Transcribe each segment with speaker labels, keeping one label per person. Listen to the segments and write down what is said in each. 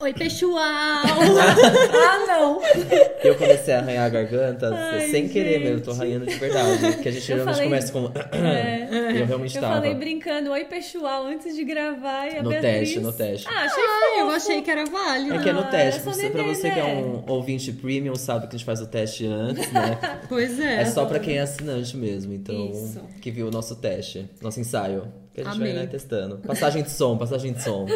Speaker 1: Oi, pessoal!
Speaker 2: ah, não!
Speaker 3: Eu comecei a arranhar a garganta
Speaker 1: Ai,
Speaker 3: sem querer
Speaker 1: gente.
Speaker 3: mesmo, tô arranhando de verdade. Porque a gente
Speaker 1: Eu
Speaker 3: geralmente
Speaker 1: falei-
Speaker 3: começa com. um
Speaker 1: É.
Speaker 3: Eu realmente
Speaker 1: Eu
Speaker 3: tava.
Speaker 1: falei brincando, oi, pessoal, antes de gravar. E a
Speaker 3: No
Speaker 1: Beatriz...
Speaker 3: teste, no teste.
Speaker 1: Ah, achei fofo.
Speaker 2: Eu achei que era válido.
Speaker 3: É que é no
Speaker 1: Ah,
Speaker 3: teste,
Speaker 1: eu
Speaker 3: pra
Speaker 1: sou
Speaker 3: você, pra
Speaker 1: neném,
Speaker 3: você que é
Speaker 1: né?
Speaker 3: um ouvinte premium, sabe que a gente faz o teste antes, né?
Speaker 2: Pois é.
Speaker 3: É só pra quem é assinante mesmo, então.
Speaker 2: Isso.
Speaker 3: Que viu o nosso teste, nosso ensaio. Que a gente
Speaker 2: Amei.
Speaker 3: vai né, testando. Passagem de som, passagem de som.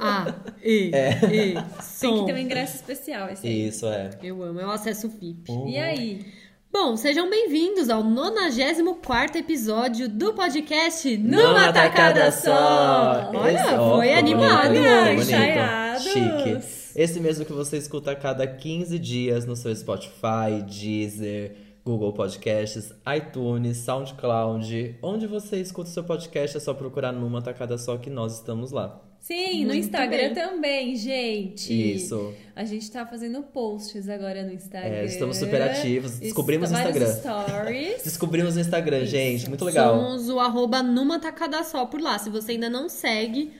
Speaker 2: Ah, e,
Speaker 3: É.
Speaker 2: e,
Speaker 1: Tem que
Speaker 2: som.
Speaker 1: ter um ingresso especial esse aí.
Speaker 3: Isso é.
Speaker 2: Eu amo, eu acesso VIP.
Speaker 1: E aí?
Speaker 2: Bom, sejam bem-vindos ao 94 episódio do podcast
Speaker 3: Numa tacada só!
Speaker 2: Olha,
Speaker 3: Esse- ó,
Speaker 2: foi
Speaker 3: ficou bonito,
Speaker 2: animado,
Speaker 3: ficou
Speaker 1: hein?
Speaker 3: bonito.
Speaker 1: Ensaiados.
Speaker 3: Chique. Esse mesmo que você escuta a cada 15 dias no seu Spotify, Deezer, Google Podcasts, iTunes, SoundCloud. Onde você escuta o seu podcast é só procurar numa tacada só que nós estamos lá.
Speaker 1: Sim, no
Speaker 2: Muito
Speaker 1: Instagram
Speaker 2: bem.
Speaker 1: também, gente.
Speaker 3: Isso.
Speaker 1: A gente tá fazendo posts agora no Instagram.
Speaker 3: É, estamos super ativos. Descobrimos o
Speaker 1: Vários
Speaker 3: Instagram.
Speaker 1: Stories.
Speaker 3: Descobrimos o Instagram,
Speaker 1: Isso.
Speaker 3: gente. Muito legal.
Speaker 2: Somos o arroba numa tacada só por lá. Se você ainda não segue,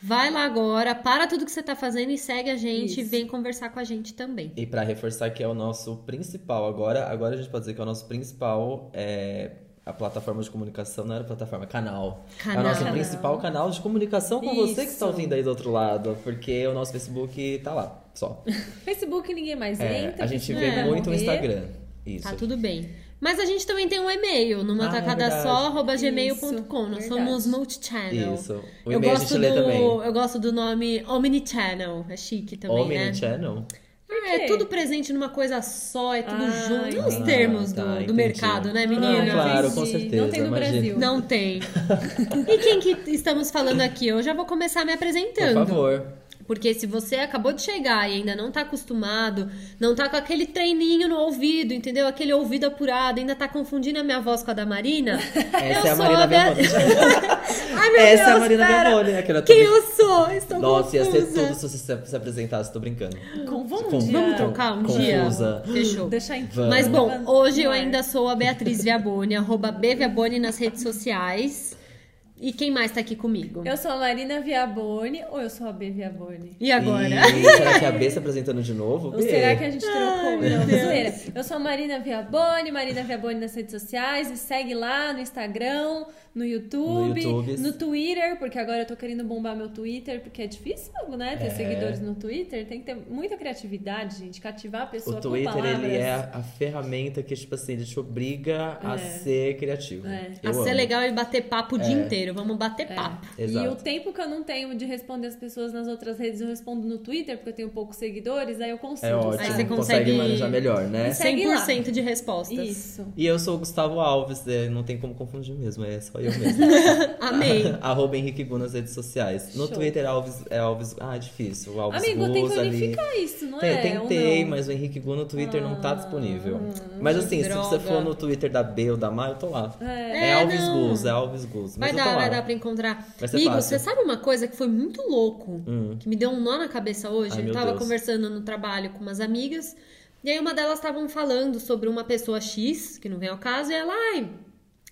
Speaker 2: vai lá agora, para tudo que você tá fazendo e segue a gente
Speaker 1: Isso.
Speaker 2: e vem conversar com a gente também.
Speaker 3: E pra reforçar que é o nosso principal agora, agora a gente pode dizer que é o nosso principal é a plataforma de comunicação, não era plataforma, canal. É o nosso
Speaker 1: Canal.
Speaker 3: principal canal de comunicação com você que
Speaker 1: Isso.
Speaker 3: está ouvindo aí do outro lado, porque o nosso Facebook tá lá, só.
Speaker 1: Facebook ninguém mais
Speaker 3: É,
Speaker 1: entra.
Speaker 3: a gente
Speaker 1: porque
Speaker 3: vê
Speaker 1: vai
Speaker 3: muito o
Speaker 1: morrer.
Speaker 3: Instagram. Isso.
Speaker 2: Tá tudo bem. Mas a gente também tem um e-mail, numa
Speaker 3: Ah, é
Speaker 2: tacada
Speaker 3: verdade.
Speaker 2: só, arroba
Speaker 1: Isso,
Speaker 2: gmail.com. Nós
Speaker 1: verdade.
Speaker 2: somos multichannel.
Speaker 3: Isso. O
Speaker 2: Eu
Speaker 3: e-mail a gente
Speaker 2: gosto,
Speaker 3: lê também.
Speaker 2: do, eu gosto do nome Omnichannel. É chique também, né?
Speaker 3: Omnichannel?
Speaker 2: Ah, é
Speaker 1: quê?
Speaker 2: tudo presente numa coisa só, é tudo
Speaker 1: Ah,
Speaker 2: junto. Tem
Speaker 3: ah,
Speaker 2: uns termos
Speaker 3: tá,
Speaker 2: do- do,
Speaker 3: entendi. Ah,
Speaker 2: mercado, né,
Speaker 1: Não,
Speaker 2: menina?
Speaker 3: claro, com
Speaker 1: entendi.
Speaker 3: certeza.
Speaker 1: Não tem no
Speaker 3: imagina.
Speaker 1: Brasil.
Speaker 2: Não tem. E quem que estamos falando aqui? Eu já vou começar me
Speaker 3: Por
Speaker 2: apresentando.
Speaker 3: favor.
Speaker 2: Porque se você acabou de chegar e ainda não tá acostumado, não tá com aquele treininho no ouvido, entendeu? Aquele ouvido apurado, ainda tá confundindo a minha voz com a da Marina.
Speaker 3: Essa é a
Speaker 2: sou
Speaker 3: Marina
Speaker 2: Bea-
Speaker 3: Bemoni.
Speaker 2: Ai, meu
Speaker 3: Essa é a
Speaker 2: Deus,
Speaker 3: Marina
Speaker 2: pera.
Speaker 3: Bemoni, né? que era
Speaker 2: Quem
Speaker 3: tudo-
Speaker 2: eu sou? Estou
Speaker 3: Nossa, ia
Speaker 2: confusa.
Speaker 3: ser tudo se você se- se apresentasse, tô brincando.
Speaker 1: Com- vamos
Speaker 3: Com-
Speaker 1: um dia-
Speaker 2: Vamos trocar um dia?
Speaker 3: Confusa.
Speaker 2: Fechou.
Speaker 1: Deixar em
Speaker 3: Vamos.
Speaker 2: Mas bom,
Speaker 1: Vamos.
Speaker 2: hoje eu
Speaker 1: Vai.
Speaker 2: ainda sou a Beatriz Viaboni, arroba B Viaboni nas redes sociais. E quem mais tá aqui comigo?
Speaker 1: Eu sou a Marina Viaboni ou eu sou a B Viaboni?
Speaker 2: E agora?
Speaker 3: Ih, será que é a B se apresentando de novo?
Speaker 1: Ou
Speaker 3: Bê?
Speaker 1: será que
Speaker 2: é
Speaker 1: a gente trocou?
Speaker 2: meu
Speaker 1: não,
Speaker 2: Deus.
Speaker 1: zoeira. Eu sou a Marina Viaboni, Marina Viaboni nas redes sociais. Me segue lá no Instagram, no YouTube,
Speaker 3: No YouTube.
Speaker 1: Twitter, porque agora eu tô querendo bombar meu Twitter, porque é difícil, né? Ter
Speaker 3: É.
Speaker 1: seguidores no Twitter. Tem que ter muita criatividade, gente. Cativar a pessoa
Speaker 3: O Twitter,
Speaker 1: com palavras.
Speaker 3: ele é a ferramenta que, tipo assim, ele te obriga a
Speaker 1: É.
Speaker 3: ser criativo.
Speaker 1: É.
Speaker 3: Eu
Speaker 2: a ser
Speaker 3: amo. É.
Speaker 2: legal e bater papo o dia inteiro. Vamos bater papo.
Speaker 1: É. E
Speaker 3: Exato.
Speaker 1: o tempo que eu não tenho de responder as pessoas nas outras redes, eu respondo no Twitter, porque eu tenho poucos seguidores, aí eu consigo.
Speaker 3: É ótimo,
Speaker 2: Aí
Speaker 1: sabe?
Speaker 2: você
Speaker 3: consegue...
Speaker 2: consegue-
Speaker 3: manejar melhor, né?
Speaker 1: Isso. Segue lá.
Speaker 2: 100% de respostas.
Speaker 1: Isso.
Speaker 3: E eu sou o Gustavo Alves, é, não tem como confundir mesmo, é só eu mesmo.
Speaker 2: Amei.
Speaker 3: Arroba Henrique Gu nas redes sociais. No
Speaker 1: Show.
Speaker 3: Twitter, Alves, é Alves... Ah, é difícil. O Alves
Speaker 1: Amigo,
Speaker 3: Gus
Speaker 1: tem que
Speaker 3: ali.
Speaker 1: unificar isso, não
Speaker 3: Tem-
Speaker 1: é? Ou
Speaker 3: tentei,
Speaker 1: não?
Speaker 3: mas o Henrique Gu no Twitter não tá
Speaker 1: Ah,
Speaker 3: disponível. Mas assim, se você
Speaker 2: hum, droga.
Speaker 3: for no Twitter da B ou da Má, eu tô lá.
Speaker 1: É.
Speaker 3: É,
Speaker 2: É,
Speaker 3: Alves
Speaker 2: não.
Speaker 3: Gus, é Alves Gus.
Speaker 2: Vai
Speaker 3: mas eu
Speaker 2: dar,
Speaker 3: tô lá.
Speaker 2: vai dar pra encontrar.
Speaker 3: Vai ser
Speaker 2: Amigo,
Speaker 3: fácil.
Speaker 2: você sabe uma coisa que foi muito louco,
Speaker 3: Hum.
Speaker 2: que me deu um nó na cabeça hoje?
Speaker 3: Ai,
Speaker 2: eu
Speaker 3: meu
Speaker 2: tava
Speaker 3: Deus.
Speaker 2: conversando no trabalho com umas amigas, e aí uma delas estavam falando sobre uma pessoa X, que não vem ao caso, e ela, ai,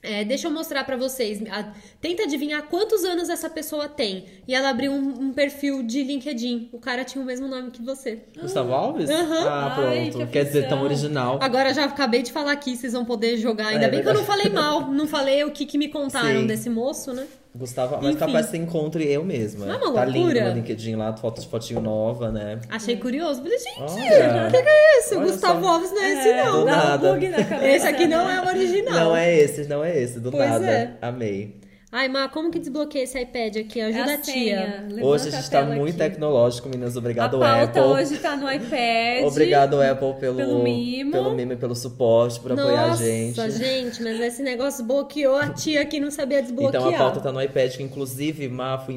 Speaker 2: é, deixa eu mostrar pra vocês. a- tenta adivinhar quantos anos essa pessoa tem. E ela abriu um, um perfil de LinkedIn. O cara tinha o mesmo nome que você.
Speaker 3: Gustavo Alves?
Speaker 2: Aham.
Speaker 3: Ah,
Speaker 1: Ai,
Speaker 3: pronto.
Speaker 1: que
Speaker 3: Quer dizer,
Speaker 1: aflição.
Speaker 3: tão original.
Speaker 2: Agora já acabei de falar aqui, vocês vão poder jogar. Ainda
Speaker 3: É,
Speaker 2: bem que eu
Speaker 3: verdade.
Speaker 2: não falei mal, não falei o que, que me contaram
Speaker 3: Sim.
Speaker 2: desse moço, né?
Speaker 3: Gustavo, mas
Speaker 2: Enfim.
Speaker 3: capaz que você encontre eu mesma.
Speaker 2: Não é uma
Speaker 3: tá lindo
Speaker 2: loucura?
Speaker 3: no LinkedIn lá, foto de fotinho nova, né?
Speaker 1: Hum.
Speaker 2: Achei curioso. Falei, gente,
Speaker 3: Olha.
Speaker 2: o que, que é isso?
Speaker 3: Olha
Speaker 2: Gustavo
Speaker 3: só.
Speaker 2: Alves não é esse,
Speaker 1: É,
Speaker 2: não.
Speaker 3: Do
Speaker 1: dá um
Speaker 3: nada.
Speaker 1: bug na cabeça.
Speaker 2: Esse aqui não é o original.
Speaker 3: Não é esse, não é esse, do
Speaker 2: Pois
Speaker 3: nada.
Speaker 2: é.
Speaker 3: Amei.
Speaker 2: Ai, Má, como que desbloqueia esse iPad aqui?
Speaker 1: É
Speaker 2: Ajuda
Speaker 1: a
Speaker 2: a tia.
Speaker 1: senha. Levanta
Speaker 3: Hoje a gente tá
Speaker 1: tela
Speaker 3: muito
Speaker 1: aqui.
Speaker 3: tecnológico, meninas.
Speaker 1: A
Speaker 3: Obrigado,
Speaker 1: pauta
Speaker 3: Apple.
Speaker 1: hoje tá no iPad.
Speaker 3: Obrigado, Apple, pelo,
Speaker 1: pelo mimo.
Speaker 3: pelo mimo e pelo suporte, por apoiar a
Speaker 2: Nossa,
Speaker 3: gente.
Speaker 2: mas esse negócio bloqueou a tia que não sabia desbloquear.
Speaker 3: Então a pauta tá no iPad, que inclusive, Má, fui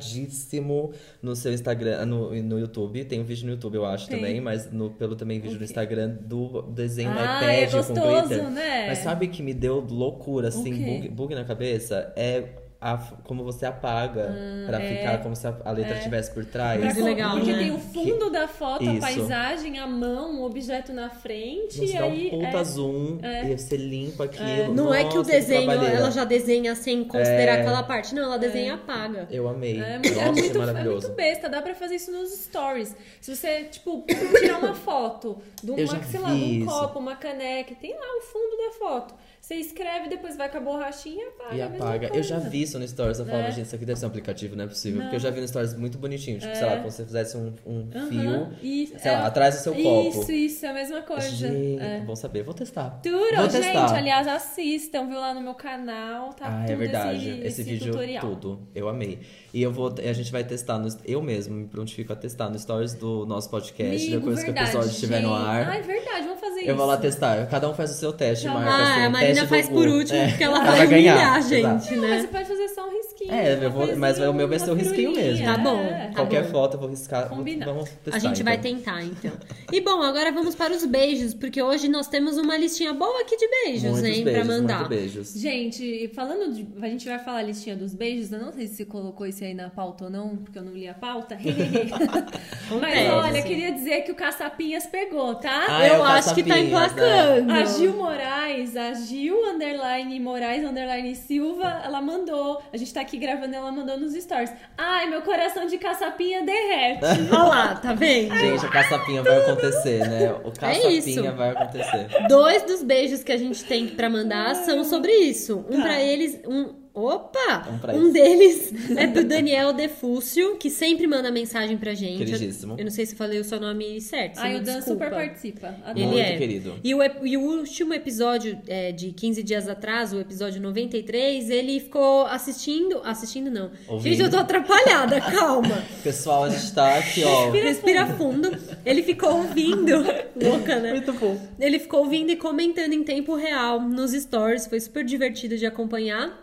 Speaker 3: impactadíssimo no seu Instagram, no, no YouTube. Tem um vídeo no YouTube, eu acho,
Speaker 1: Tem.
Speaker 3: também, mas no, pelo também vídeo no Instagram do desenho no
Speaker 1: Ah,
Speaker 3: iPad
Speaker 1: é
Speaker 3: com glitter.
Speaker 1: gostoso, né?
Speaker 3: Mas sabe que me deu loucura, assim,
Speaker 1: quê?
Speaker 3: bug, bug na cabeça? É a- como você apaga pra
Speaker 1: é.
Speaker 3: ficar como se a, a letra estivesse por trás.
Speaker 1: Pra
Speaker 2: Mas é
Speaker 1: co-
Speaker 2: legal,
Speaker 1: Tá porque
Speaker 2: né?
Speaker 1: tem o fundo da foto, a
Speaker 3: Isso.
Speaker 1: paisagem, a mão, o objeto na frente.
Speaker 3: Você
Speaker 1: e
Speaker 3: dá um
Speaker 1: aí
Speaker 3: puta
Speaker 1: é-
Speaker 3: zoom e você limpa aquilo.
Speaker 2: Não é que o
Speaker 3: Nossa,
Speaker 2: desenho,
Speaker 3: trabalheira. É.
Speaker 2: ela já desenha sem considerar aquela parte. Não, ela desenha e apaga.
Speaker 3: Eu amei.
Speaker 1: É, muito-
Speaker 3: Nossa,
Speaker 1: é, muito,
Speaker 3: que
Speaker 1: é muito
Speaker 3: maravilhoso.
Speaker 1: besta, dá pra fazer isso nos stories. Se você, tipo, tirar uma foto de
Speaker 3: Eu já
Speaker 1: uma, sei lá, de
Speaker 3: vi
Speaker 1: um
Speaker 3: isso.
Speaker 1: copo, uma caneca, tem lá o fundo da foto. Você escreve, depois vai com a borrachinha e apaga.
Speaker 3: E
Speaker 1: a mesma
Speaker 3: apaga. Eu já
Speaker 1: é coisa.
Speaker 3: vi isso no Stories. Eu falava,
Speaker 1: É.
Speaker 3: gente, isso aqui deve ser um aplicativo, não é possível. Porque eu já vi no Stories muito bonitinho. Tipo,
Speaker 1: É.
Speaker 3: sei lá, como se você fizesse um, um
Speaker 1: Aham,
Speaker 3: fio,
Speaker 1: isso,
Speaker 3: sei
Speaker 1: é.
Speaker 3: lá, atrás do seu copo.
Speaker 1: Isso, isso, é a mesma coisa.
Speaker 3: Gente,
Speaker 1: É.
Speaker 3: bom saber. Vou testar.
Speaker 1: Tudo,
Speaker 3: Vou
Speaker 1: gente,
Speaker 3: testar.
Speaker 1: aliás, assistam, viu lá no meu canal, tá
Speaker 3: Ah,
Speaker 1: tudo
Speaker 3: é verdade.
Speaker 1: esse, esse
Speaker 3: vídeo
Speaker 1: tutorial.
Speaker 3: tudo. Eu amei. E eu vou, a gente vai testar no, eu mesmo me prontifico a testar no stories do nosso podcast,
Speaker 1: Amigo,
Speaker 3: depois que o
Speaker 1: verdade,
Speaker 3: episódio estiver no
Speaker 1: gente.
Speaker 3: ar.
Speaker 1: Ah, é verdade, vamos fazer isso.
Speaker 3: eu vou lá testar. Cada um faz o seu teste,
Speaker 1: Tá.
Speaker 3: marca assim,
Speaker 2: Ah, a
Speaker 3: teste
Speaker 2: Marina
Speaker 3: do
Speaker 2: faz
Speaker 3: Google.
Speaker 2: por último,
Speaker 3: É,
Speaker 2: porque ela vai humilhar a gente,
Speaker 3: exato. Tá
Speaker 1: Não, mas
Speaker 2: né?
Speaker 1: você pode fazer só um risquinho.
Speaker 3: É, eu
Speaker 1: uma
Speaker 3: vou- mas
Speaker 1: coisinha,
Speaker 3: o meu vai
Speaker 1: uma
Speaker 3: ser o risquinho
Speaker 1: fruinha,
Speaker 3: mesmo.
Speaker 2: Tá bom.
Speaker 1: é.
Speaker 2: Tá
Speaker 3: Qualquer
Speaker 2: bom.
Speaker 3: foto eu vou riscar. vou-
Speaker 1: Combinado.
Speaker 3: Vamos testar.
Speaker 2: A gente vai
Speaker 3: então.
Speaker 2: tentar, então. E bom, agora vamos para os beijos, porque hoje nós temos uma listinha boa aqui de beijos,
Speaker 3: muitos
Speaker 2: hein,
Speaker 3: beijos,
Speaker 2: pra mandar.
Speaker 3: Muitos beijos.
Speaker 1: Gente, falando de. A gente vai falar a listinha dos beijos. Eu não sei se você colocou isso aí na pauta ou não, porque eu não li a pauta. Mas
Speaker 2: Acontece.
Speaker 1: olha, queria dizer que o Caçapinhas pegou, tá?
Speaker 3: É. Ah, é
Speaker 2: eu
Speaker 3: o
Speaker 2: acho que tá
Speaker 3: Caçapinhas,
Speaker 2: emplacando.
Speaker 1: A Gil Moraes, a Gil Underline Moraes Underline Silva, ela mandou. A gente tá aqui gravando, ela mandou nos stories. Ai, meu coração de caçapinha derrete.
Speaker 2: Olha lá, tá vendo?
Speaker 3: Gente, o caçapinha vai acontecer, né? O caçapinha
Speaker 2: É isso.
Speaker 3: vai acontecer.
Speaker 2: Dois dos beijos que a gente tem pra mandar são sobre isso. Um
Speaker 1: Tá.
Speaker 2: pra eles, um Opa!
Speaker 3: Um pra
Speaker 2: Um,
Speaker 3: eles.
Speaker 2: deles é do Daniel Defúcio, que sempre manda mensagem pra gente.
Speaker 3: Queridíssimo.
Speaker 2: Eu não sei se falei o seu nome certo.
Speaker 1: Ai,
Speaker 2: você
Speaker 1: o
Speaker 2: me
Speaker 1: Dan
Speaker 2: desculpa.
Speaker 1: super participa. Adoro.
Speaker 2: Ele
Speaker 3: Muito
Speaker 2: é.
Speaker 3: querido.
Speaker 2: E o, ep- e o último episódio é, de 15 dias atrás, o episódio 93, ele ficou assistindo. Assistindo, não.
Speaker 3: Ouvindo.
Speaker 2: Gente, eu tô atrapalhada, calma.
Speaker 3: Pessoal, a gente tá aqui, ó.
Speaker 2: Respira fundo. Ele ficou ouvindo. Louca, né?
Speaker 3: Muito bom.
Speaker 2: Ele ficou ouvindo e comentando em tempo real nos stories, foi super divertido de acompanhar.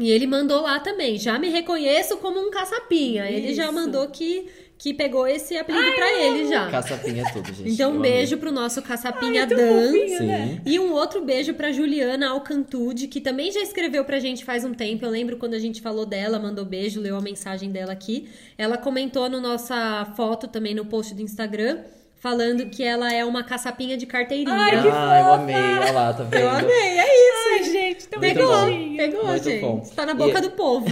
Speaker 2: E ele mandou lá também, já me reconheço como um caçapinha. Ele já
Speaker 1: Isso.
Speaker 2: mandou que, que pegou esse apelido pra ele já.
Speaker 3: Caçapinha é tudo, gente.
Speaker 2: Então,
Speaker 3: Eu
Speaker 2: um
Speaker 3: amei. é
Speaker 2: beijo pro nosso caçapinha
Speaker 1: tão
Speaker 2: Dan.
Speaker 1: fofinho,
Speaker 3: Sim.
Speaker 2: E um outro beijo pra Juliana Alcantude, que também já escreveu pra gente faz um tempo. Eu lembro quando a gente falou dela, mandou beijo, leu a mensagem dela aqui. Ela comentou na nossa foto também no post do Instagram, falando que ela é uma caçapinha de carteirinha.
Speaker 1: Ai, que
Speaker 3: Ah, eu
Speaker 1: fofa!
Speaker 3: amei. Olha lá, tá vendo?
Speaker 2: Eu amei, é isso.
Speaker 1: Ai, gente, tá tão
Speaker 3: Muito
Speaker 2: Pegou,
Speaker 3: bom.
Speaker 2: pegou,
Speaker 3: Muito
Speaker 2: gente.
Speaker 3: bom.
Speaker 2: Tá na boca
Speaker 3: E-
Speaker 2: do povo.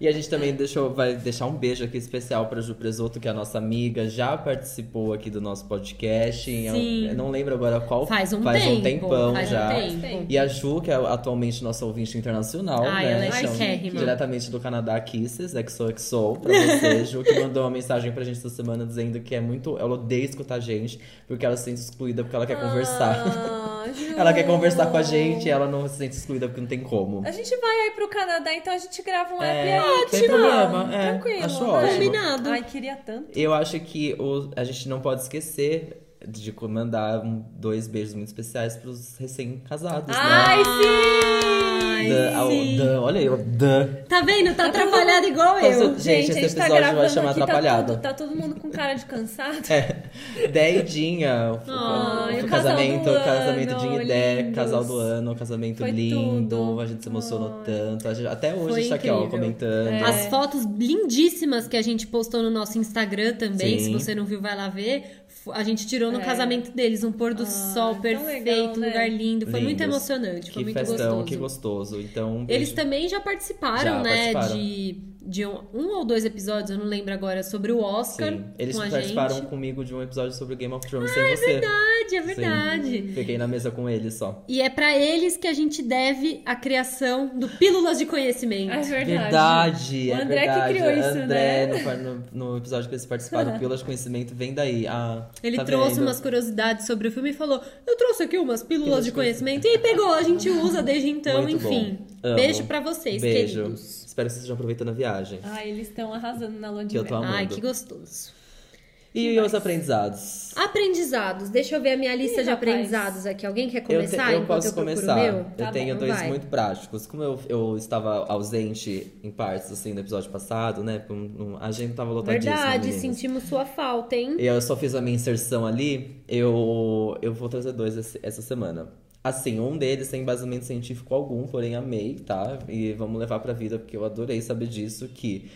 Speaker 3: E a gente também deixou, vai deixar um beijo aqui especial pra Ju Presoto, que é a nossa amiga, já participou aqui do nosso podcast. em-
Speaker 2: Sim.
Speaker 3: eu não lembro agora qual.
Speaker 2: Faz um tempo,
Speaker 3: tempão
Speaker 2: faz um
Speaker 3: já.
Speaker 2: tempo.
Speaker 3: E a Ju, que é atualmente nossa ouvinte internacional,
Speaker 2: Ai,
Speaker 3: né?
Speaker 2: ela é
Speaker 3: Então,
Speaker 2: chiquérrima.
Speaker 3: diretamente do Canadá Kisses, XOXO, pra você, Ju, que mandou uma mensagem pra gente essa semana dizendo que é muito. Ela odeia escutar a gente, porque ela se sente excluída porque ela quer conversar.
Speaker 1: Ah, Ju.
Speaker 3: Ela quer conversar com a gente e ela não se sente excluída porque não tem como.
Speaker 1: A gente vai aí pro Canadá, então a gente grava um app aí.
Speaker 3: É, ótimo.
Speaker 1: que
Speaker 3: Sem
Speaker 1: tal?
Speaker 3: problema, é,
Speaker 1: Tranquilo.
Speaker 3: acho
Speaker 1: né?
Speaker 3: ótimo.
Speaker 2: Combinado.
Speaker 1: Ai, queria tanto.
Speaker 3: Eu acho que o- a gente não pode esquecer de mandar um- dois beijos muito especiais pros recém-casados, né?
Speaker 1: Ai, sim!
Speaker 2: Ai,
Speaker 3: Dan, ao-
Speaker 2: sim.
Speaker 3: Dan, olha aí, o Dan.
Speaker 2: Tá vendo? Tá atrapalhado igual
Speaker 3: Nossa,
Speaker 2: eu.
Speaker 3: Gente, esse episódio vai chamar
Speaker 1: tá
Speaker 3: Atrapalhada.
Speaker 1: tudo- Tá, todo mundo com cara de cansado.
Speaker 3: É, Deidinha, o,
Speaker 2: Ai,
Speaker 3: o
Speaker 1: o casal
Speaker 3: casamento,
Speaker 1: do
Speaker 3: o casamento
Speaker 1: ano,
Speaker 3: de Idé,
Speaker 1: lindos.
Speaker 3: casal do ano, casamento
Speaker 1: Foi
Speaker 3: lindo,
Speaker 1: tudo.
Speaker 3: a gente se emocionou tanto. a gente- até hoje
Speaker 2: Foi
Speaker 3: a gente tá aqui, ó,
Speaker 2: incrível. É,
Speaker 3: comentando.
Speaker 2: As fotos lindíssimas que a gente postou no nosso Instagram também,
Speaker 3: Sim.
Speaker 2: se você não viu, vai lá ver. F- A gente tirou no
Speaker 1: É.
Speaker 2: casamento deles, um pôr do
Speaker 1: Ah,
Speaker 2: sol
Speaker 1: tão
Speaker 2: perfeito,
Speaker 1: legal, né?
Speaker 2: lugar lindo. Foi muito
Speaker 3: Lindos.
Speaker 2: emocionante, foi
Speaker 3: que
Speaker 2: muito
Speaker 3: festão,
Speaker 2: gostoso.
Speaker 3: que gostoso. Então, um
Speaker 2: Eles
Speaker 3: beijo.
Speaker 2: também já participaram,
Speaker 3: Já
Speaker 2: né,
Speaker 3: participaram.
Speaker 2: de, de um, um ou dois episódios, eu não lembro agora, sobre o Oscar
Speaker 3: Sim. Eles
Speaker 2: com a
Speaker 3: participaram
Speaker 2: gente.
Speaker 3: comigo de um episódio sobre Game of Thrones sem você.
Speaker 2: Verdade, é verdade.
Speaker 3: Fiquei na mesa com eles só.
Speaker 2: E é pra eles que a gente deve a criação do Pílulas de Conhecimento.
Speaker 1: É verdade.
Speaker 3: Verdade,
Speaker 1: O
Speaker 3: é
Speaker 1: André que
Speaker 3: verdade.
Speaker 1: criou isso,
Speaker 2: né?
Speaker 3: André, no, no- no episódio que eles participaram, Pílulas de Conhecimento, vem daí. Ah,
Speaker 2: Ele
Speaker 3: tá
Speaker 2: trouxe
Speaker 3: vendo?
Speaker 2: umas curiosidades sobre o filme e falou: Eu trouxe aqui umas pílulas de conhecimento. E pegou, a gente usa desde então,
Speaker 3: Muito bom.
Speaker 2: enfim.
Speaker 3: Amo.
Speaker 2: Beijo pra vocês,
Speaker 3: Beijo.
Speaker 2: queridos. Ah,
Speaker 3: Espero que vocês estejam aproveitando a viagem.
Speaker 1: Ai, eles estão arrasando na lua de
Speaker 3: Que eu tô
Speaker 1: mel.
Speaker 3: amando.
Speaker 2: Ai, que gostoso.
Speaker 3: E os aprendizados?
Speaker 2: Aprendizados. Deixa eu ver a minha lista
Speaker 1: Ih,
Speaker 2: de
Speaker 1: rapaz.
Speaker 2: aprendizados aqui. Alguém quer
Speaker 3: Eu, te-
Speaker 2: começar?
Speaker 3: eu
Speaker 2: enquanto
Speaker 3: posso
Speaker 2: procuro o
Speaker 3: começar.
Speaker 2: meu?
Speaker 3: Eu
Speaker 2: Tá
Speaker 3: tenho
Speaker 2: bom,
Speaker 3: dois
Speaker 2: vai.
Speaker 3: muito práticos. Como eu, eu estava ausente em partes, assim, no episódio passado, né? porque um- um- A gente tava né? lotadíssima,
Speaker 2: Verdade,
Speaker 3: meninas.
Speaker 2: sentimos sua falta, hein?
Speaker 3: E eu só fiz a minha inserção ali. Eu, eu vou trazer dois esse- essa semana. Assim, um deles sem embasamento científico algum, porém amei, tá? E vamos levar pra vida, porque eu adorei saber disso, que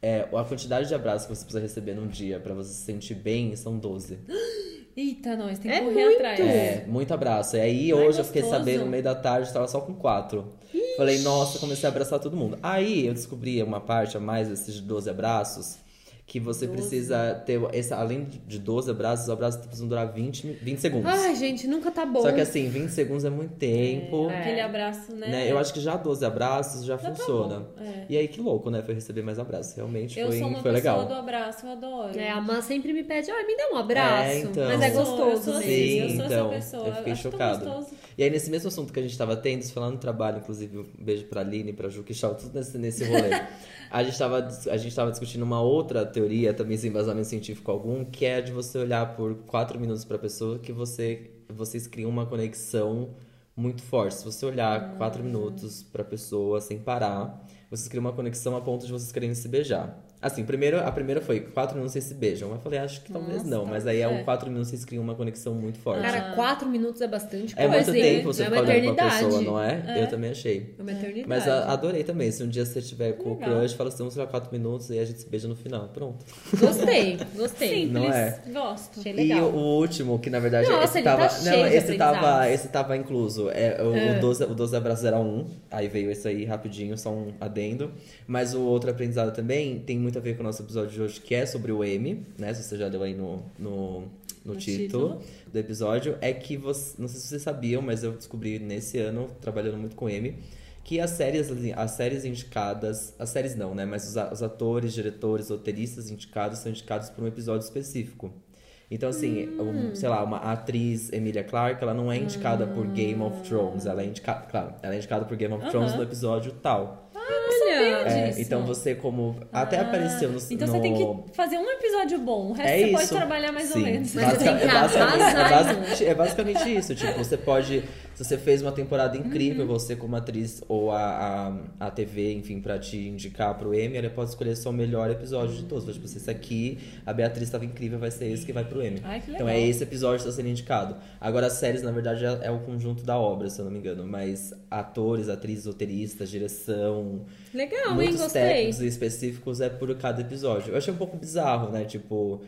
Speaker 3: é, a quantidade de abraços que você precisa receber num dia pra você se sentir bem são 12.
Speaker 1: Eita, nós, tem que
Speaker 2: É
Speaker 1: correr
Speaker 2: muito.
Speaker 1: atrás.
Speaker 3: É, muito abraço. E aí
Speaker 1: Ai,
Speaker 3: hoje eu fiquei
Speaker 1: gostoso.
Speaker 3: sabendo, no meio da tarde, eu tava só com quatro. Falei, nossa, comecei a abraçar todo mundo. Aí eu descobri uma parte a mais desses 12 abraços. Que você
Speaker 1: 12.
Speaker 3: precisa ter. Essa, além de 12 abraços, os abraços precisam durar 20, mi- 20 segundos.
Speaker 2: Ai, gente, nunca tá bom.
Speaker 3: Só que assim, 20 segundos é muito tempo.
Speaker 2: É.
Speaker 1: Aquele abraço, né?
Speaker 3: né? Eu acho que já 12 abraços já,
Speaker 1: Já tá
Speaker 3: funciona.
Speaker 1: bom, é.
Speaker 3: E aí, que louco, né? Foi receber mais abraços. Realmente
Speaker 1: Eu
Speaker 3: foi,
Speaker 1: sou uma
Speaker 3: foi
Speaker 1: pessoa
Speaker 3: legal.
Speaker 1: do abraço, eu adoro.
Speaker 2: É, a Má sempre me pede, ai, me dá um abraço.
Speaker 3: É, então.
Speaker 2: Mas é
Speaker 1: Eu sou-
Speaker 2: gostoso
Speaker 1: eu sou, assim,
Speaker 3: Sim,
Speaker 1: eu sou
Speaker 3: então,
Speaker 1: essa pessoa.
Speaker 3: eu fiquei
Speaker 1: acho tão
Speaker 3: chocado.
Speaker 1: gostoso.
Speaker 3: E aí, nesse mesmo assunto que a gente tava tendo, isso foi lá no trabalho, inclusive, um beijo pra Aline, pra Ju, que tava tudo nesse, nesse rolê. a, gente tava, dis- a gente tava discutindo uma outra teoria, também sem embasamento científico algum, que é a de você olhar por quatro minutos pra pessoa que você, vocês criam uma conexão muito forte. Se você
Speaker 1: Hum.
Speaker 3: olhar quatro minutos pra pessoa sem parar, vocês criam uma conexão a ponto de vocês quererem se beijar. Assim, primeiro, a primeira foi quatro minutos vocês se beijam. Eu falei, acho que talvez
Speaker 1: Nossa,
Speaker 3: não, mas aí é
Speaker 1: é.
Speaker 3: um quatro minutos vocês criam uma conexão muito forte.
Speaker 2: Cara, quatro minutos é bastante
Speaker 3: É
Speaker 2: coisa.
Speaker 3: muito
Speaker 2: hein?
Speaker 3: tempo você
Speaker 2: é
Speaker 3: ficar
Speaker 2: uma
Speaker 3: olhando uma
Speaker 2: eternidade.
Speaker 3: pessoa, não é?
Speaker 1: É.
Speaker 3: Eu também achei.
Speaker 2: É uma eternidade.
Speaker 3: Mas a- adorei também. Se um dia você tiver com o
Speaker 1: Legal.
Speaker 3: crush, fala assim, vamos tirar quatro minutos e a gente se beija no final. Pronto.
Speaker 2: Gostei, gostei.
Speaker 1: Simples,
Speaker 3: Não é?
Speaker 1: gosto.
Speaker 2: Achei
Speaker 3: E
Speaker 2: legal.
Speaker 3: o último, que na verdade
Speaker 2: Nossa,
Speaker 3: esse
Speaker 2: ele tá
Speaker 3: tava.
Speaker 2: cheio
Speaker 3: não,
Speaker 2: de
Speaker 3: esse tava,
Speaker 2: aprendizados.
Speaker 3: esse tava incluso. É, o, o 12, o 12 abraços era um. Aí veio esse aí rapidinho, só um adendo. Mas o outro aprendizado também tem muito a ver com o nosso episódio de hoje, que é sobre o M, né? Se você já deu aí no. no no,
Speaker 1: No
Speaker 3: título, do episódio, é que você. Não sei se vocês sabiam, mas eu descobri nesse ano, trabalhando muito com M, que as séries, as séries indicadas. As séries não, né? Mas os, a- os atores, diretores, roteiristas indicados são indicados por um episódio específico. Então, assim,
Speaker 1: Hum.
Speaker 3: um, sei lá, uma atriz, Emilia Clarke, ela não é indicada por Game of Thrones. Ela é indicada, claro, ela é indicada por Game of Thrones
Speaker 1: Aham.
Speaker 3: no episódio tal.
Speaker 2: Olha,
Speaker 3: É,
Speaker 1: disso.
Speaker 3: então você, como. Até apareceu no.
Speaker 1: Então
Speaker 3: no...
Speaker 1: você tem que fazer um episódio bom. O resto
Speaker 3: É
Speaker 1: você
Speaker 3: isso.
Speaker 1: pode trabalhar mais
Speaker 3: Sim.
Speaker 1: ou menos. né?
Speaker 2: Mas você tem que
Speaker 3: é basicamente, é,
Speaker 2: arrasar,
Speaker 3: basicamente, é basicamente isso. Tipo, você pode. Se você fez uma temporada
Speaker 1: Uhum.
Speaker 3: incrível, você como atriz ou a, a, a TV, enfim, pra te indicar pro Emmy, ela pode escolher só o melhor episódio de todos. Tipo, esse aqui, a Beatriz tava incrível, vai ser esse que vai pro Emmy.
Speaker 1: Ai, que legal.
Speaker 3: Então é esse episódio que está sendo indicado. Agora, as séries, na verdade, é, é o conjunto da obra, se eu não me engano. Mas atores, atrizes, roteiristas, direção,
Speaker 2: legal, hein?
Speaker 3: muitos
Speaker 2: Gostei.
Speaker 3: técnicos específicos é por cada episódio. Eu achei um pouco bizarro, né? Tipo,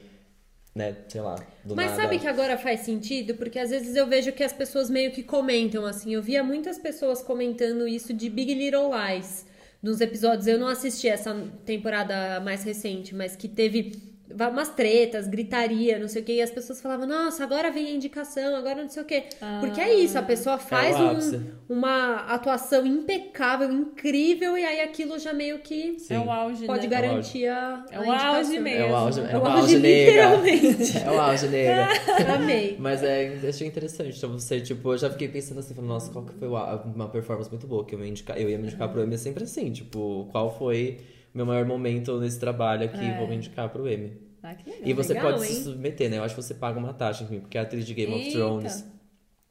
Speaker 3: né, sei lá, do
Speaker 2: Mas
Speaker 3: nada.
Speaker 2: sabe que agora faz sentido? Porque às vezes eu vejo que as pessoas meio que comentam assim. Eu via muitas pessoas comentando isso de Big Little Lies nos episódios. Eu não assisti essa temporada mais recente, mas que teve va- umas tretas, gritaria, não sei o quê. E as pessoas falavam, nossa, agora vem a indicação, agora não sei o quê. Porque é isso, a pessoa faz
Speaker 3: o
Speaker 2: um-
Speaker 3: ápice.
Speaker 2: uma atuação impecável, incrível, e aí aquilo já meio que
Speaker 3: Sim.
Speaker 1: É o auge,
Speaker 2: pode
Speaker 1: né?
Speaker 2: garantir a.
Speaker 1: É
Speaker 2: a
Speaker 1: o auge
Speaker 2: indicação.
Speaker 1: mesmo.
Speaker 3: É o auge, é
Speaker 2: É
Speaker 3: o
Speaker 2: o
Speaker 3: auge,
Speaker 2: auge,
Speaker 3: nega.
Speaker 2: literalmente.
Speaker 3: É o auge, nega.
Speaker 2: Amei.
Speaker 3: Mas é, eu achei interessante. Então você, tipo, eu já fiquei pensando assim, falando, nossa, qual que foi o au- uma performance muito boa que eu ia indicar, eu ia me indicar pro Emmy sempre assim, tipo, qual foi meu maior momento nesse trabalho aqui,
Speaker 1: É.
Speaker 3: vou me indicar pro Emmy.
Speaker 1: Ah, que legal.
Speaker 3: E você
Speaker 2: É legal,
Speaker 3: pode
Speaker 2: hein?
Speaker 3: se submeter, né? Eu acho que você paga uma taxa, enfim, porque é a atriz de Game of
Speaker 1: Eita.
Speaker 3: Thrones,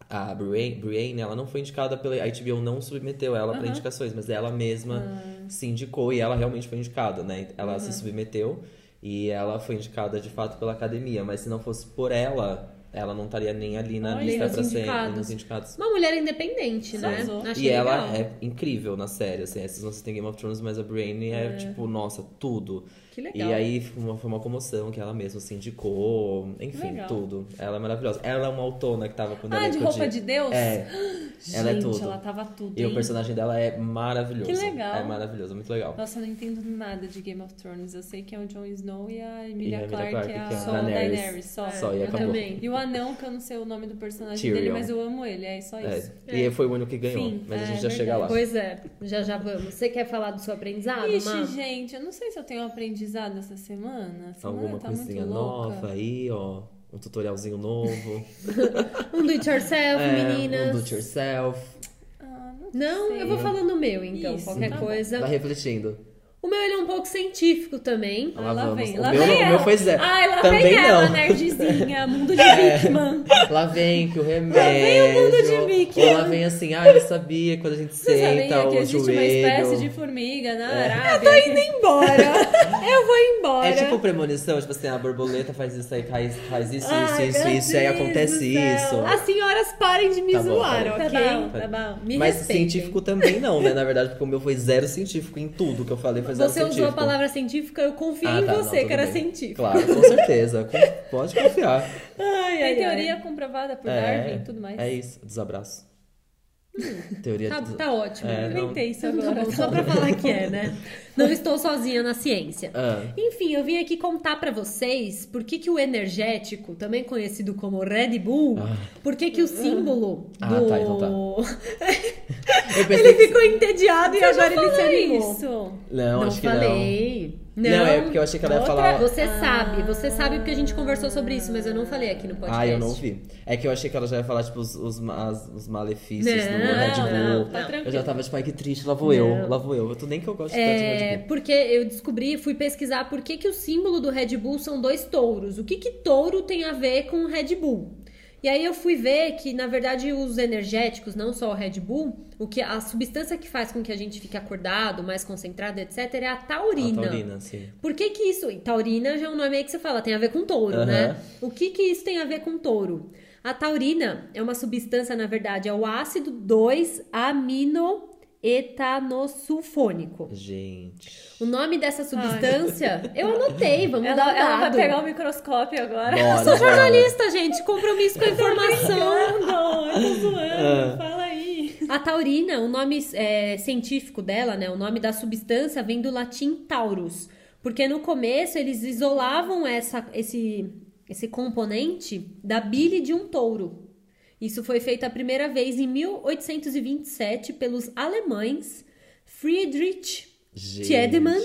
Speaker 3: a Brienne, Brienne, né, ela não foi indicada pela. A HBO não submeteu ela para
Speaker 1: Aham. Ah.
Speaker 3: indicações, mas ela mesma se indicou e ela realmente foi indicada, né? Ela se submeteu e ela foi indicada de fato pela academia, mas se não fosse por ela, ela não estaria nem ali na
Speaker 1: Olha,
Speaker 3: lista
Speaker 2: nos
Speaker 3: para ser nem
Speaker 2: indicados.
Speaker 3: nos indicados.
Speaker 2: Uma mulher independente, né?
Speaker 1: Arrasou.
Speaker 2: Achei
Speaker 3: e ela
Speaker 2: legal.
Speaker 3: é incrível na série, assim, vocês não assistem Game of Thrones, mas a Brienne é, tipo, nossa, tudo.
Speaker 2: Que legal.
Speaker 3: E aí foi uma, foi uma comoção que ela mesma se indicou, enfim,
Speaker 1: Legal.
Speaker 3: tudo. Ela é maravilhosa. Ela é uma autona que tava com o
Speaker 1: Ah, de
Speaker 3: elenco
Speaker 1: roupa de Deus?
Speaker 3: É,
Speaker 1: Gente,
Speaker 3: ela é tudo.
Speaker 1: ela tava tudo.
Speaker 3: e o
Speaker 1: hein?
Speaker 3: personagem dela é maravilhoso.
Speaker 1: Que legal.
Speaker 3: É maravilhoso, muito legal.
Speaker 1: Nossa, eu não entendo nada de Game of Thrones. Eu sei que é o Jon Snow e a Emilia
Speaker 3: E a Emilia
Speaker 1: Clarke,
Speaker 3: Clarke,
Speaker 1: é a,
Speaker 3: que é a
Speaker 1: só
Speaker 3: Daenerys.
Speaker 1: Daenerys. Só.
Speaker 3: Só, e
Speaker 2: eu
Speaker 3: acabou.
Speaker 2: também.
Speaker 1: E o anão, que eu não sei o nome do personagem dele,
Speaker 3: Tyrion.
Speaker 1: mas eu amo ele, é só isso.
Speaker 3: É. E foi o único que ganhou,
Speaker 1: Sim,
Speaker 3: mas a
Speaker 1: é,
Speaker 3: gente já
Speaker 1: verdade.
Speaker 3: chega lá.
Speaker 2: Pois é, já já vamos. Você quer falar do seu aprendizado,
Speaker 1: Ixi,
Speaker 2: Má?
Speaker 1: gente, eu não sei se eu tenho aprendizado essa semana. A semana
Speaker 3: Alguma
Speaker 1: tá muito
Speaker 3: coisinha
Speaker 1: louca.
Speaker 3: nova aí, ó. Um tutorialzinho novo.
Speaker 2: Um do it yourself,
Speaker 3: um
Speaker 2: meninas.
Speaker 3: do it yourself.
Speaker 1: Ah, não
Speaker 2: Não,
Speaker 1: sei.
Speaker 2: eu vou falando o meu, então.
Speaker 1: Isso,
Speaker 2: Qualquer
Speaker 1: tá bom.
Speaker 2: coisa.
Speaker 3: Vai refletindo.
Speaker 2: O meu meu ele é um pouco científico também.
Speaker 1: Ah, lá
Speaker 3: vamos.
Speaker 1: vem,
Speaker 3: O
Speaker 1: lá
Speaker 3: meu,
Speaker 1: vem
Speaker 3: o meu
Speaker 1: ela.
Speaker 3: foi zero.
Speaker 1: Ai, lá
Speaker 3: Também
Speaker 1: vem ela,
Speaker 3: não. É.
Speaker 1: nerdzinha, mundo de Bigman.
Speaker 3: Lá vem que o remédio.
Speaker 1: vem o mundo de Mickey.
Speaker 3: Ou lá vem assim, ah, eu sabia quando a gente
Speaker 1: Vocês sabem
Speaker 3: senta
Speaker 1: que
Speaker 3: então, o
Speaker 1: existe é uma espécie de
Speaker 3: joelho.
Speaker 1: formiga na Arábia. Eu tô indo
Speaker 2: Embora!
Speaker 1: Eu vou embora.
Speaker 3: É tipo premonição, tipo assim, a borboleta faz isso aí, faz, faz isso, isso,
Speaker 1: Ai,
Speaker 3: isso,
Speaker 1: meu
Speaker 3: isso, aí
Speaker 1: Deus do
Speaker 3: acontece
Speaker 1: céu.
Speaker 3: isso.
Speaker 1: Ah,
Speaker 2: As senhoras parem de me
Speaker 3: Tá bom,
Speaker 2: zoar,
Speaker 3: tá
Speaker 1: Tá
Speaker 2: ok?
Speaker 1: bom, tá bom. Me
Speaker 3: Mas
Speaker 1: respeitem.
Speaker 3: científico também não, né? Na verdade, porque o meu foi zero científico em tudo que eu falei foi zero
Speaker 2: Você
Speaker 3: científico.
Speaker 2: usou a palavra científica, eu confiei
Speaker 3: Ah,
Speaker 2: em
Speaker 3: tá, não,
Speaker 2: você,
Speaker 3: tudo
Speaker 2: que era
Speaker 3: bem.
Speaker 2: científico.
Speaker 3: Claro, com certeza. Com- Pode confiar.
Speaker 2: Ai,
Speaker 1: Tem
Speaker 2: ai,
Speaker 1: teoria
Speaker 2: ai.
Speaker 1: comprovada por
Speaker 3: é,
Speaker 1: Darwin e tudo mais.
Speaker 3: é isso. Desabraço. Teoria
Speaker 2: Tá,
Speaker 3: de...
Speaker 2: tá ótimo.
Speaker 3: É, não-
Speaker 1: Inventei isso
Speaker 2: Tá bom,
Speaker 1: agora.
Speaker 2: só pra falar que é, né? Não estou sozinha na ciência.
Speaker 3: Ah,
Speaker 2: Enfim, eu vim aqui contar pra vocês por que, que o energético, também conhecido como Red Bull, por que, que o símbolo
Speaker 3: Ah,
Speaker 2: do.
Speaker 3: tá, então tá. eu pensei
Speaker 2: ele
Speaker 3: que-
Speaker 2: ficou entediado e
Speaker 1: Você já
Speaker 2: agora ele
Speaker 1: falou
Speaker 2: se animou.
Speaker 1: isso.
Speaker 3: Não,
Speaker 2: não
Speaker 3: acho que
Speaker 2: falei.
Speaker 3: não. Não, é porque eu achei que ela ia
Speaker 1: Outra-
Speaker 3: falar...
Speaker 2: Você sabe, você sabe porque a gente conversou sobre isso, mas eu não falei aqui no podcast.
Speaker 3: Ah, eu não ouvi. É que eu achei que ela já ia falar, tipo, os, os, ma- as- os malefícios
Speaker 2: Não,
Speaker 3: do Red Bull.
Speaker 1: não, tá
Speaker 3: eu já
Speaker 1: tranquilo.
Speaker 3: tava, tipo, ai, que triste, lá vou eu,
Speaker 2: Não.
Speaker 3: lá vou eu. Eu tô nem que eu gosto tanto de Red
Speaker 2: É,
Speaker 3: Bull.
Speaker 2: porque eu descobri, fui pesquisar por que, que o símbolo do Red Bull são dois touros. O que, que touro tem a ver com o Red Bull? E aí eu fui ver que, na verdade, os energéticos, não só o Red Bull, o que a substância que faz com que a gente fique acordado, mais concentrado, etc., é a taurina.
Speaker 3: A taurina, Ah, tá sim.
Speaker 2: Por que que isso... e Taurina já é um nome aí que você fala, tem a ver com touro,
Speaker 3: Aham.
Speaker 2: né? O que que isso tem a ver com touro? A taurina é uma substância, na verdade, é o ácido 2-aminoetanosulfônico.
Speaker 3: Gente.
Speaker 2: O nome dessa substância, eu anotei, vamos
Speaker 1: Ela,
Speaker 2: dar
Speaker 1: ela
Speaker 2: um
Speaker 1: vai
Speaker 2: dado.
Speaker 1: pegar o microscópio agora.
Speaker 3: Bora,
Speaker 2: Sou
Speaker 3: bora.
Speaker 2: jornalista, gente, compromisso com a informação.
Speaker 1: Não, eu tô
Speaker 3: Ah.
Speaker 1: zoando. Fala aí.
Speaker 2: A taurina, o nome é, científico dela, né? O nome da substância vem do latim taurus, porque no começo eles isolavam essa, esse, esse componente da bile de um touro. Isso foi feito a primeira vez em 1827 pelos alemães Friedrich
Speaker 3: Gente.
Speaker 2: Tiedemann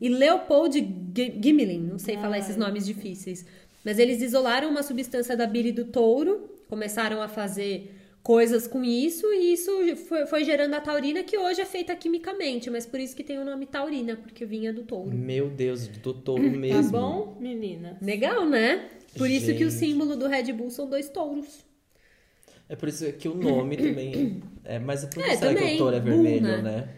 Speaker 2: e Leopold G- Gmelin, não sei falar
Speaker 1: Ai.
Speaker 2: esses nomes difíceis. Mas eles isolaram uma substância da bile do touro, começaram a fazer coisas com isso, e isso foi, foi gerando a taurina, que hoje é feita quimicamente, mas por isso que tem o nome taurina, porque vinha do touro.
Speaker 3: Meu Deus, do touro
Speaker 1: Tá
Speaker 3: mesmo.
Speaker 1: bom, menina?
Speaker 2: Legal, né? Por isso que o
Speaker 3: Gente.
Speaker 2: símbolo do Red Bull são dois touros.
Speaker 3: É por isso que o nome também... É, mas por que
Speaker 2: É,
Speaker 3: será que
Speaker 2: também.
Speaker 3: o touro é
Speaker 2: Bull,
Speaker 3: vermelho,
Speaker 2: né?
Speaker 3: né?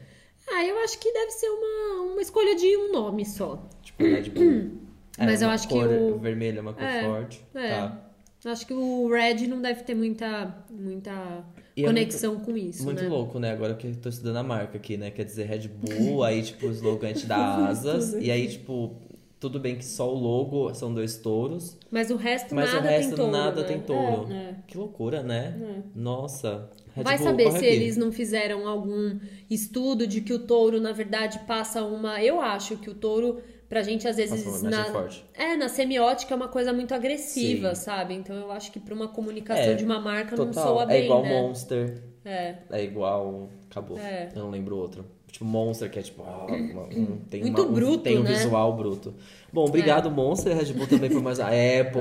Speaker 2: Ah, eu acho que deve ser uma, uma escolha de um nome só.
Speaker 3: Tipo, Red Bull. É,
Speaker 2: Mas eu
Speaker 3: uma
Speaker 2: acho que
Speaker 3: cor
Speaker 2: o-
Speaker 3: Vermelho é uma cor
Speaker 2: É,
Speaker 3: forte.
Speaker 2: é.
Speaker 3: Tá.
Speaker 2: Acho que o Red não deve ter muita, muita
Speaker 3: E é
Speaker 2: conexão com isso,
Speaker 3: Muito
Speaker 2: né?
Speaker 3: louco, né? Agora que eu tô estudando a marca aqui, né? Quer dizer, Red Bull, aí, tipo, o slogan te dá asas. e aí, tipo, tudo bem que só o logo são dois touros,
Speaker 2: Mas o resto
Speaker 3: mas
Speaker 2: nada
Speaker 3: o resto
Speaker 2: tem touro,
Speaker 3: nada
Speaker 2: né? É.
Speaker 3: tem touro.
Speaker 1: É, é.
Speaker 3: Que loucura, né? Nossa. Red
Speaker 2: Vai
Speaker 3: Bull,
Speaker 2: saber
Speaker 3: corre
Speaker 2: se
Speaker 3: aqui.
Speaker 2: eles não fizeram algum estudo de que o touro, na verdade, passa uma. Eu acho que o touro, pra gente, às vezes.
Speaker 3: Nossa, uma imagem
Speaker 2: na...
Speaker 3: forte.
Speaker 2: É, na semiótica é uma coisa muito agressiva,
Speaker 3: Sim.
Speaker 2: sabe? Então eu acho que pra uma comunicação
Speaker 3: É,
Speaker 2: de uma marca não
Speaker 3: Total.
Speaker 2: soa
Speaker 3: É
Speaker 2: bem.
Speaker 3: igual
Speaker 2: né?
Speaker 3: Monster.
Speaker 2: É.
Speaker 3: É igual. Acabou.
Speaker 2: É.
Speaker 3: Eu não lembro o outro. Tipo, Monster, que é tipo. ah, uma- um- tem
Speaker 2: Muito
Speaker 3: uma- um-
Speaker 2: bruto,
Speaker 3: Tem um
Speaker 2: né? É.
Speaker 3: visual bruto. Bom, obrigado, Monster. Red Bull também por mais. A Apple.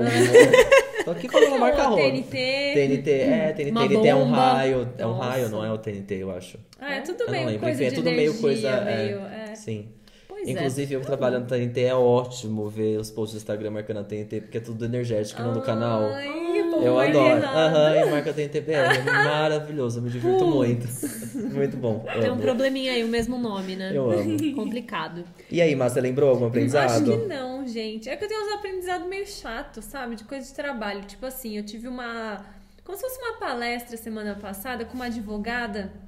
Speaker 3: né? Tô aqui com uma marca
Speaker 1: Ó,
Speaker 3: rola.
Speaker 1: TNT.
Speaker 3: TNT, é, TNT,
Speaker 2: Hum, Uma
Speaker 3: TNT é um
Speaker 2: bomba.
Speaker 3: raio, é um
Speaker 2: Nossa.
Speaker 3: raio, não é o TNT, eu acho.
Speaker 1: Ah, é
Speaker 3: Eu
Speaker 1: tudo
Speaker 3: não
Speaker 1: meio
Speaker 3: lembro,
Speaker 1: coisa
Speaker 3: enfim, é
Speaker 1: de
Speaker 3: tudo meio
Speaker 1: energia,
Speaker 3: coisa, é.
Speaker 1: meio... É.
Speaker 3: Sim.
Speaker 2: Pois
Speaker 3: Inclusive, eu que trabalho no TNT, é ótimo ver os posts do Instagram marcando a TNT, porque é tudo energético
Speaker 2: Ah,
Speaker 3: não do canal.
Speaker 1: Ai, o povo
Speaker 3: Eu
Speaker 1: marca
Speaker 3: adoro.
Speaker 1: errado.
Speaker 3: Aham, e marca TNT BR, é maravilhoso, eu me divirto muito. Muito bom.
Speaker 2: é. Tem um
Speaker 3: Amo.
Speaker 2: probleminha aí, o mesmo nome, né?
Speaker 3: Eu amo.
Speaker 2: Complicado.
Speaker 3: E aí, Márcia, lembrou algum
Speaker 1: Acho que
Speaker 3: aprendizado?
Speaker 1: não, gente. É que eu tenho uns aprendizados meio chato, sabe? De coisa de trabalho. Tipo assim, eu tive uma. Como se fosse uma palestra semana passada com uma advogada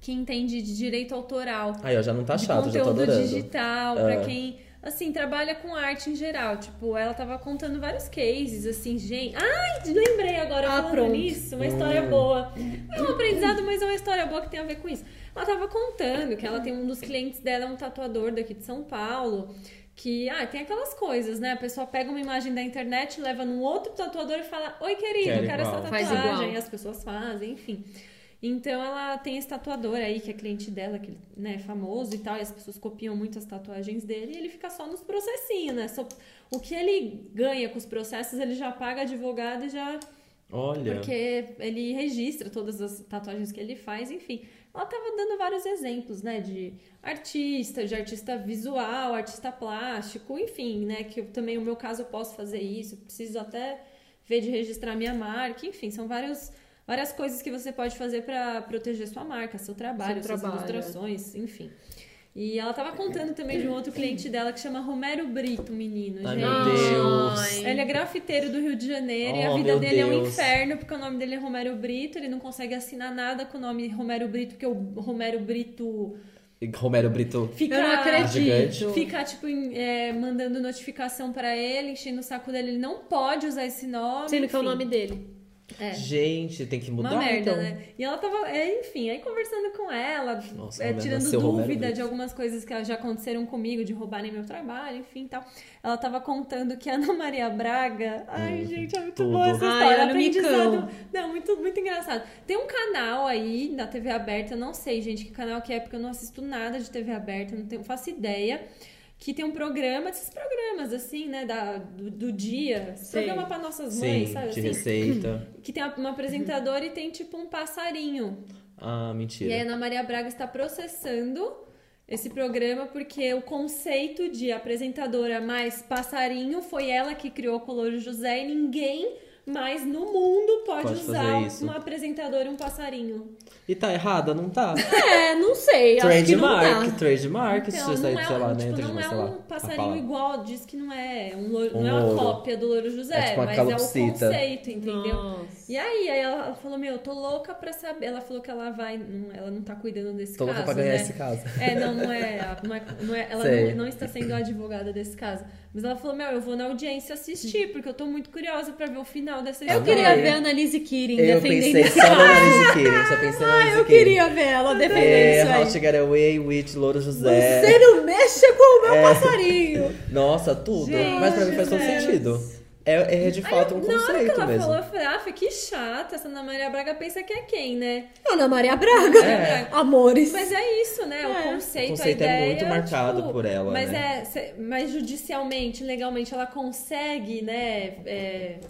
Speaker 1: que entende de direito autoral.
Speaker 3: Aí, ó, já não tá
Speaker 1: de
Speaker 3: chato, já tô
Speaker 1: conteúdo
Speaker 3: adorando.
Speaker 1: digital,
Speaker 3: É.
Speaker 1: pra quem, assim, trabalha com arte em geral. Tipo, ela tava contando vários cases, assim, gente. Ai, lembrei agora
Speaker 2: Ah,
Speaker 1: falando
Speaker 2: pronto.
Speaker 1: nisso, uma história
Speaker 3: Hum.
Speaker 1: boa. É um aprendizado, mas é uma história boa que tem a ver com isso. Ela tava contando que ela tem um dos clientes dela, é um tatuador daqui de São Paulo. Que, ah, tem aquelas coisas, né? A pessoa pega uma imagem da internet, leva num outro tatuador e fala: Oi, querido,
Speaker 3: Quero
Speaker 1: quero essa
Speaker 3: igual.
Speaker 2: Faz
Speaker 1: tatuagem.
Speaker 2: igual.
Speaker 1: E as pessoas fazem, enfim. Então ela tem esse tatuador aí, que é cliente dela, que né, é famoso e tal, e as pessoas copiam muito as tatuagens dele, e ele fica só nos processinhos, né? Só- o que ele ganha com os processos, ele já paga advogado e já.
Speaker 3: Olha.
Speaker 1: Porque ele registra todas as tatuagens que ele faz, enfim. Ela estava dando vários exemplos, né, de artista, de artista visual, artista plástico, enfim, né, que eu, também o meu caso eu posso fazer isso, preciso até ver de registrar minha marca, enfim, são vários várias coisas que você pode fazer para proteger sua marca, seu trabalho,
Speaker 2: Seu
Speaker 1: suas
Speaker 2: trabalho.
Speaker 1: ilustrações, enfim. E ela tava contando também de um outro cliente dela que chama Romero Brito, menino,
Speaker 3: Ai,
Speaker 1: gente.
Speaker 3: meu
Speaker 2: Ai.
Speaker 3: Deus.
Speaker 1: Ele é grafiteiro do Rio de Janeiro e a
Speaker 3: Oh,
Speaker 1: vida
Speaker 3: meu
Speaker 1: dele é um
Speaker 3: Deus.
Speaker 1: inferno, porque o nome dele é Romero Brito, ele não consegue assinar nada com o nome Romero Brito, porque o Romero Brito
Speaker 3: Romero Brito.
Speaker 1: fica.
Speaker 2: Eu não acredito.
Speaker 3: Gigante.
Speaker 1: Fica, tipo, em- é, mandando notificação pra ele, enchendo o saco dele. Ele não pode usar esse nome.
Speaker 2: Sendo que é o
Speaker 1: enfim.
Speaker 2: nome dele.
Speaker 1: É.
Speaker 3: Gente, tem que mudar
Speaker 1: Uma merda,
Speaker 3: então.
Speaker 1: né? E ela tava, é, enfim, aí conversando com ela,
Speaker 3: Nossa,
Speaker 1: é,
Speaker 3: Romero,
Speaker 1: tirando
Speaker 3: nasceu Romero
Speaker 1: dúvida
Speaker 3: Brito.
Speaker 1: de algumas coisas que já aconteceram comigo, de roubarem meu trabalho, enfim e tal. Ela tava contando que a Ana Maria Braga. Ai, gente, é muito
Speaker 3: Hum, tudo.
Speaker 1: boa essa
Speaker 2: Ai,
Speaker 1: história.
Speaker 2: olha o
Speaker 1: aprendizado.
Speaker 2: micão.
Speaker 1: Não, muito, muito engraçado. Tem um canal aí na TV aberta, eu não sei, gente, que canal que é, porque eu não assisto nada de TV aberta, não tenho, faço ideia. Que tem um programa, esses programas, assim, né, da, do, do dia. Esse
Speaker 2: Sei.
Speaker 1: Programa pra nossas
Speaker 3: Sim,
Speaker 1: mães, sabe?
Speaker 3: de
Speaker 1: assim?
Speaker 3: receita.
Speaker 1: que tem uma apresentadora e tem tipo um passarinho.
Speaker 3: Ah,
Speaker 1: E aí a
Speaker 3: mentira.
Speaker 1: Ana Maria Braga está processando esse programa porque o conceito de apresentadora mais passarinho foi ela que criou o Colouro José e ninguém mais no mundo pode,
Speaker 3: Pode
Speaker 1: usar
Speaker 3: fazer isso.
Speaker 1: uma apresentadora e um passarinho.
Speaker 3: E tá errada, não tá?
Speaker 2: É, não sei. Acho que não
Speaker 3: Trademark,
Speaker 2: dá.
Speaker 3: trademark,
Speaker 1: tá. Então,
Speaker 3: se
Speaker 1: não
Speaker 3: você
Speaker 1: é,
Speaker 3: sei
Speaker 1: um,
Speaker 3: lá, né?
Speaker 1: tipo, não
Speaker 3: Trademark,
Speaker 1: é
Speaker 3: sei lá.
Speaker 1: um
Speaker 3: a
Speaker 1: passarinho
Speaker 3: palavra.
Speaker 1: igual, diz que não é um louro,
Speaker 3: Um
Speaker 1: não é uma
Speaker 3: louro.
Speaker 1: cópia do Louro José,
Speaker 3: É tipo uma
Speaker 1: mas é o
Speaker 3: calopsita.
Speaker 1: conceito, entendeu?
Speaker 2: Nossa.
Speaker 1: E aí, aí ela falou, meu, eu tô louca pra saber. Ela falou que ela vai, não, ela não tá cuidando desse
Speaker 3: Tô
Speaker 1: caso,
Speaker 3: louca pra ganhar
Speaker 1: né?
Speaker 3: esse caso.
Speaker 1: É, não, não é, a- não é, não é- ela
Speaker 3: Sei.
Speaker 1: não, não está sendo a advogada desse caso. Mas ela falou, meu, eu vou na audiência assistir, porque eu tô muito curiosa pra ver o final dessa história.
Speaker 2: Eu queria ver a Annalise Keating
Speaker 3: É. Eu
Speaker 2: defendendo
Speaker 3: pensei
Speaker 2: isso.
Speaker 3: só na Annalise Keating, só pensei
Speaker 1: Ah,
Speaker 3: na Annalise
Speaker 2: Eu
Speaker 3: Keating.
Speaker 2: queria ver ela defendendo
Speaker 3: É, How
Speaker 2: Tá isso
Speaker 3: to
Speaker 2: aí.
Speaker 3: Get Away with Louro José.
Speaker 2: Você não mexa com o meu
Speaker 3: É.
Speaker 2: passarinho.
Speaker 3: Nossa, tudo. Mas pra mim faz todo
Speaker 1: Deus.
Speaker 3: sentido. É, é de fato um
Speaker 1: Na hora que
Speaker 3: conceito
Speaker 1: ela
Speaker 3: mesmo.
Speaker 1: falou, eu falei, "Aff, que chata, essa Ana Maria Braga pensa que é quem, né?
Speaker 2: Ana Maria Braga.
Speaker 3: É.
Speaker 2: Amores.
Speaker 1: Mas é isso, né?
Speaker 2: É.
Speaker 1: O conceito,
Speaker 3: O conceito
Speaker 1: a
Speaker 3: é
Speaker 1: ideia,
Speaker 3: muito marcado
Speaker 1: tipo,
Speaker 3: por ela,
Speaker 1: Mas
Speaker 3: né?
Speaker 1: é, se- mas judicialmente, legalmente, ela consegue, né? é,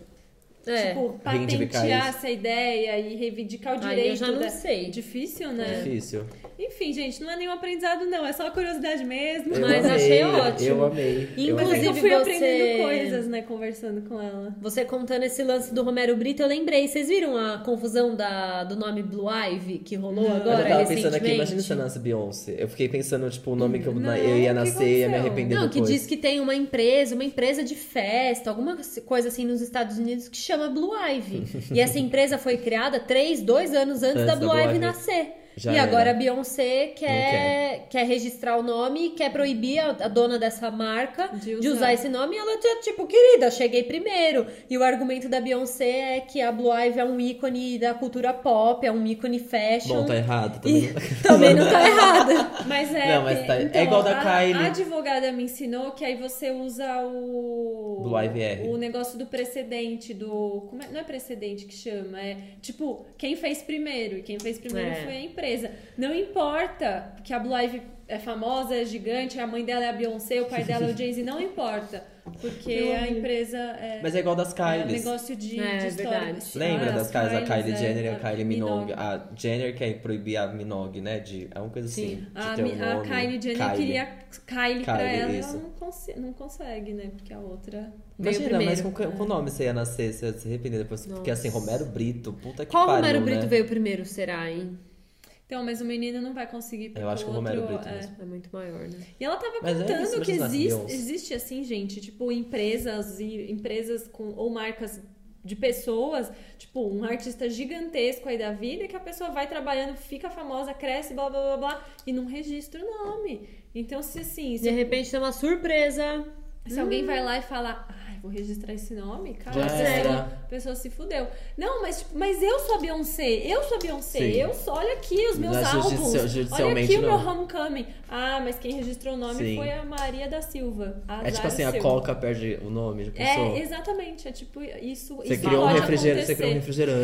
Speaker 2: É.
Speaker 1: Tipo,
Speaker 3: Reivindicar
Speaker 1: patentear
Speaker 3: isso.
Speaker 1: essa ideia e reivindicar
Speaker 2: Aí
Speaker 1: o
Speaker 2: eu
Speaker 1: direito.
Speaker 2: já não
Speaker 1: da-
Speaker 2: sei. É.
Speaker 1: Difícil, né?
Speaker 3: É Difícil.
Speaker 1: Enfim, gente, não é nenhum aprendizado, não. É só uma curiosidade mesmo.
Speaker 3: Eu
Speaker 2: Mas
Speaker 3: amei,
Speaker 2: achei ótimo.
Speaker 3: Eu amei. eu
Speaker 1: Mas é que
Speaker 3: amei.
Speaker 1: eu
Speaker 2: Inclusive,
Speaker 1: fui
Speaker 2: você-
Speaker 1: aprendendo coisas, né, conversando com ela.
Speaker 2: é, Você contando esse lance do Romero Brito, eu lembrei. Vocês viram a confusão da, do nome Blue Ivy que rolou
Speaker 3: Mas
Speaker 2: agora
Speaker 3: eu tava pensando
Speaker 2: recentemente?
Speaker 3: aqui, imagina se eu nasce Beyoncé. Eu fiquei pensando, tipo, o nome que eu,
Speaker 1: Não,
Speaker 3: eu ia
Speaker 1: o que
Speaker 3: nascer e ia me
Speaker 1: aconteceu?
Speaker 3: arrepender
Speaker 2: Não, que
Speaker 3: depois.
Speaker 2: diz que tem uma empresa, uma empresa de festa, alguma coisa assim nos Estados Unidos que chama Blue Ivy. e essa empresa foi criada três, dois anos antes,
Speaker 3: Antes
Speaker 2: da
Speaker 3: da
Speaker 2: Blue,
Speaker 3: Blue
Speaker 2: Ivy
Speaker 3: Ivy.
Speaker 2: nascer.
Speaker 3: Já
Speaker 2: e
Speaker 3: era.
Speaker 2: agora a Beyoncé quer, quer. registrar o nome e quer proibir a, a dona dessa marca de
Speaker 1: De
Speaker 2: usar.
Speaker 1: usar.
Speaker 2: esse nome. E ela já, tipo, querida, eu cheguei primeiro. E o argumento da Beyoncé é que a Blue Ivy é um ícone da cultura pop, é um ícone fashion.
Speaker 3: Bom, tá errado. Também.
Speaker 2: e também não tá errada.
Speaker 1: Mas é.
Speaker 3: Não, mas tá- é
Speaker 1: então,
Speaker 3: igual da
Speaker 1: a,
Speaker 3: Kylie.
Speaker 1: A advogada me ensinou que aí você usa o.
Speaker 3: Do IVR.
Speaker 1: O negócio do precedente, do. como é- não é precedente que chama, é tipo, quem fez primeiro. E quem fez primeiro
Speaker 2: É.
Speaker 1: foi a empresa. Não importa que a Blue Ivy é famosa, é gigante, a mãe dela é a Beyoncé, o pai dela é o Jay-Z, não importa. Porque
Speaker 2: Eu
Speaker 1: a
Speaker 2: amo.
Speaker 1: empresa é.
Speaker 3: Mas é igual das
Speaker 1: É um
Speaker 3: Kylies.
Speaker 1: negócio de,
Speaker 2: É,
Speaker 1: de história.
Speaker 2: verdade.
Speaker 3: Lembra
Speaker 1: Ah,
Speaker 3: das Kylies? A Kylie
Speaker 1: é,
Speaker 3: Jenner e a Kylie Minogue. A Jenner quer proibir a Minogue, né? De alguma coisa assim.
Speaker 2: Sim.
Speaker 3: de
Speaker 1: A,
Speaker 3: ter um
Speaker 1: Mi- a
Speaker 3: nome.
Speaker 1: Kylie Jenner
Speaker 3: Kylie.
Speaker 1: queria Kylie, pra
Speaker 3: Kylie,
Speaker 1: ela e ela
Speaker 3: isso.
Speaker 1: não, conse- não consegue, né? Porque a outra.
Speaker 2: Veio
Speaker 3: Imagina, mas com,
Speaker 2: primeiro.
Speaker 1: É.
Speaker 3: com o nome você ia nascer, você ia se arrepender depois. Porque assim, Romero Brito, puta que
Speaker 2: Qual
Speaker 3: pariu,
Speaker 2: Romero
Speaker 3: né?
Speaker 2: Brito veio primeiro, será, hein?
Speaker 1: Então, mas o menino não vai conseguir. porque
Speaker 3: Eu acho que o Romero
Speaker 1: outro,
Speaker 3: Brito
Speaker 1: é.
Speaker 3: mesmo.
Speaker 2: É muito maior, né?
Speaker 1: E ela tava
Speaker 3: Mas é
Speaker 1: contando
Speaker 3: isso,
Speaker 1: que
Speaker 3: imagina,
Speaker 1: existe,
Speaker 3: Beyoncé.
Speaker 1: existe assim, gente, tipo, empresas e empresas com ou marcas de pessoas, tipo, um artista gigantesco aí da vida, que a pessoa vai trabalhando, fica famosa, cresce, blá blá blá blá, e não registra o nome. Então, se assim, se
Speaker 2: De repente tem uma surpresa.
Speaker 1: Se alguém vai lá e fala, ai, vou registrar esse nome, cara,
Speaker 3: Já
Speaker 1: a pessoa,
Speaker 3: era.
Speaker 1: a pessoa se fudeu. Não, mas, tipo, mas eu sou a Beyoncé, eu sou a Beyoncé,
Speaker 3: Sim.
Speaker 1: eu sou, olha aqui os meus
Speaker 3: Mas
Speaker 1: álbuns,
Speaker 3: judici-
Speaker 1: olha
Speaker 3: judicialmente
Speaker 1: aqui o meu
Speaker 3: não.
Speaker 1: homecoming. Ah, mas quem registrou o nome
Speaker 3: Sim.
Speaker 1: foi a Maria da Silva.
Speaker 3: É
Speaker 1: Azar
Speaker 3: tipo
Speaker 1: o
Speaker 3: assim, a
Speaker 1: seu.
Speaker 3: Coca perde o nome de pessoa.
Speaker 1: É, exatamente, é tipo isso.
Speaker 3: Você
Speaker 1: isso
Speaker 3: criou um
Speaker 1: pode
Speaker 3: refrigerante, você
Speaker 1: acontecer.
Speaker 3: criou um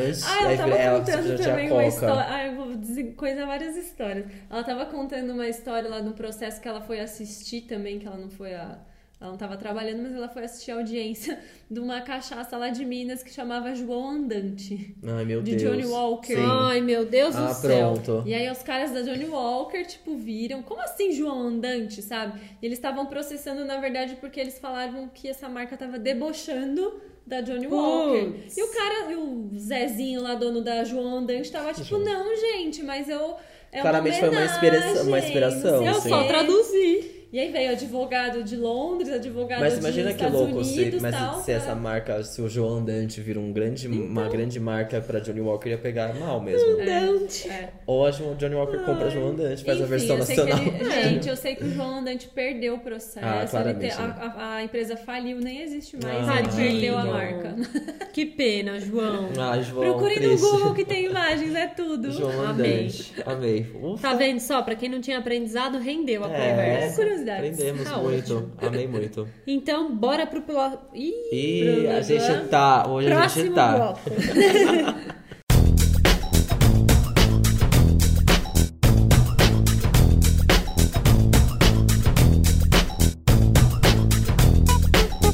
Speaker 3: refrigerante.
Speaker 1: Ah, ela
Speaker 3: aí
Speaker 1: tava
Speaker 3: vira- ela
Speaker 1: contando
Speaker 3: refrigerante é
Speaker 1: também
Speaker 3: a
Speaker 1: uma
Speaker 3: Coca.
Speaker 1: história. Ah, eu vou dizer coisa, várias histórias. Ela tava contando uma história lá de um processo que ela foi assistir também, que ela não foi a, Ela não estava trabalhando, mas ela foi assistir a audiência de uma cachaça lá de Minas que chamava João Andante.
Speaker 3: Ai, meu
Speaker 1: De
Speaker 3: Deus.
Speaker 1: Johnny Walker.
Speaker 3: Sim.
Speaker 2: Ai, meu Deus do
Speaker 3: ah,
Speaker 2: céu.
Speaker 3: pronto.
Speaker 1: E aí os caras da Johnny Walker, tipo, viram, como assim João Andante, sabe? E eles estavam processando, na verdade, porque eles falaram que essa marca tava debochando da Johnny Walker.
Speaker 2: Putz.
Speaker 1: E o cara, e o Zezinho lá, dono da João Andante, tava tipo, não, gente, mas eu... É
Speaker 3: Uhum. Claramente foi uma inspira-
Speaker 1: homenagem,
Speaker 3: uma inspiração, assim.
Speaker 1: não sei
Speaker 2: Eu
Speaker 1: o
Speaker 3: sim.
Speaker 2: só
Speaker 1: quê.
Speaker 2: traduzi.
Speaker 1: E aí veio advogado de Londres, advogado
Speaker 3: Mas
Speaker 1: de
Speaker 3: imagina que
Speaker 1: Estados
Speaker 3: louco
Speaker 1: Unidos,
Speaker 3: se, mas
Speaker 1: tal,
Speaker 3: se essa
Speaker 1: pra-
Speaker 3: marca, se o João Dante vira um grande, uma grande marca pra Johnny Walker, ia pegar mal mesmo.
Speaker 2: Dante.
Speaker 1: É.
Speaker 3: Ou a Jo- Johnny Walker compra João Dante, faz a
Speaker 1: Enfim,
Speaker 3: versão
Speaker 1: eu sei
Speaker 3: nacional.
Speaker 1: Que ele, gente, eu sei que o João Andante perdeu o processo.
Speaker 3: Ah,
Speaker 1: ele
Speaker 3: claramente,
Speaker 1: te- a, a- a empresa faliu, nem existe mais.
Speaker 3: Ah,
Speaker 1: ele perdeu a
Speaker 2: tadinho.
Speaker 1: marca.
Speaker 2: Que pena, João.
Speaker 3: Ah, João,
Speaker 1: Procure no
Speaker 3: triste.
Speaker 1: Google que tem imagens, é tudo.
Speaker 3: João
Speaker 2: Amei.
Speaker 3: Dante. Amei. Ufa.
Speaker 2: Tá vendo só? Pra quem não tinha aprendizado, rendeu a
Speaker 1: É,
Speaker 2: conversa.
Speaker 1: curiosidades.
Speaker 3: Aprendemos
Speaker 2: Tá
Speaker 3: muito. Amei muito.
Speaker 2: Então, bora pro piloto. Ih,
Speaker 3: E a
Speaker 1: Bruno,
Speaker 3: gente
Speaker 1: Bruno.
Speaker 3: tá. Hoje a gente
Speaker 2: próximo
Speaker 3: tá.
Speaker 2: bloco.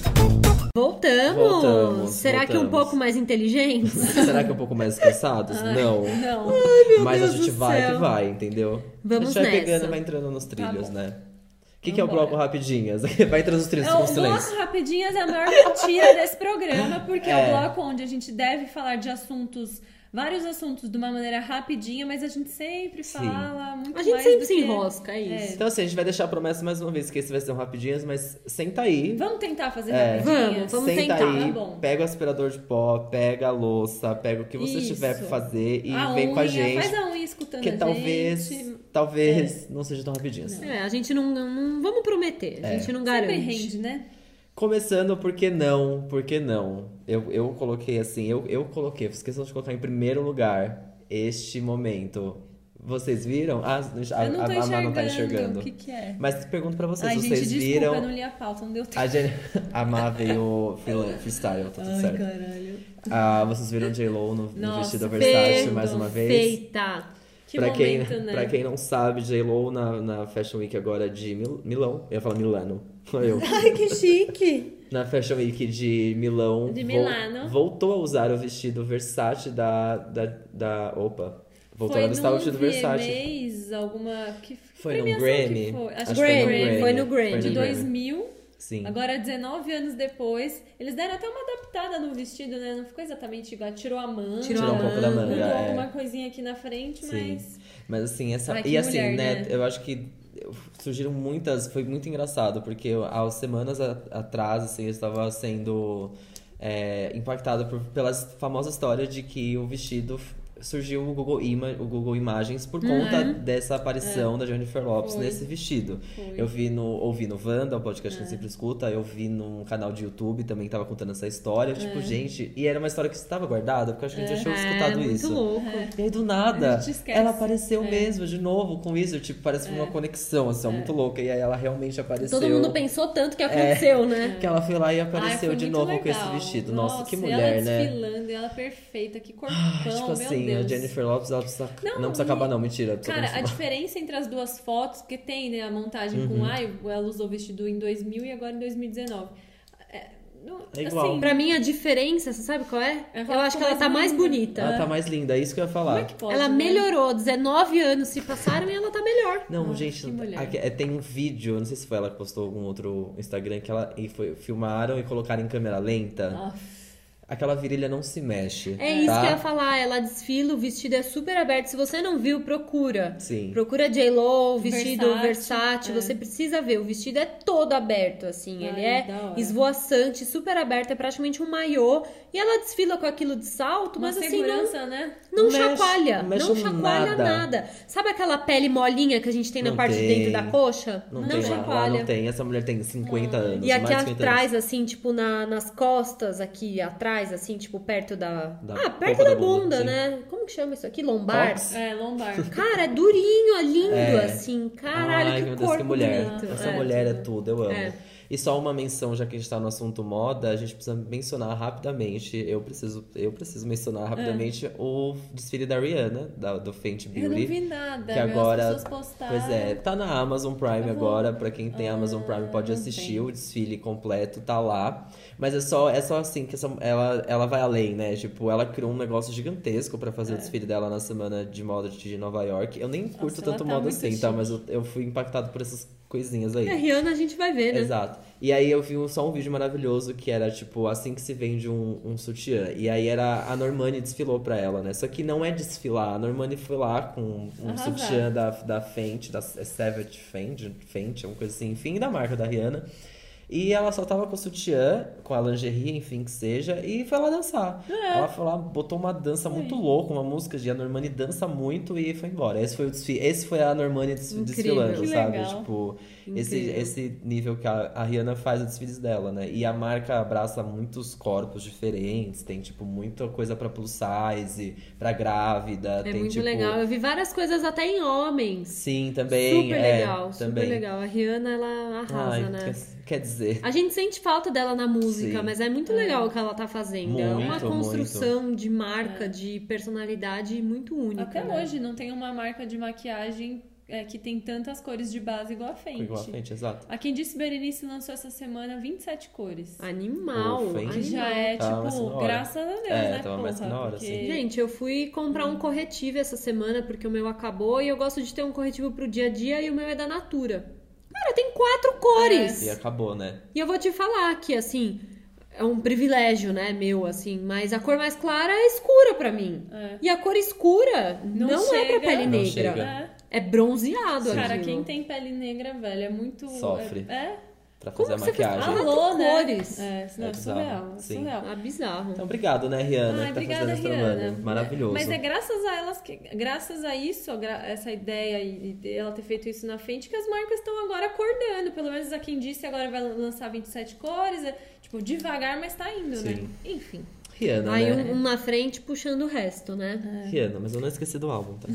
Speaker 2: Voltamos.
Speaker 3: Voltamos,
Speaker 2: Será que um
Speaker 3: voltamos.
Speaker 2: pouco mais inteligentes?
Speaker 3: Será que é um pouco mais cansados? Não.
Speaker 1: Não.
Speaker 2: meu
Speaker 3: Mas
Speaker 2: Deus
Speaker 3: a gente
Speaker 2: do
Speaker 3: vai
Speaker 2: céu.
Speaker 3: que vai, entendeu?
Speaker 2: Vamos
Speaker 3: a gente vai
Speaker 2: nessa.
Speaker 3: pegando e vai entrando nos trilhos,
Speaker 1: bom.
Speaker 3: né? O que, que é o
Speaker 1: Vambora.
Speaker 3: bloco rapidinhas? Vai entrando nos trilhos
Speaker 1: É,
Speaker 3: com
Speaker 1: o
Speaker 3: silêncio.
Speaker 1: bloco Rapidinhas é a maior mentira desse programa, porque é.
Speaker 3: É.
Speaker 1: o bloco onde a gente deve falar de assuntos, vários assuntos de uma maneira rapidinha, mas a gente sempre
Speaker 3: Sim.
Speaker 1: fala muito
Speaker 2: A gente
Speaker 1: mais
Speaker 2: sempre
Speaker 1: do
Speaker 2: se
Speaker 1: que-
Speaker 2: enrosca, é isso.
Speaker 3: Então, assim, a gente vai deixar a promessa mais uma vez que esse vai ser um rapidinhas, mas senta aí.
Speaker 1: Vamos tentar fazer
Speaker 3: É.
Speaker 1: rapidinhas?
Speaker 2: Vamos
Speaker 3: senta
Speaker 2: tentar,
Speaker 3: aí,
Speaker 1: tá bom.
Speaker 3: pega o aspirador de pó, pega a louça, pega o que você
Speaker 1: Isso.
Speaker 3: tiver pra fazer e
Speaker 1: a
Speaker 3: vem
Speaker 1: unha,
Speaker 3: com a gente.
Speaker 1: Faz a unha escutando
Speaker 3: que
Speaker 1: a
Speaker 3: talvez,
Speaker 1: gente.
Speaker 3: talvez não seja tão rapidinhas.
Speaker 2: É, a gente não, não- não- vamos prometer, a
Speaker 3: É.
Speaker 2: gente não
Speaker 1: Sempre
Speaker 2: garante.
Speaker 1: rende, né?
Speaker 3: Começando, por que não? Por que não? Eu, eu coloquei assim, eu, eu coloquei, esqueci de colocar em primeiro lugar este momento. Vocês viram? Ah, a,
Speaker 1: eu não
Speaker 3: a,
Speaker 1: tô
Speaker 3: a Má
Speaker 1: enxergando.
Speaker 3: não tá enxergando.
Speaker 1: O que que é?
Speaker 3: Mas pergunto pra vocês,
Speaker 1: Ai, gente,
Speaker 3: vocês
Speaker 1: desculpa,
Speaker 3: viram?
Speaker 1: eu não li a pauta, não deu tempo.
Speaker 3: A, gente... a Má veio free- freestyle, tá tudo certo.
Speaker 1: caralho.
Speaker 3: Ah, vocês viram J-Lo no, no
Speaker 1: Nossa,
Speaker 3: vestido Versace mais uma vez?
Speaker 2: Perfeita.
Speaker 1: Que
Speaker 3: pra, quem,
Speaker 1: momento, né?
Speaker 3: pra quem não sabe, J-Lo na, na Fashion Week agora é de Mil- Milão. Eu ia falar Milano. Foi eu.
Speaker 2: Ai, que chique.
Speaker 3: na Fashion Week de Milão.
Speaker 1: De
Speaker 3: vol-
Speaker 1: Milano.
Speaker 3: voltou a usar o vestido Versace da. da, da opa! Voltou
Speaker 1: foi
Speaker 3: a usar o
Speaker 1: num
Speaker 3: vestido Versace.
Speaker 1: VMAs, alguma... Que
Speaker 3: Foi num
Speaker 1: premiação
Speaker 3: Grammy.
Speaker 1: que foi? Acho que
Speaker 2: Grammy,
Speaker 1: foi Grammy.
Speaker 2: foi no Grammy.
Speaker 1: De
Speaker 2: Grammy.
Speaker 1: 2000,
Speaker 3: Sim.
Speaker 1: agora 19 anos depois. Eles deram até uma adaptada no vestido, né? Não ficou exatamente igual. Tirou a manga.
Speaker 2: Tirou Tirou um pouco da manga,
Speaker 1: Mudou
Speaker 3: é.
Speaker 1: alguma coisinha aqui na frente,
Speaker 3: Sim.
Speaker 1: mas...
Speaker 3: Mas assim, essa.
Speaker 1: Ai, que
Speaker 3: e assim,
Speaker 1: mulher,
Speaker 3: né,
Speaker 1: né?
Speaker 3: Eu acho que surgiram muitas. Foi muito engraçado, porque há semanas a- atrás, assim, eu estava sendo é, impactado por, pela famosa história de que o vestido. f- Surgiu o Google, Ima o Google Imagens por conta dessa aparição da Jennifer Lopes
Speaker 1: Uhum. É. Foi.
Speaker 3: nesse vestido.
Speaker 1: Foi. É.
Speaker 3: Eu vi no, ouvi no Wanda, o podcast que a gente sempre escuta, eu vi num canal de YouTube também que tava contando essa história. Tipo,
Speaker 1: É.
Speaker 3: gente, e era uma história que estava guardada, porque eu acho que a gente já tinha
Speaker 2: é,
Speaker 3: escutado
Speaker 2: muito
Speaker 3: isso. É.
Speaker 2: louco.
Speaker 3: E aí, do nada,
Speaker 1: A gente esquece. É.
Speaker 3: ela apareceu mesmo, de novo, com isso. Tipo, parece uma conexão, assim, ó, muito louca. E aí, ela realmente apareceu.
Speaker 2: Todo mundo pensou tanto
Speaker 3: É.
Speaker 2: que aconteceu, né?
Speaker 3: Que ela foi lá e
Speaker 1: Ai,
Speaker 3: apareceu
Speaker 1: foi
Speaker 3: de
Speaker 1: muito
Speaker 3: novo com esse
Speaker 1: legal.
Speaker 3: vestido. Nossa, que
Speaker 1: e
Speaker 3: mulher,
Speaker 1: ela é
Speaker 3: né?
Speaker 1: desfilando, e ela perfeita, que corpão,
Speaker 3: tipo
Speaker 1: meu
Speaker 3: assim,
Speaker 1: Deus.
Speaker 3: a Jennifer Lopes, ela precisa. Não,
Speaker 1: Não,
Speaker 3: precisa
Speaker 1: e-
Speaker 3: acabar, não, mentira. Precisa
Speaker 1: Cara, a
Speaker 3: continuar.
Speaker 1: diferença entre as duas fotos, porque tem, né, a montagem
Speaker 3: Uhum.
Speaker 1: com ai, ela usou o vestido em 2000 e agora em 2019. É, não-
Speaker 3: É igual.
Speaker 1: Assim,
Speaker 2: Pra mim, a diferença, você sabe qual é?
Speaker 1: Ela
Speaker 2: Eu acho que
Speaker 1: ficou
Speaker 2: ela tá mais
Speaker 1: mais
Speaker 2: bonita.
Speaker 3: Ela tá mais linda, é isso que eu ia falar.
Speaker 1: como é que pode,
Speaker 2: ela
Speaker 1: né?
Speaker 2: melhorou, 19 anos se passaram e ela tá melhor.
Speaker 3: Não,
Speaker 1: Nossa,
Speaker 3: gente,
Speaker 1: que mulher.
Speaker 3: aqui- é, tem um vídeo, não sei se foi ela que postou algum outro Instagram, que ela e foi, filmaram e colocaram em câmera lenta.
Speaker 1: Ah,
Speaker 3: Aquela virilha não se mexe.
Speaker 2: É isso
Speaker 3: tá?
Speaker 2: que eu ia falar, ela desfila, o vestido é super aberto. Se você não viu, procura.
Speaker 3: Sim.
Speaker 2: Procura J-Lo, o vestido
Speaker 1: Versace,
Speaker 2: versátil,
Speaker 1: é.
Speaker 2: você precisa ver. O vestido é todo aberto, assim.
Speaker 1: Ai,
Speaker 2: Ele é
Speaker 1: da hora.
Speaker 2: esvoaçante, super aberto, é praticamente um maiô. E ela desfila com aquilo de salto,
Speaker 1: uma
Speaker 2: mas assim, não,
Speaker 1: segurança, né?
Speaker 2: não
Speaker 3: Mexe-
Speaker 2: chacoalha.
Speaker 3: não mexe
Speaker 2: Não chacoalha
Speaker 3: nada.
Speaker 2: nada. Sabe aquela pele molinha que a tem na
Speaker 3: Não
Speaker 2: parte de dentro
Speaker 3: tem.
Speaker 2: da coxa?
Speaker 3: Não, tem, lá, lá não tem. Essa mulher tem 50 anos.
Speaker 2: Ah. E aqui
Speaker 3: mais de 50
Speaker 2: atrás, assim, tipo, na- nas costas, aqui atrás, assim, tipo, perto da.
Speaker 3: Da
Speaker 2: ah,
Speaker 3: boca
Speaker 2: perto
Speaker 3: da
Speaker 2: da
Speaker 3: bunda,
Speaker 2: bunda,
Speaker 3: sim.
Speaker 2: né? Como que chama isso aqui? Lombar?
Speaker 3: Cox?
Speaker 1: É, lombar.
Speaker 2: Cara, é durinho, é lindo,
Speaker 3: É.
Speaker 2: assim.
Speaker 3: anos.
Speaker 2: Caralho,
Speaker 3: Ai,
Speaker 2: que
Speaker 3: meu
Speaker 2: corpo
Speaker 3: Deus, que mulher.
Speaker 2: bonito.
Speaker 3: Essa
Speaker 2: É.
Speaker 3: mulher é tudo, eu amo.
Speaker 2: É.
Speaker 3: E só uma menção, já que a gente tá no assunto moda, a gente precisa mencionar rapidamente. Eu preciso, eu preciso mencionar rapidamente
Speaker 2: É.
Speaker 3: o desfile da Rihanna, da- do Fenty Beauty.
Speaker 1: Eu não vi nada,
Speaker 3: que
Speaker 1: meu,
Speaker 3: agora-
Speaker 1: as pessoas postaram.
Speaker 3: Pois é, tá na Amazon Prime
Speaker 1: Eu vou-
Speaker 3: agora, pra quem tem Amazon Prime pode
Speaker 1: Ah,
Speaker 3: assistir
Speaker 1: tem.
Speaker 3: o desfile completo, tá lá. Mas é só, é só assim que essa- ela, ela vai além, né? Tipo, ela criou um negócio gigantesco pra
Speaker 1: É.
Speaker 3: fazer o desfile dela na semana de moda de Nova York. Eu nem curto
Speaker 1: ela
Speaker 3: tanto
Speaker 1: tá
Speaker 3: moda
Speaker 1: muito
Speaker 3: assim, tá? Mas eu, eu fui impactado por essas coisinhas aí.
Speaker 2: A É, Rihanna a gente vai ver, né?
Speaker 3: Exato. E aí eu vi um- só um vídeo maravilhoso que era, tipo, assim que se vende um, um sutiã. E aí era a Normani desfilou pra ela, né? Só que não é desfilar. A Normani foi lá com um
Speaker 1: Arrasar.
Speaker 3: sutiã da, da Fenty, da é Savage Fenty, Fenty, uma coisa assim, enfim, da marca da Rihanna. E ela só tava com o sutiã, com a lingerie, enfim que seja, e foi lá dançar.
Speaker 1: É.
Speaker 3: Ela foi lá, botou uma dança muito louca, uma música de a Normani dança muito e foi embora. Esse foi o desfile, esse foi a Normani desfi-
Speaker 2: Incrível.
Speaker 3: desfilando,
Speaker 1: Que
Speaker 3: sabe?
Speaker 1: legal.
Speaker 3: Tipo, esse,
Speaker 2: Incrível.
Speaker 3: esse nível que a, a Rihanna faz os desfiles dela, né? E a marca abraça muitos corpos diferentes, tem, tipo, muita coisa pra plus size, pra grávida,
Speaker 2: É
Speaker 3: tem,
Speaker 2: muito
Speaker 3: tipo...
Speaker 2: legal. Eu vi várias coisas até em homens.
Speaker 3: Sim, também,
Speaker 2: super
Speaker 3: é,
Speaker 2: legal, super
Speaker 3: também.
Speaker 2: legal. A Rihanna, ela arrasa,
Speaker 3: Ai,
Speaker 2: né?
Speaker 3: quer, quer dizer...
Speaker 2: A gente sente falta dela na música,
Speaker 3: Sim.
Speaker 2: mas é muito legal o que ela tá fazendo. é uma
Speaker 3: Muito,
Speaker 2: construção de marca, de personalidade muito única.
Speaker 1: É. Até
Speaker 2: né?
Speaker 1: hoje não tem uma marca de maquiagem é, que tem tantas cores de base igual a Fenty.
Speaker 3: Igual a Fenty, exato.
Speaker 1: A quem disse Berenice lançou essa semana 27 cores.
Speaker 2: Animal,
Speaker 3: Ufa, hein?
Speaker 1: que
Speaker 2: animal.
Speaker 1: já é,
Speaker 3: Tava mais que na
Speaker 1: tipo,
Speaker 3: hora.
Speaker 1: graças a Deus,
Speaker 3: É,
Speaker 1: né,
Speaker 3: tava mais que
Speaker 1: porra?
Speaker 3: na hora, assim.
Speaker 1: porque...
Speaker 3: sim.
Speaker 2: Gente, eu fui comprar um corretivo essa semana porque o meu acabou e eu gosto de ter um corretivo pro dia a dia e o meu é da Natura. Cara, tem quatro cores.
Speaker 1: É.
Speaker 3: E acabou, né?
Speaker 2: E eu vou te falar que assim, é um privilégio, né, meu assim, mas a cor mais clara é escura pra mim.
Speaker 1: É.
Speaker 2: E a cor escura não,
Speaker 1: Não
Speaker 2: é pra
Speaker 1: chega.
Speaker 2: pele
Speaker 1: Não
Speaker 2: negra.
Speaker 3: chega.
Speaker 1: É.
Speaker 2: É bronzeado
Speaker 1: Cara,
Speaker 2: aquilo.
Speaker 1: quem tem pele negra, velho, é muito...
Speaker 3: Sofre.
Speaker 1: É,
Speaker 3: Pra
Speaker 2: Como
Speaker 3: fazer a
Speaker 2: que você fez?
Speaker 3: maquiagem.
Speaker 2: Quatro
Speaker 1: Alô, né?
Speaker 2: cores.
Speaker 1: É, não,
Speaker 3: É
Speaker 1: é surreal,
Speaker 3: bizarro,
Speaker 1: é
Speaker 3: sim.
Speaker 1: surreal.
Speaker 2: Ah, bizarro.
Speaker 3: Então, obrigado, né, Rihanna,
Speaker 1: Ai,
Speaker 3: que tá
Speaker 1: obrigada,
Speaker 3: fazendo esse
Speaker 1: Rihanna.
Speaker 3: trabalho. Maravilhoso.
Speaker 1: Mas é graças a elas que, graças a isso, gra- essa ideia e e ela ter feito isso na frente, que as marcas estão agora acordando. Pelo menos a quem disse agora vai lançar 27 cores. é, tipo, devagar, mas tá indo, né?
Speaker 3: Sim.
Speaker 1: Enfim.
Speaker 3: Rihanna,
Speaker 2: Aí
Speaker 3: né?
Speaker 2: um, um na frente puxando o resto, né?
Speaker 3: Rihanna, mas eu não esqueci do álbum, tá?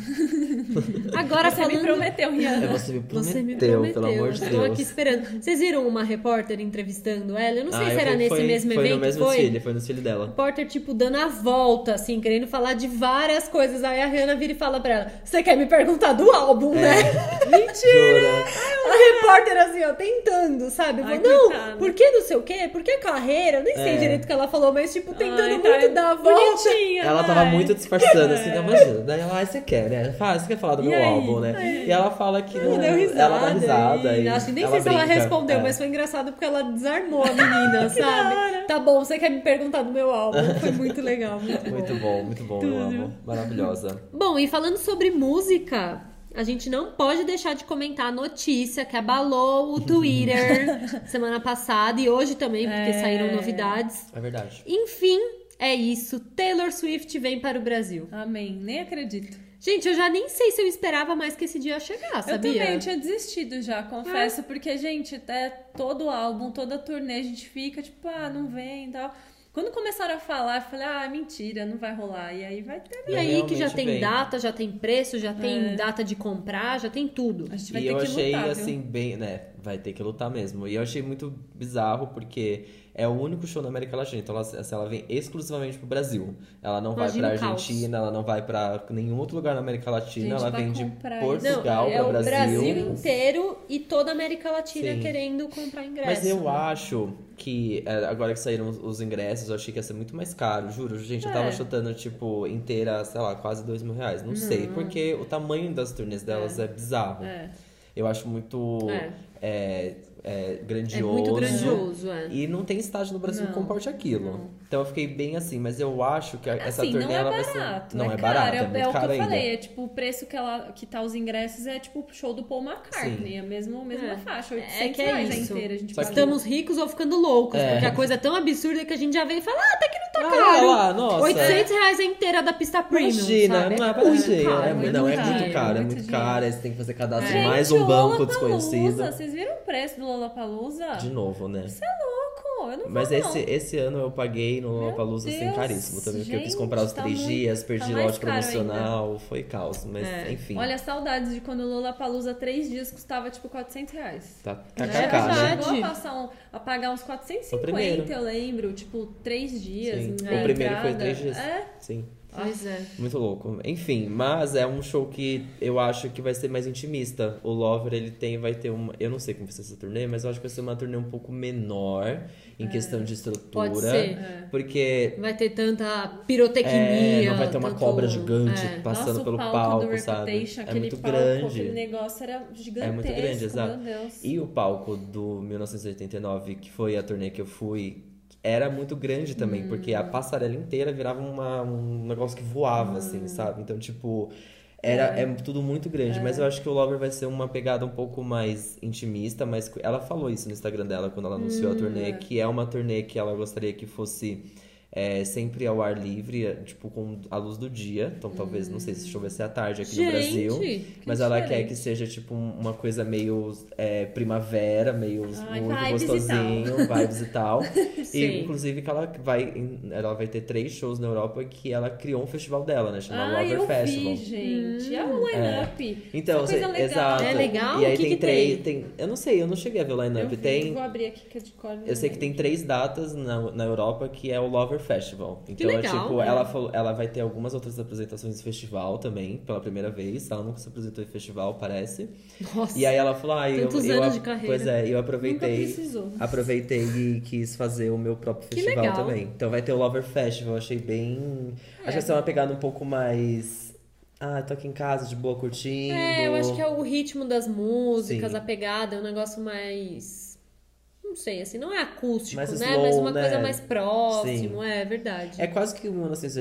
Speaker 2: Agora
Speaker 1: É. Você me
Speaker 2: falando
Speaker 1: prometeu, Rihanna.
Speaker 3: É, Você me prometeu,
Speaker 2: Você me prometeu,
Speaker 3: pelo amor de
Speaker 2: Estou
Speaker 3: Deus.
Speaker 2: aqui esperando. Vocês viram uma repórter entrevistando ela? Eu não sei
Speaker 3: Ah,
Speaker 2: se
Speaker 3: eu
Speaker 2: era
Speaker 3: fui-
Speaker 2: nesse
Speaker 3: foi,
Speaker 2: mesmo
Speaker 3: foi
Speaker 2: evento.
Speaker 3: no mesmo
Speaker 2: foi?
Speaker 3: desfile, foi no desfile dela.
Speaker 2: Repórter, tipo, dando a volta, assim, querendo falar de várias coisas. Aí a Rihanna vira e fala pra ela: Você quer me perguntar do álbum,
Speaker 3: É.
Speaker 2: né?
Speaker 3: Jura?
Speaker 2: A repórter, assim, ó, tentando, sabe?
Speaker 1: Ai,
Speaker 2: Falou, não,
Speaker 1: coitada.
Speaker 2: por que não sei o quê? Por que carreira? Nem sei
Speaker 3: É.
Speaker 2: direito o que ela falou, mas, tipo, tentando
Speaker 1: Ai, tá
Speaker 2: muito dar a volta.
Speaker 1: Bonitinha, né?
Speaker 3: Ela tava
Speaker 1: vai.
Speaker 3: muito disfarçando, assim,
Speaker 2: É.
Speaker 3: não imagina. Daí ela, ah, você quer, né? Fala, você quer falar do
Speaker 1: E
Speaker 3: meu
Speaker 1: aí?
Speaker 3: álbum, né? E ela fala que não,
Speaker 2: Ela deu risada.
Speaker 3: ela dá risada.
Speaker 2: e-
Speaker 3: e
Speaker 2: Acho que nem
Speaker 3: ela
Speaker 2: sei se ela
Speaker 3: brinca,
Speaker 2: respondeu,
Speaker 3: é.
Speaker 2: mas foi engraçado porque ela desarmou a menina, sabe? Tá bom, você quer me perguntar do meu álbum? Foi muito legal, muito,
Speaker 3: Muito
Speaker 2: bom.
Speaker 3: bom, muito bom, eu amo. Maravilhosa.
Speaker 2: Bom, e falando sobre música, a gente não pode deixar de comentar a notícia que abalou o Twitter semana passada e hoje também, porque
Speaker 1: É.
Speaker 2: saíram novidades.
Speaker 3: É verdade.
Speaker 2: Enfim, é isso. Taylor Swift vem para o Brasil.
Speaker 1: Amém, nem acredito.
Speaker 2: Gente, eu já nem sei se eu esperava mais que esse dia chegar, sabia? É?
Speaker 1: Eu também eu tinha desistido já, confesso, porque, gente, até todo álbum, toda turnê, a gente fica tipo, ah, não vem e tal. Quando começaram a falar, eu falei, ah, mentira, não vai rolar. E aí vai ter.
Speaker 2: E
Speaker 3: E
Speaker 2: aí que já
Speaker 3: realmente
Speaker 2: tem
Speaker 3: vem.
Speaker 2: data, já tem preço, já
Speaker 1: É.
Speaker 2: tem data de comprar, já tem tudo.
Speaker 1: A gente vai
Speaker 3: E
Speaker 1: ter
Speaker 3: eu
Speaker 1: que
Speaker 3: achei,
Speaker 1: lutar, viu?
Speaker 3: assim, bem, né? Vai ter que lutar mesmo. E eu achei muito bizarro, porque é o único show na América Latina. Então, ela, assim, ela vem exclusivamente pro Brasil. Ela não
Speaker 2: Imagina
Speaker 3: vai
Speaker 2: o
Speaker 3: pra
Speaker 2: caos.
Speaker 3: Argentina, ela não vai pra nenhum outro lugar na América Latina.
Speaker 1: Gente,
Speaker 3: ela
Speaker 1: vai
Speaker 3: vem de
Speaker 1: comprar isso.
Speaker 3: Portugal
Speaker 2: Não, é
Speaker 3: pra
Speaker 2: o
Speaker 3: Brasil.
Speaker 2: Brasil inteiro e toda a América Latina
Speaker 3: Sim.
Speaker 2: querendo comprar ingresso.
Speaker 3: Mas eu acho que é, agora que saíram os- os ingressos, eu achei que ia ser muito mais caro, juro. Gente, eu tava
Speaker 1: É.
Speaker 3: chutando, tipo, inteira, sei lá, quase dois mil reais. Não, sei, porque o tamanho das turnês delas é, bizarro.
Speaker 1: Uhum. É.
Speaker 3: Eu acho muito
Speaker 2: É.
Speaker 3: é, é,
Speaker 2: É
Speaker 3: grandioso.
Speaker 2: muito grandioso, é.
Speaker 3: E não tem estádio no Brasil que comporte aquilo. Então eu fiquei bem assim, mas eu acho que a- essa
Speaker 1: assim,
Speaker 3: turnê
Speaker 1: não é
Speaker 3: ela
Speaker 1: barato.
Speaker 3: vai ser. Não é,
Speaker 1: caro,
Speaker 3: barato, é,
Speaker 1: é,
Speaker 3: muito
Speaker 1: é o que
Speaker 3: caro
Speaker 1: eu
Speaker 3: ainda.
Speaker 1: falei. É tipo, o preço que, ela, que tá os ingressos é tipo o show do Paul McCartney.
Speaker 3: Sim.
Speaker 1: É a mesma, a mesma
Speaker 2: É.
Speaker 1: faixa,
Speaker 2: É
Speaker 1: 800
Speaker 2: que é
Speaker 1: reais a
Speaker 2: isso.
Speaker 1: inteira. A gente
Speaker 3: Só que-
Speaker 1: pagou.
Speaker 2: Estamos ricos ou ficando loucos,
Speaker 3: É.
Speaker 2: porque a coisa é tão absurda que a gente já vem e fala, ah, até que não tá
Speaker 3: Ah,
Speaker 2: caro.
Speaker 3: olha lá, nossa.
Speaker 2: 800 reais a inteira da pista premium,
Speaker 3: Imagina,
Speaker 2: sabe?
Speaker 3: não é
Speaker 2: muito
Speaker 3: baratinho.
Speaker 2: caro,
Speaker 3: é,
Speaker 1: muito
Speaker 3: não, é
Speaker 1: caro,
Speaker 3: muito caro, é
Speaker 1: muito
Speaker 3: muito
Speaker 1: dinheiro.
Speaker 3: caro. aí Você tem que fazer cadastro
Speaker 1: É. Gente,
Speaker 3: em mais um
Speaker 1: o
Speaker 3: banco
Speaker 1: Lollapalooza,
Speaker 3: desconhecido.
Speaker 1: Vocês viram o preço do Lollapalooza?
Speaker 3: De novo, né?
Speaker 1: Isso é louco. vou, eu não
Speaker 3: Mas
Speaker 1: vou.
Speaker 3: esse, esse ano eu paguei no Lollapalooza sem
Speaker 1: Deus,
Speaker 3: caríssimo também, porque eu quis
Speaker 1: gente,
Speaker 3: comprar os
Speaker 1: tá
Speaker 3: três
Speaker 1: muito-
Speaker 3: dias, perdi
Speaker 1: mais
Speaker 3: lote
Speaker 1: caro
Speaker 3: promocional, foi caos, mas
Speaker 2: É.
Speaker 3: enfim.
Speaker 1: não. Olha, saudades de quando o Lollapalooza três dias custava tipo 400 reais.
Speaker 3: Tá
Speaker 1: Né?
Speaker 3: kkk,
Speaker 1: Já
Speaker 3: né?
Speaker 2: verdade.
Speaker 1: chegou a, passar um- a pagar uns
Speaker 3: O primeiro.
Speaker 1: 450, eu lembro. Tipo, três dias.
Speaker 3: Sim.
Speaker 1: né,
Speaker 3: O primeiro foi
Speaker 1: entrada.
Speaker 3: três dias.
Speaker 1: É.
Speaker 3: Sim.
Speaker 2: Pois é.
Speaker 3: Muito louco. Enfim, mas é um show que eu acho que vai ser mais intimista. O Lover, ele tem, vai ter uma. Eu não sei como vai ser essa turnê, mas eu acho que vai ser uma turnê um pouco menor em questão de estrutura.
Speaker 2: É. Pode ser.
Speaker 1: É.
Speaker 3: Porque
Speaker 2: Não vai ter tanta
Speaker 3: é,
Speaker 2: pirotecnia.
Speaker 3: não vai ter uma
Speaker 2: tanto-
Speaker 3: cobra gigante
Speaker 2: É.
Speaker 3: passando
Speaker 1: Nossa, o
Speaker 3: pelo
Speaker 1: palco, do
Speaker 3: palco, sabe?
Speaker 1: Reputation,
Speaker 3: É
Speaker 1: aquele
Speaker 3: muito
Speaker 1: palco, Aquele
Speaker 3: grande.
Speaker 1: negócio era gigantesco.
Speaker 3: É muito grande, exato.
Speaker 1: Meu Deus.
Speaker 3: E o palco do 1989, que foi a turnê que eu fui, era muito grande também, porque a passarela inteira virava uma- um negócio que voava, assim, sabe? Então, tipo, era, é. tudo muito grande. Mas eu acho que o Lover vai ser uma pegada um pouco mais intimista, mas ela falou isso no Instagram dela quando ela anunciou a turnê, que é uma turnê que ela gostaria que fosse. é, sempre ao ar livre, é, tipo, com a luz do dia. Então, talvez, não sei se chovesse à tarde aqui no
Speaker 2: Gente,
Speaker 3: Brasil.
Speaker 2: que
Speaker 3: Mas ela quer
Speaker 1: diferente.
Speaker 3: que seja tipo um- uma coisa meio é, primavera, meio
Speaker 1: Ai,
Speaker 3: muito
Speaker 1: vibes e
Speaker 3: gostosinho, vibes e tal.
Speaker 2: Sim.
Speaker 3: e inclusive que ela vai, em- ela vai ter três shows na Europa que ela criou um festival dela, né? Chama
Speaker 1: Ah,
Speaker 3: Lover
Speaker 1: eu
Speaker 3: Festival.
Speaker 1: vi, gente. É um line-up.
Speaker 3: Então,
Speaker 1: Essa coisa
Speaker 3: cê-
Speaker 1: legal.
Speaker 3: exato.
Speaker 2: É legal?
Speaker 3: E aí
Speaker 2: O que
Speaker 3: tem
Speaker 2: que
Speaker 3: três. tem- Eu não sei, eu não cheguei a ver o
Speaker 1: Eu
Speaker 3: line-up.
Speaker 1: vi,
Speaker 3: Tem.
Speaker 1: Vou abrir aqui que é de cor.
Speaker 3: Eu sei que tem três datas na, na Europa que é o Lover Festival. Então, é
Speaker 2: legal,
Speaker 3: tipo,
Speaker 2: né?
Speaker 3: ela, falou, ela vai ter algumas outras apresentações de festival também, pela primeira vez. Ela nunca se apresentou em festival, parece.
Speaker 2: Nossa.
Speaker 3: E aí ela falou, ah, eu,
Speaker 2: Tantos
Speaker 3: eu
Speaker 2: anos
Speaker 3: a-
Speaker 2: de carreira.
Speaker 3: Pois é, eu
Speaker 1: Nunca
Speaker 3: aproveitei,
Speaker 1: precisou.
Speaker 3: aproveitei e quis fazer o meu próprio festival
Speaker 2: legal. É.
Speaker 3: também. Então vai ter o Lover Festival, eu achei bem. Acho que vai ser uma pegada um pouco mais. Ah, tô aqui em casa, de boa, curtindo.
Speaker 2: É, eu acho que é o ritmo das músicas,
Speaker 3: Sim.
Speaker 2: a pegada, é um negócio mais. Não sei, assim, não é acústico,
Speaker 3: Mais
Speaker 2: né?
Speaker 3: slow,
Speaker 2: Mas uma
Speaker 3: né?
Speaker 2: coisa mais próximo, é verdade.
Speaker 3: É quase que o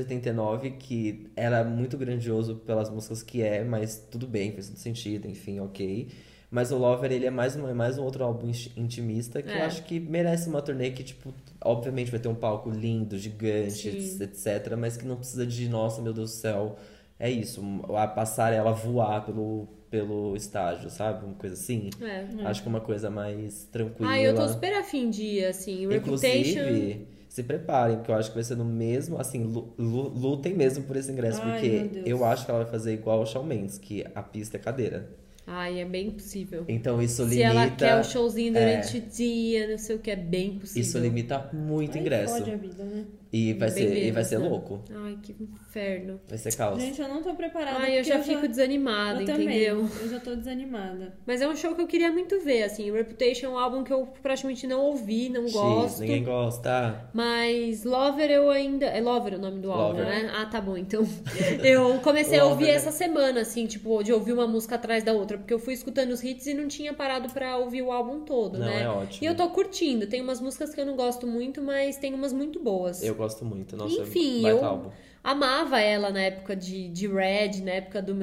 Speaker 3: 1989, que era muito grandioso pelas músicas que é, mas tudo bem, fez todo sentido, enfim, ok. Mas o Lover, ele é mais, um, é mais um outro álbum inti- intimista que
Speaker 2: É.
Speaker 3: eu acho que merece uma turnê que, tipo, obviamente vai ter um palco lindo, gigante,
Speaker 2: Sim.
Speaker 3: etc. Mas que não precisa de, nossa, meu Deus do céu, é isso, a passarela voar pelo, pelo estágio, sabe? Uma coisa assim.
Speaker 2: É.
Speaker 3: Acho que é uma coisa mais tranquila.
Speaker 2: Ah, eu tô super afim de ir, assim. Reputation.
Speaker 3: Inclusive, se preparem, porque eu acho que vai ser no mesmo. Assim, lu- lu- lutem mesmo por esse ingresso,
Speaker 1: Ai, meu
Speaker 3: porque
Speaker 1: Deus.
Speaker 3: eu acho que ela vai fazer igual ao Shawn Mendes, que a pista é cadeira.
Speaker 2: Ai, é bem possível.
Speaker 3: Então isso
Speaker 2: Se ela quer
Speaker 3: limita.
Speaker 2: o showzinho
Speaker 3: é.
Speaker 2: durante o dia, não sei o que, é bem possível.
Speaker 3: Isso limita muito
Speaker 1: Ai,
Speaker 3: ingresso.
Speaker 1: fode a vida, né?
Speaker 3: E vai,
Speaker 2: Bem
Speaker 3: ser, e vai
Speaker 2: menos,
Speaker 3: ser
Speaker 2: né?
Speaker 3: louco.
Speaker 2: Ai, que inferno.
Speaker 3: Vai ser caos.
Speaker 1: Gente, eu não tô preparada.
Speaker 2: Ai, eu
Speaker 1: porque
Speaker 2: já fico desanimada,
Speaker 1: Eu
Speaker 2: entendeu?
Speaker 1: também. Eu já tô desanimada.
Speaker 2: Mas é um show que eu queria muito ver, assim. Reputation é um álbum que eu praticamente não ouvi, não
Speaker 3: X,
Speaker 2: gosto.
Speaker 3: ninguém gosta.
Speaker 2: Mas Lover eu ainda. É Lover o nome do álbum,
Speaker 3: Lover.
Speaker 2: né? Ah, tá bom, então. Eu comecei a ouvir
Speaker 3: Lover.
Speaker 2: essa semana, assim, tipo, de ouvir uma música atrás da outra, porque eu fui escutando os hits e não tinha parado pra ouvir o álbum todo,
Speaker 3: Não,
Speaker 2: né?
Speaker 3: é ótimo.
Speaker 2: E eu tô curtindo. Tem umas músicas que eu não gosto muito, mas tem umas muito boas.
Speaker 3: Eu gosto muito. Nossa, é um
Speaker 2: Enfim,
Speaker 3: baita
Speaker 2: eu-
Speaker 3: álbum.
Speaker 2: Amava ela na época de, de Red, na época do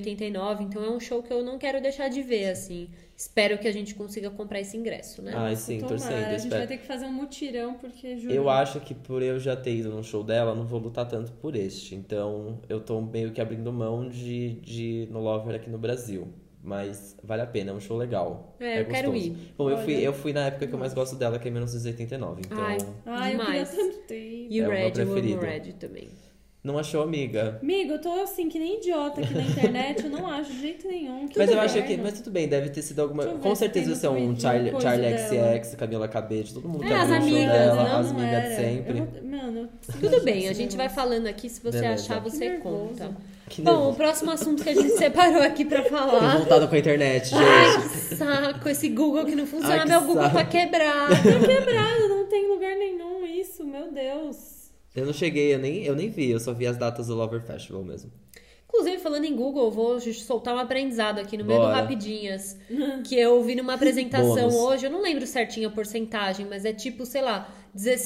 Speaker 2: 1989, então é um show que eu não quero deixar de ver, assim. Espero que a gente consiga comprar esse ingresso, né?
Speaker 3: Ai, sim,
Speaker 1: Tomara.
Speaker 3: torcendo,
Speaker 1: A gente vai
Speaker 3: espero.
Speaker 1: ter que fazer um mutirão, porque juro.
Speaker 3: Eu acho que por eu já ter ido num show dela, eu não vou lutar tanto por este. Então, eu tô meio que abrindo mão de, de ir no Lover aqui no Brasil. Mas vale a pena, é um show legal.
Speaker 2: É, eu quero
Speaker 3: gostoso. Bom, eu fui,
Speaker 1: Olha.
Speaker 3: eu fui na época que eu mais gosto dela, que é 1989. Então,
Speaker 2: Ai.
Speaker 1: Ai,
Speaker 2: Demais.
Speaker 1: eu queria tanto ir.
Speaker 2: E
Speaker 3: É o meu
Speaker 2: Red, eu amo
Speaker 3: preferido.
Speaker 2: Red também.
Speaker 3: não achou, amiga?
Speaker 1: Amigo, eu tô assim, que nem idiota aqui na internet, eu não acho de jeito nenhum.
Speaker 3: mas eu acho
Speaker 1: inferno.
Speaker 3: que. Mas tudo bem, deve ter sido alguma.
Speaker 1: Deixa eu ver
Speaker 3: Com
Speaker 1: se tem
Speaker 3: certeza
Speaker 1: no
Speaker 3: vai ser um
Speaker 1: Twitter
Speaker 3: Charlie,
Speaker 1: coisa
Speaker 3: Charlie
Speaker 1: dela.
Speaker 3: XX, Camila Cabello, todo mundo
Speaker 2: É,
Speaker 3: que
Speaker 2: as
Speaker 3: abriu o show
Speaker 2: amigas,
Speaker 3: dela,
Speaker 2: né?
Speaker 3: as
Speaker 1: não
Speaker 3: amigas de
Speaker 1: era.
Speaker 3: sempre.
Speaker 1: Eu vou- Mano, eu preciso
Speaker 2: Tudo
Speaker 1: achar
Speaker 2: bem,
Speaker 1: esse
Speaker 2: a gente vai
Speaker 1: negócio.
Speaker 2: falando aqui, se você
Speaker 3: Beleza.
Speaker 2: achar, você
Speaker 1: Nervoso.
Speaker 2: conta.
Speaker 3: Que
Speaker 2: Bom,
Speaker 3: nervoso.
Speaker 2: o próximo assunto que a gente separou aqui pra
Speaker 3: Tô
Speaker 2: falar.
Speaker 3: voltado com a internet, gente.
Speaker 2: Ai, que saco, esse Google que não funciona,
Speaker 3: Ai, que
Speaker 2: meu Google
Speaker 3: saco.
Speaker 2: tá quebrado.
Speaker 1: Quebrado, não tem lugar nenhum isso, meu Deus.
Speaker 3: Eu não cheguei, eu nem, eu nem vi, eu só vi as datas do Lover Festival mesmo.
Speaker 2: Inclusive, falando em Google, eu vou soltar um aprendizado aqui no meio do
Speaker 3: Bora.
Speaker 2: Rapidinhas. Que eu vi numa apresentação
Speaker 3: Bônus.
Speaker 2: hoje, eu não lembro certinho a porcentagem, mas é tipo, sei lá,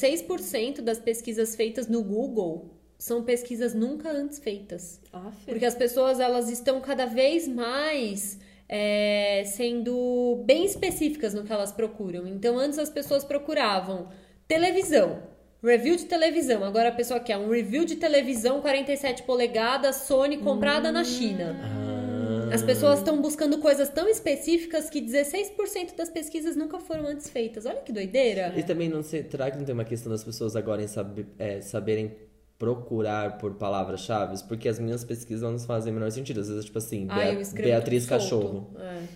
Speaker 2: 16% das pesquisas feitas no Google são pesquisas nunca antes feitas.
Speaker 1: Aff.
Speaker 2: Porque as pessoas elas estão cada vez mais é, sendo bem específicas no que elas procuram. Então, antes as pessoas procuravam televisão, review de televisão. Agora a pessoa quer um review de televisão 47 polegadas Sony comprada na China.
Speaker 3: Ah.
Speaker 2: As pessoas estão buscando coisas tão específicas que 16% das pesquisas nunca foram antes feitas. Olha que doideira.
Speaker 3: E também não se, será que não tem uma questão das pessoas agora em saber, é, saberem procurar por palavras-chave? Porque as minhas pesquisas não fazem o menor sentido. Às vezes, tipo assim,
Speaker 2: Ah, eu
Speaker 3: Bea-
Speaker 2: escrevo
Speaker 3: Beatriz
Speaker 2: tudo solto.
Speaker 3: Cachorro.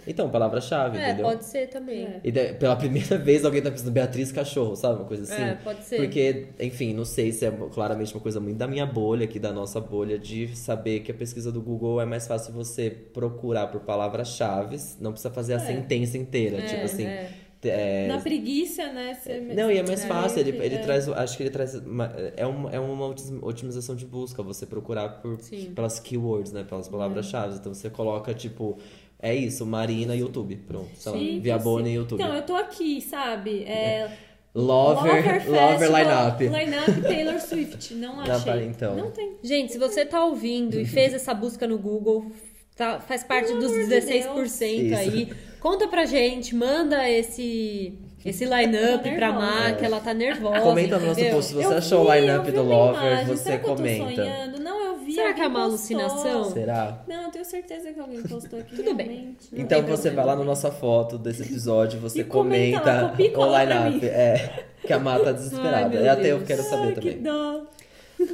Speaker 3: Então, palavra-chave,
Speaker 2: É, é
Speaker 3: entendeu?
Speaker 2: pode ser também.
Speaker 1: É.
Speaker 3: E daí, pela primeira vez alguém tá pensando Beatriz Cachorro, sabe? Uma coisa assim.
Speaker 2: É, pode ser.
Speaker 3: Porque, enfim, não sei se é claramente uma coisa muito da minha bolha aqui, da nossa bolha, de saber que a pesquisa do Google é mais fácil você procurar por palavras-chave, não precisa fazer a sentença inteira. tipo assim.
Speaker 2: é.
Speaker 3: é,
Speaker 1: Na preguiça, né? Você
Speaker 3: Não, e é mais
Speaker 1: você
Speaker 3: fácil, ele,
Speaker 1: que-
Speaker 3: ele
Speaker 1: é.
Speaker 3: traz, acho que ele traz, uma- é uma, é uma otim- otimização de busca, você procurar por,
Speaker 2: Sim.
Speaker 3: pelas keywords, né,
Speaker 1: Uhum.
Speaker 3: pelas palavras-chave, então você coloca, tipo, é isso, Marina, YouTube, pronto, sei lá,
Speaker 1: Sim,
Speaker 3: Viabone,
Speaker 1: sim.
Speaker 3: YouTube.
Speaker 1: Então, eu tô aqui, sabe? É,
Speaker 3: Lover, Lover
Speaker 1: Festival,
Speaker 3: Lineup.
Speaker 1: Lineup Taylor Swift. Não
Speaker 3: Dá
Speaker 1: achei.
Speaker 3: pra- então.
Speaker 1: Não tem.
Speaker 2: Gente, se você tá ouvindo e fez essa busca no Google, tá- faz parte dos
Speaker 1: amor de
Speaker 2: 16%
Speaker 3: Deus.
Speaker 2: aí. Conta pra gente, manda esse esse line-up
Speaker 1: Tô
Speaker 2: pra Má,
Speaker 1: nervosa.
Speaker 2: que ela tá nervosa.
Speaker 3: Comenta no nosso
Speaker 2: entendeu?
Speaker 3: post se você
Speaker 1: Eu
Speaker 3: achou o
Speaker 1: vi,
Speaker 3: lineup
Speaker 1: eu vi
Speaker 3: do
Speaker 1: uma
Speaker 3: Lover,
Speaker 1: imagem.
Speaker 3: você
Speaker 1: Será que Eu tô
Speaker 3: comenta.
Speaker 1: sonhando? Não, eu vi.
Speaker 2: Será que é
Speaker 1: alguém
Speaker 2: uma
Speaker 1: postou.
Speaker 2: alucinação?
Speaker 3: Será?
Speaker 1: Não, eu tenho certeza que alguém postou aqui.
Speaker 2: Tudo bem.
Speaker 1: realmente. Não
Speaker 3: Então
Speaker 1: tem
Speaker 3: você vai
Speaker 1: problema.
Speaker 3: lá na nossa foto desse episódio, você
Speaker 1: E comenta
Speaker 3: comenta,
Speaker 1: lá, copia e cola
Speaker 3: o
Speaker 1: pra
Speaker 3: line-up. É, que a Má tá desesperada.
Speaker 2: Ai, meu
Speaker 3: Até eu
Speaker 2: Deus.
Speaker 3: quero saber
Speaker 1: Ai, que
Speaker 3: também.
Speaker 1: dó.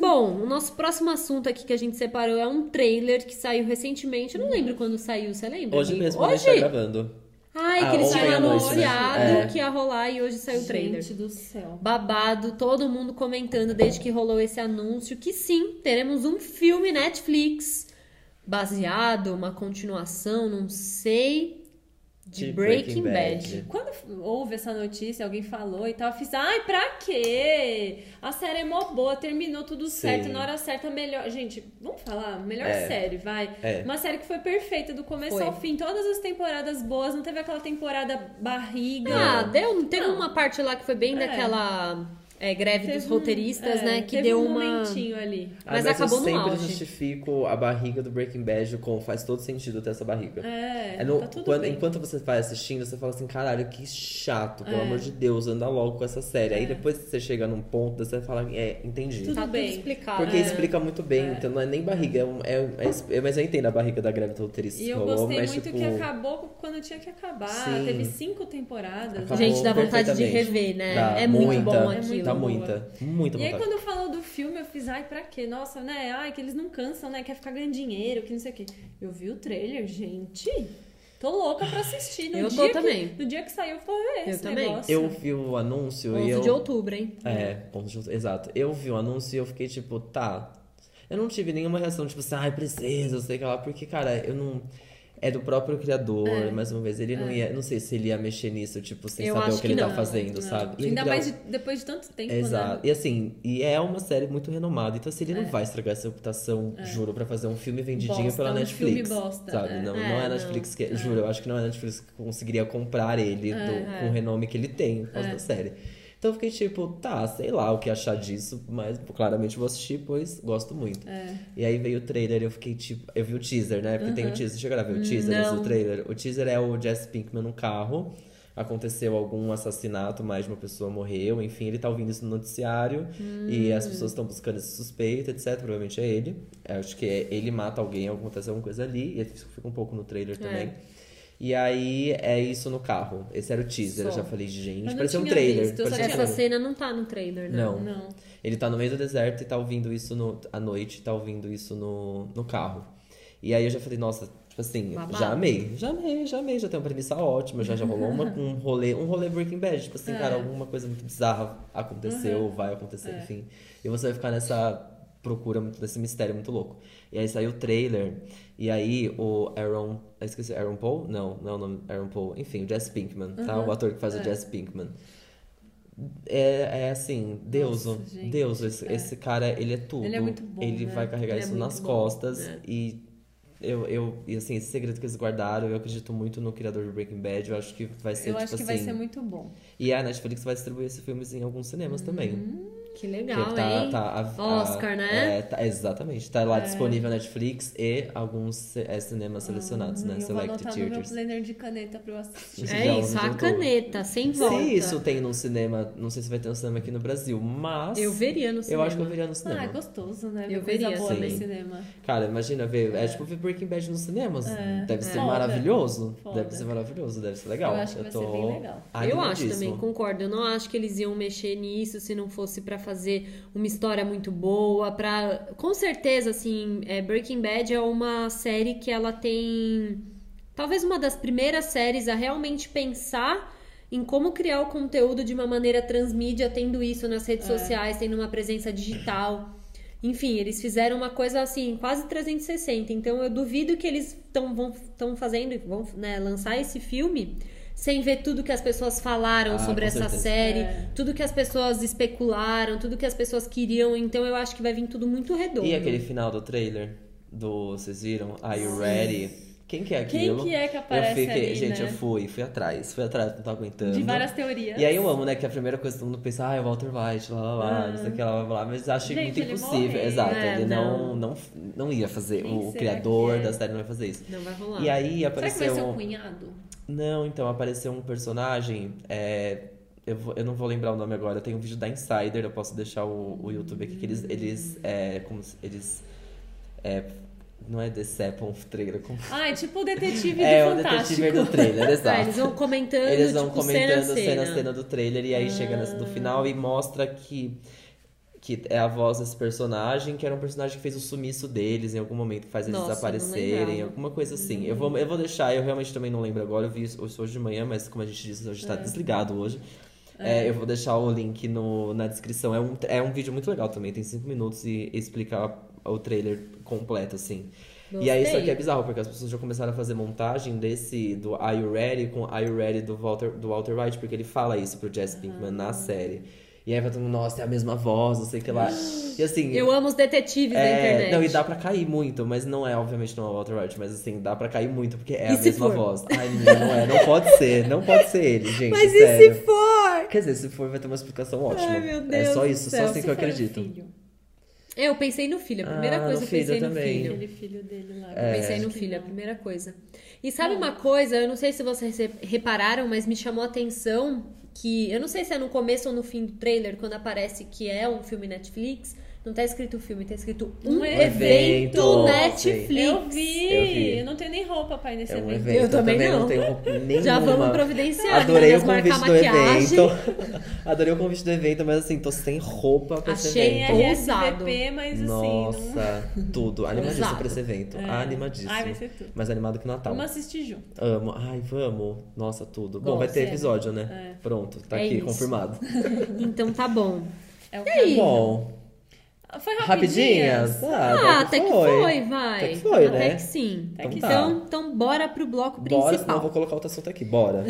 Speaker 2: Bom, o nosso próximo assunto aqui que a gente separou é um trailer que saiu recentemente. Eu não lembro quando saiu, você lembra?
Speaker 3: Hoje
Speaker 2: amigo?
Speaker 3: mesmo a gente tá
Speaker 2: Hoje?
Speaker 3: gravando.
Speaker 2: Ai,
Speaker 3: Ah,
Speaker 2: que eles
Speaker 1: ontem
Speaker 2: tinham
Speaker 1: à noite, né?
Speaker 2: anunciado
Speaker 3: É.
Speaker 2: que ia rolar e hoje saiu o trailer.
Speaker 1: Gente do céu.
Speaker 2: babado, todo mundo comentando desde que rolou esse anúncio que sim, teremos um filme Netflix baseado, uma continuação, não sei, de, Breaking, Bad.
Speaker 1: Quando houve essa notícia, alguém falou e tal, eu fiz, ai, pra quê? A série é mó boa, terminou tudo
Speaker 3: Sim.
Speaker 1: certo, na hora certa, melhor. Gente, vamos falar? Melhor
Speaker 3: É.
Speaker 1: série, vai.
Speaker 3: É.
Speaker 1: Uma série que foi perfeita do começo
Speaker 2: Foi.
Speaker 1: ao fim, todas as temporadas boas, não teve aquela temporada barriga.
Speaker 2: Ah, deu, não teve
Speaker 1: Não.
Speaker 2: uma parte lá que foi bem
Speaker 1: É.
Speaker 2: daquela é, greve dos
Speaker 1: Teve um-
Speaker 2: roteiristas,
Speaker 1: é,
Speaker 2: né, que
Speaker 1: teve
Speaker 2: deu
Speaker 1: um
Speaker 2: uma
Speaker 1: momentinho ali.
Speaker 3: Ah,
Speaker 2: Mas acabou
Speaker 3: eu
Speaker 2: no
Speaker 3: sempre
Speaker 2: auge.
Speaker 3: justifico a barriga do Breaking Bad com faz todo sentido ter essa barriga.
Speaker 1: É,
Speaker 3: É no-
Speaker 1: tá tudo
Speaker 3: quando-
Speaker 1: bem.
Speaker 3: enquanto você vai assistindo, você fala assim, caralho, que chato, pelo
Speaker 1: É.
Speaker 3: amor de Deus, anda logo com essa série. Aí
Speaker 1: É.
Speaker 3: depois que você chega num ponto, você fala, é, entendi.
Speaker 1: Tudo é.
Speaker 2: tá
Speaker 1: bem.
Speaker 2: tudo explicado.
Speaker 3: Porque
Speaker 2: né?
Speaker 3: explica muito bem, então não é nem barriga, é, um- é, é- é- mas eu entendo a barriga da greve do roteirista
Speaker 1: E
Speaker 3: que
Speaker 1: eu
Speaker 3: rolou,
Speaker 1: gostei
Speaker 3: mas
Speaker 1: muito
Speaker 3: tipo,
Speaker 1: que acabou quando tinha que acabar.
Speaker 3: Sim.
Speaker 1: Teve cinco temporadas.
Speaker 3: Acabou.
Speaker 2: Gente, dá vontade de
Speaker 3: perfeitamente.
Speaker 2: rever, né?
Speaker 3: dá
Speaker 2: é muito
Speaker 3: muita,
Speaker 2: bom
Speaker 1: é
Speaker 2: aquilo.
Speaker 3: Dá
Speaker 1: boa.
Speaker 3: muita, muita
Speaker 1: E aí,
Speaker 3: vontade.
Speaker 1: quando falou do filme, eu fiz, ai, pra quê? Nossa, né? Ai, que eles não cansam, né? Quer ficar ganhando dinheiro, que não sei o quê. Eu vi o trailer, gente. Tô louca pra assistir. No
Speaker 2: Eu tô
Speaker 1: dia que,
Speaker 2: também.
Speaker 1: No dia que saiu, eu vou ver
Speaker 2: Eu
Speaker 1: esse
Speaker 2: também.
Speaker 1: negócio.
Speaker 3: Eu vi o anúncio
Speaker 2: 11
Speaker 3: e eu...
Speaker 2: de outubro, hein?
Speaker 3: É, 11 de outubro, exato. Eu vi o anúncio e eu fiquei tipo, tá. Eu não tive nenhuma reação, tipo assim, ai, precisa, sei o que lá, porque, cara, eu não. É do próprio criador, mais uma vez. Ele não ia. Não sei se ele ia mexer nisso, tipo, sem
Speaker 2: Eu
Speaker 3: saber
Speaker 2: acho
Speaker 3: o que, ele
Speaker 2: que
Speaker 3: tá
Speaker 2: não,
Speaker 3: fazendo,
Speaker 1: Não.
Speaker 3: sabe? E
Speaker 1: Ainda
Speaker 3: ele
Speaker 1: mais
Speaker 3: dá-
Speaker 1: de- depois de tanto tempo,
Speaker 3: Exato.
Speaker 1: né?
Speaker 3: E assim, e é uma série muito renomada, então assim, ele não vai estragar essa reputação, juro, pra fazer um filme vendidinho
Speaker 1: É. Bosta,
Speaker 3: pela
Speaker 1: um
Speaker 3: Netflix.
Speaker 1: filme bosta,
Speaker 3: sabe?
Speaker 1: é.
Speaker 3: Não,
Speaker 2: É,
Speaker 3: não é a
Speaker 2: não.
Speaker 3: Netflix que. Juro, eu acho que não é a Netflix que conseguiria comprar ele do-
Speaker 1: É,
Speaker 3: com o renome que ele tem por causa da série. Então eu fiquei tipo, tá, sei lá o que achar disso, mas pô, claramente vou assistir, pois gosto muito.
Speaker 1: É.
Speaker 3: E aí veio o trailer e eu fiquei tipo. Eu vi o teaser, né? Porque tem o teaser. Chegaram a ver o teaser antes
Speaker 2: Não.
Speaker 3: do trailer? O teaser é o Jesse Pinkman no carro. Aconteceu algum assassinato, mais de uma pessoa morreu, enfim, ele tá ouvindo isso no noticiário e
Speaker 1: Hum.
Speaker 3: as pessoas estão buscando esse suspeito, etc. Provavelmente é ele. Eu acho que é, ele mata alguém, acontece alguma coisa ali, e isso fica um pouco no
Speaker 1: É.
Speaker 3: trailer também. E aí é isso no carro. Esse era o teaser. Eu
Speaker 2: Só.
Speaker 3: já falei, gente,
Speaker 1: Eu não
Speaker 3: parecia um
Speaker 1: tinha
Speaker 3: trailer.
Speaker 1: visto, eu só
Speaker 3: parecia um
Speaker 1: tinha
Speaker 2: Essa
Speaker 3: trailer.
Speaker 2: cena não tá no trailer, né?
Speaker 3: Não.
Speaker 1: Não.
Speaker 3: Ele tá no meio do deserto e tá ouvindo isso no, à noite, tá ouvindo isso no, no carro. E aí eu já falei, nossa, tipo assim,
Speaker 2: Babado.
Speaker 3: já amei, já amei, já amei, já tem uma premissa ótima, já, já rolou uma- um rolê, um rolê Breaking Bad, tipo assim, cara, alguma coisa muito bizarra aconteceu, vai acontecer, enfim. E você vai ficar nessa procura, muito- desse mistério muito louco. E aí saiu o trailer, e aí o Aaron, eu esqueci, Aaron Paul? Não, não é o nome, Aaron Paul, enfim, o Jess Pinkman, tá? O ator que faz o Jess Pinkman. É, é assim, deuso.
Speaker 1: Nossa, gente,
Speaker 3: Deuso. Esse, esse cara, ele é tudo.
Speaker 1: Ele é muito bom,
Speaker 3: Ele
Speaker 1: né?
Speaker 3: vai carregar
Speaker 2: Ele é
Speaker 3: isso
Speaker 2: muito
Speaker 3: nas
Speaker 2: bom,
Speaker 3: costas.
Speaker 2: né?
Speaker 3: E eu, eu, e assim, esse segredo que eles guardaram, eu acredito muito no criador de Breaking Bad. Eu acho que vai ser,
Speaker 1: Eu
Speaker 3: tipo
Speaker 1: acho que
Speaker 3: assim.
Speaker 1: vai ser muito bom. Hum,
Speaker 3: E a Netflix vai distribuir esse filme em alguns cinemas também.
Speaker 2: Que
Speaker 3: Que
Speaker 2: legal,
Speaker 3: ele tá,
Speaker 2: hein?
Speaker 3: tá a- a-
Speaker 2: Oscar, né?
Speaker 3: é, tá- exatamente. Tá
Speaker 1: É.
Speaker 3: lá disponível na Netflix e alguns é, cinemas selecionados,
Speaker 1: Hum,
Speaker 3: né?
Speaker 1: Eu vou
Speaker 3: Select
Speaker 1: anotar no meu
Speaker 3: Theaters.
Speaker 1: planner de caneta pra eu assistir.
Speaker 3: Esse
Speaker 2: É
Speaker 3: diálogo
Speaker 2: isso,
Speaker 3: de
Speaker 2: a
Speaker 3: autor.
Speaker 2: caneta, sem volta.
Speaker 3: Se isso tem num cinema, não sei se vai ter um cinema aqui no Brasil, mas
Speaker 2: Eu veria no
Speaker 3: eu
Speaker 2: cinema.
Speaker 3: acho que eu veria no
Speaker 1: Ah, é
Speaker 3: cinema.
Speaker 1: gostoso, né?
Speaker 2: Eu
Speaker 1: Ver coisa
Speaker 2: veria,
Speaker 1: boa no
Speaker 3: sim.
Speaker 1: cinema.
Speaker 3: Cara, imagina ver, é tipo ver Breaking Bad nos cinemas. Deve ser
Speaker 1: Foda.
Speaker 3: maravilhoso.
Speaker 1: É, Foda.
Speaker 3: Deve ser maravilhoso, deve ser legal.
Speaker 1: Eu acho que vai ser
Speaker 3: tô
Speaker 1: bem legal.
Speaker 3: Ah,
Speaker 2: Eu acho também,
Speaker 3: animadíssimo.
Speaker 2: concordo. Eu não acho que eles iam mexer nisso se não fosse pra fazer uma história muito boa, para com certeza assim, é, Breaking Bad é uma série que ela tem talvez uma das primeiras séries a realmente pensar em como criar o conteúdo de uma maneira transmídia, tendo isso nas redes sociais, tendo uma presença digital. Enfim, eles fizeram uma coisa assim, quase 360. Então eu duvido que eles tão, vão estão fazendo e vão né, lançar esse filme sem ver tudo que as pessoas falaram
Speaker 3: Ah,
Speaker 2: sobre
Speaker 3: com
Speaker 2: essa
Speaker 3: certeza.
Speaker 2: série,
Speaker 1: É.
Speaker 2: tudo que as pessoas especularam, tudo que as pessoas queriam. Então eu acho que vai vir tudo muito redondo.
Speaker 3: E aquele final do trailer do. Vocês viram? Are you ready? Quem que é aquilo?
Speaker 1: Quem que é que aparece
Speaker 3: Eu fiquei,
Speaker 1: ali,
Speaker 3: gente,
Speaker 1: né?
Speaker 3: eu fui, fui atrás, fui atrás, não tô aguentando.
Speaker 1: De várias teorias.
Speaker 3: E aí eu amo, né? Que a primeira coisa que todo mundo pensa, ah, é o Walter White, lá, lá, lá, não sei o que, lá, lá, lá. Mas acho
Speaker 1: Gente,
Speaker 3: muito
Speaker 1: ele
Speaker 3: impossível.
Speaker 1: morreu.
Speaker 3: Exato,
Speaker 2: É,
Speaker 3: ele não, não, não ia fazer.
Speaker 1: Quem
Speaker 3: o
Speaker 1: será
Speaker 3: criador
Speaker 1: que é?
Speaker 3: da série não ia fazer isso.
Speaker 2: Não vai rolar.
Speaker 3: E aí
Speaker 1: Será que vai
Speaker 3: apareceu.
Speaker 1: ser um o cunhado?
Speaker 3: Não, então, apareceu um personagem. é, Eu, vou- eu não vou lembrar o nome agora. Tem um vídeo da Insider, eu posso deixar o, o YouTube aqui, que eles. Eles. É, como se- eles é, não é decepam o trailer. Como...
Speaker 1: Ah, é tipo o detetive
Speaker 3: É,
Speaker 1: do
Speaker 3: o
Speaker 1: Fantástico.
Speaker 3: detetive do trailer, exato.
Speaker 2: Ah, eles vão comentando,
Speaker 3: Eles vão
Speaker 2: tipo, cena
Speaker 3: comentando
Speaker 2: a
Speaker 3: cena
Speaker 2: cena. Ah.
Speaker 3: a cena do trailer e aí chega nessa do final e mostra que que é a voz desse personagem, que era um personagem que fez o sumiço deles em algum momento, faz eles
Speaker 2: Nossa, não
Speaker 3: desaparecerem,
Speaker 2: lembrava. Uhum.
Speaker 3: alguma coisa assim. Eu vou eu vou deixar, eu realmente também não lembro agora, eu vi isso hoje de manhã, mas como a gente disse, a gente tá desligado hoje. É, eu vou deixar o link no, na descrição. É um, é um vídeo muito legal também, tem cinco minutos e explica o trailer completo, assim. E aí, isso
Speaker 2: Gostei.
Speaker 3: aqui é bizarro, porque as pessoas já começaram a fazer montagem desse do Are You Ready com Are You Ready do Walter, do Walter White, porque ele fala isso pro Jess Pinkman
Speaker 2: Ah.
Speaker 3: na série. E aí vai todo mundo, nossa, é a mesma voz, não sei o que lá. E assim.
Speaker 2: Eu amo os detetives da
Speaker 3: é,
Speaker 2: internet.
Speaker 3: não, e dá pra cair muito, mas não é, obviamente, não é o Walter White, mas assim, dá pra cair muito, porque é
Speaker 2: E
Speaker 3: a
Speaker 2: se
Speaker 3: mesma
Speaker 2: for?
Speaker 3: voz. Ai, não não é, não pode ser, não pode ser ele, gente.
Speaker 2: Mas e
Speaker 3: sério.
Speaker 2: se for?
Speaker 3: Quer dizer, se for, vai ter uma explicação ótima.
Speaker 2: Ai, meu
Speaker 3: é
Speaker 2: Deus
Speaker 3: só
Speaker 2: do
Speaker 3: isso,
Speaker 2: céu,
Speaker 3: só assim
Speaker 1: Se
Speaker 3: que eu
Speaker 1: for o
Speaker 3: acredito.
Speaker 1: filho.
Speaker 2: É, Eu pensei no filho, a primeira
Speaker 3: Ah,
Speaker 2: coisa
Speaker 3: no
Speaker 2: eu pensei
Speaker 3: filho
Speaker 2: no
Speaker 3: também.
Speaker 2: filho.
Speaker 1: Aquele filho dele lá.
Speaker 2: Eu Pensei no filho, é a primeira coisa. E sabe uma coisa? Eu não sei se vocês re- repararam, mas me chamou a atenção que. Eu não sei se é no começo ou no fim do trailer, quando aparece que é um filme Netflix. Não tá escrito filme, tá escrito um,
Speaker 1: Um
Speaker 2: evento,
Speaker 3: evento,
Speaker 2: Netflix.
Speaker 1: Eu vi.
Speaker 3: Eu vi.
Speaker 1: Eu não tenho nem roupa pra ir nesse
Speaker 3: É um
Speaker 1: evento.
Speaker 3: evento.
Speaker 2: Eu também
Speaker 3: não.
Speaker 2: não.
Speaker 3: tenho roupa nenhuma.
Speaker 2: Já vamos providenciar.
Speaker 3: Adorei o
Speaker 2: meninas,
Speaker 3: convite
Speaker 2: marcar
Speaker 3: do
Speaker 2: maquiagem.
Speaker 3: evento. Adorei o convite do evento, mas assim, tô sem roupa pra esse
Speaker 2: Achei,
Speaker 1: Tem
Speaker 3: evento.
Speaker 1: RSVP, mas assim. não-
Speaker 3: Nossa,
Speaker 2: né?
Speaker 3: tudo. Animadíssimo
Speaker 2: Ousado.
Speaker 3: pra esse evento.
Speaker 1: É.
Speaker 3: Animadíssimo. Tá
Speaker 1: Ai, vai ser tudo.
Speaker 3: Mais animado que Natal.
Speaker 1: Vamos assistir junto.
Speaker 3: Amo. Ai, vamos. Nossa, tudo. Bom,
Speaker 2: Gosto.
Speaker 3: vai ter episódio, né? Pronto, tá
Speaker 2: É
Speaker 3: aqui,
Speaker 2: isso.
Speaker 3: confirmado. Tá
Speaker 2: Então tá bom.
Speaker 1: É o
Speaker 3: Bom,
Speaker 1: caminho. Foi rapidinhas.
Speaker 3: rapidinhas?
Speaker 2: Ah, até que foi, vai.
Speaker 3: Até que foi,
Speaker 2: Até
Speaker 3: né?
Speaker 2: que sim.
Speaker 3: Até que
Speaker 2: então, então bora pro bloco
Speaker 3: Bora, senão
Speaker 2: principal.
Speaker 3: eu vou colocar outro assunto aqui. Bora.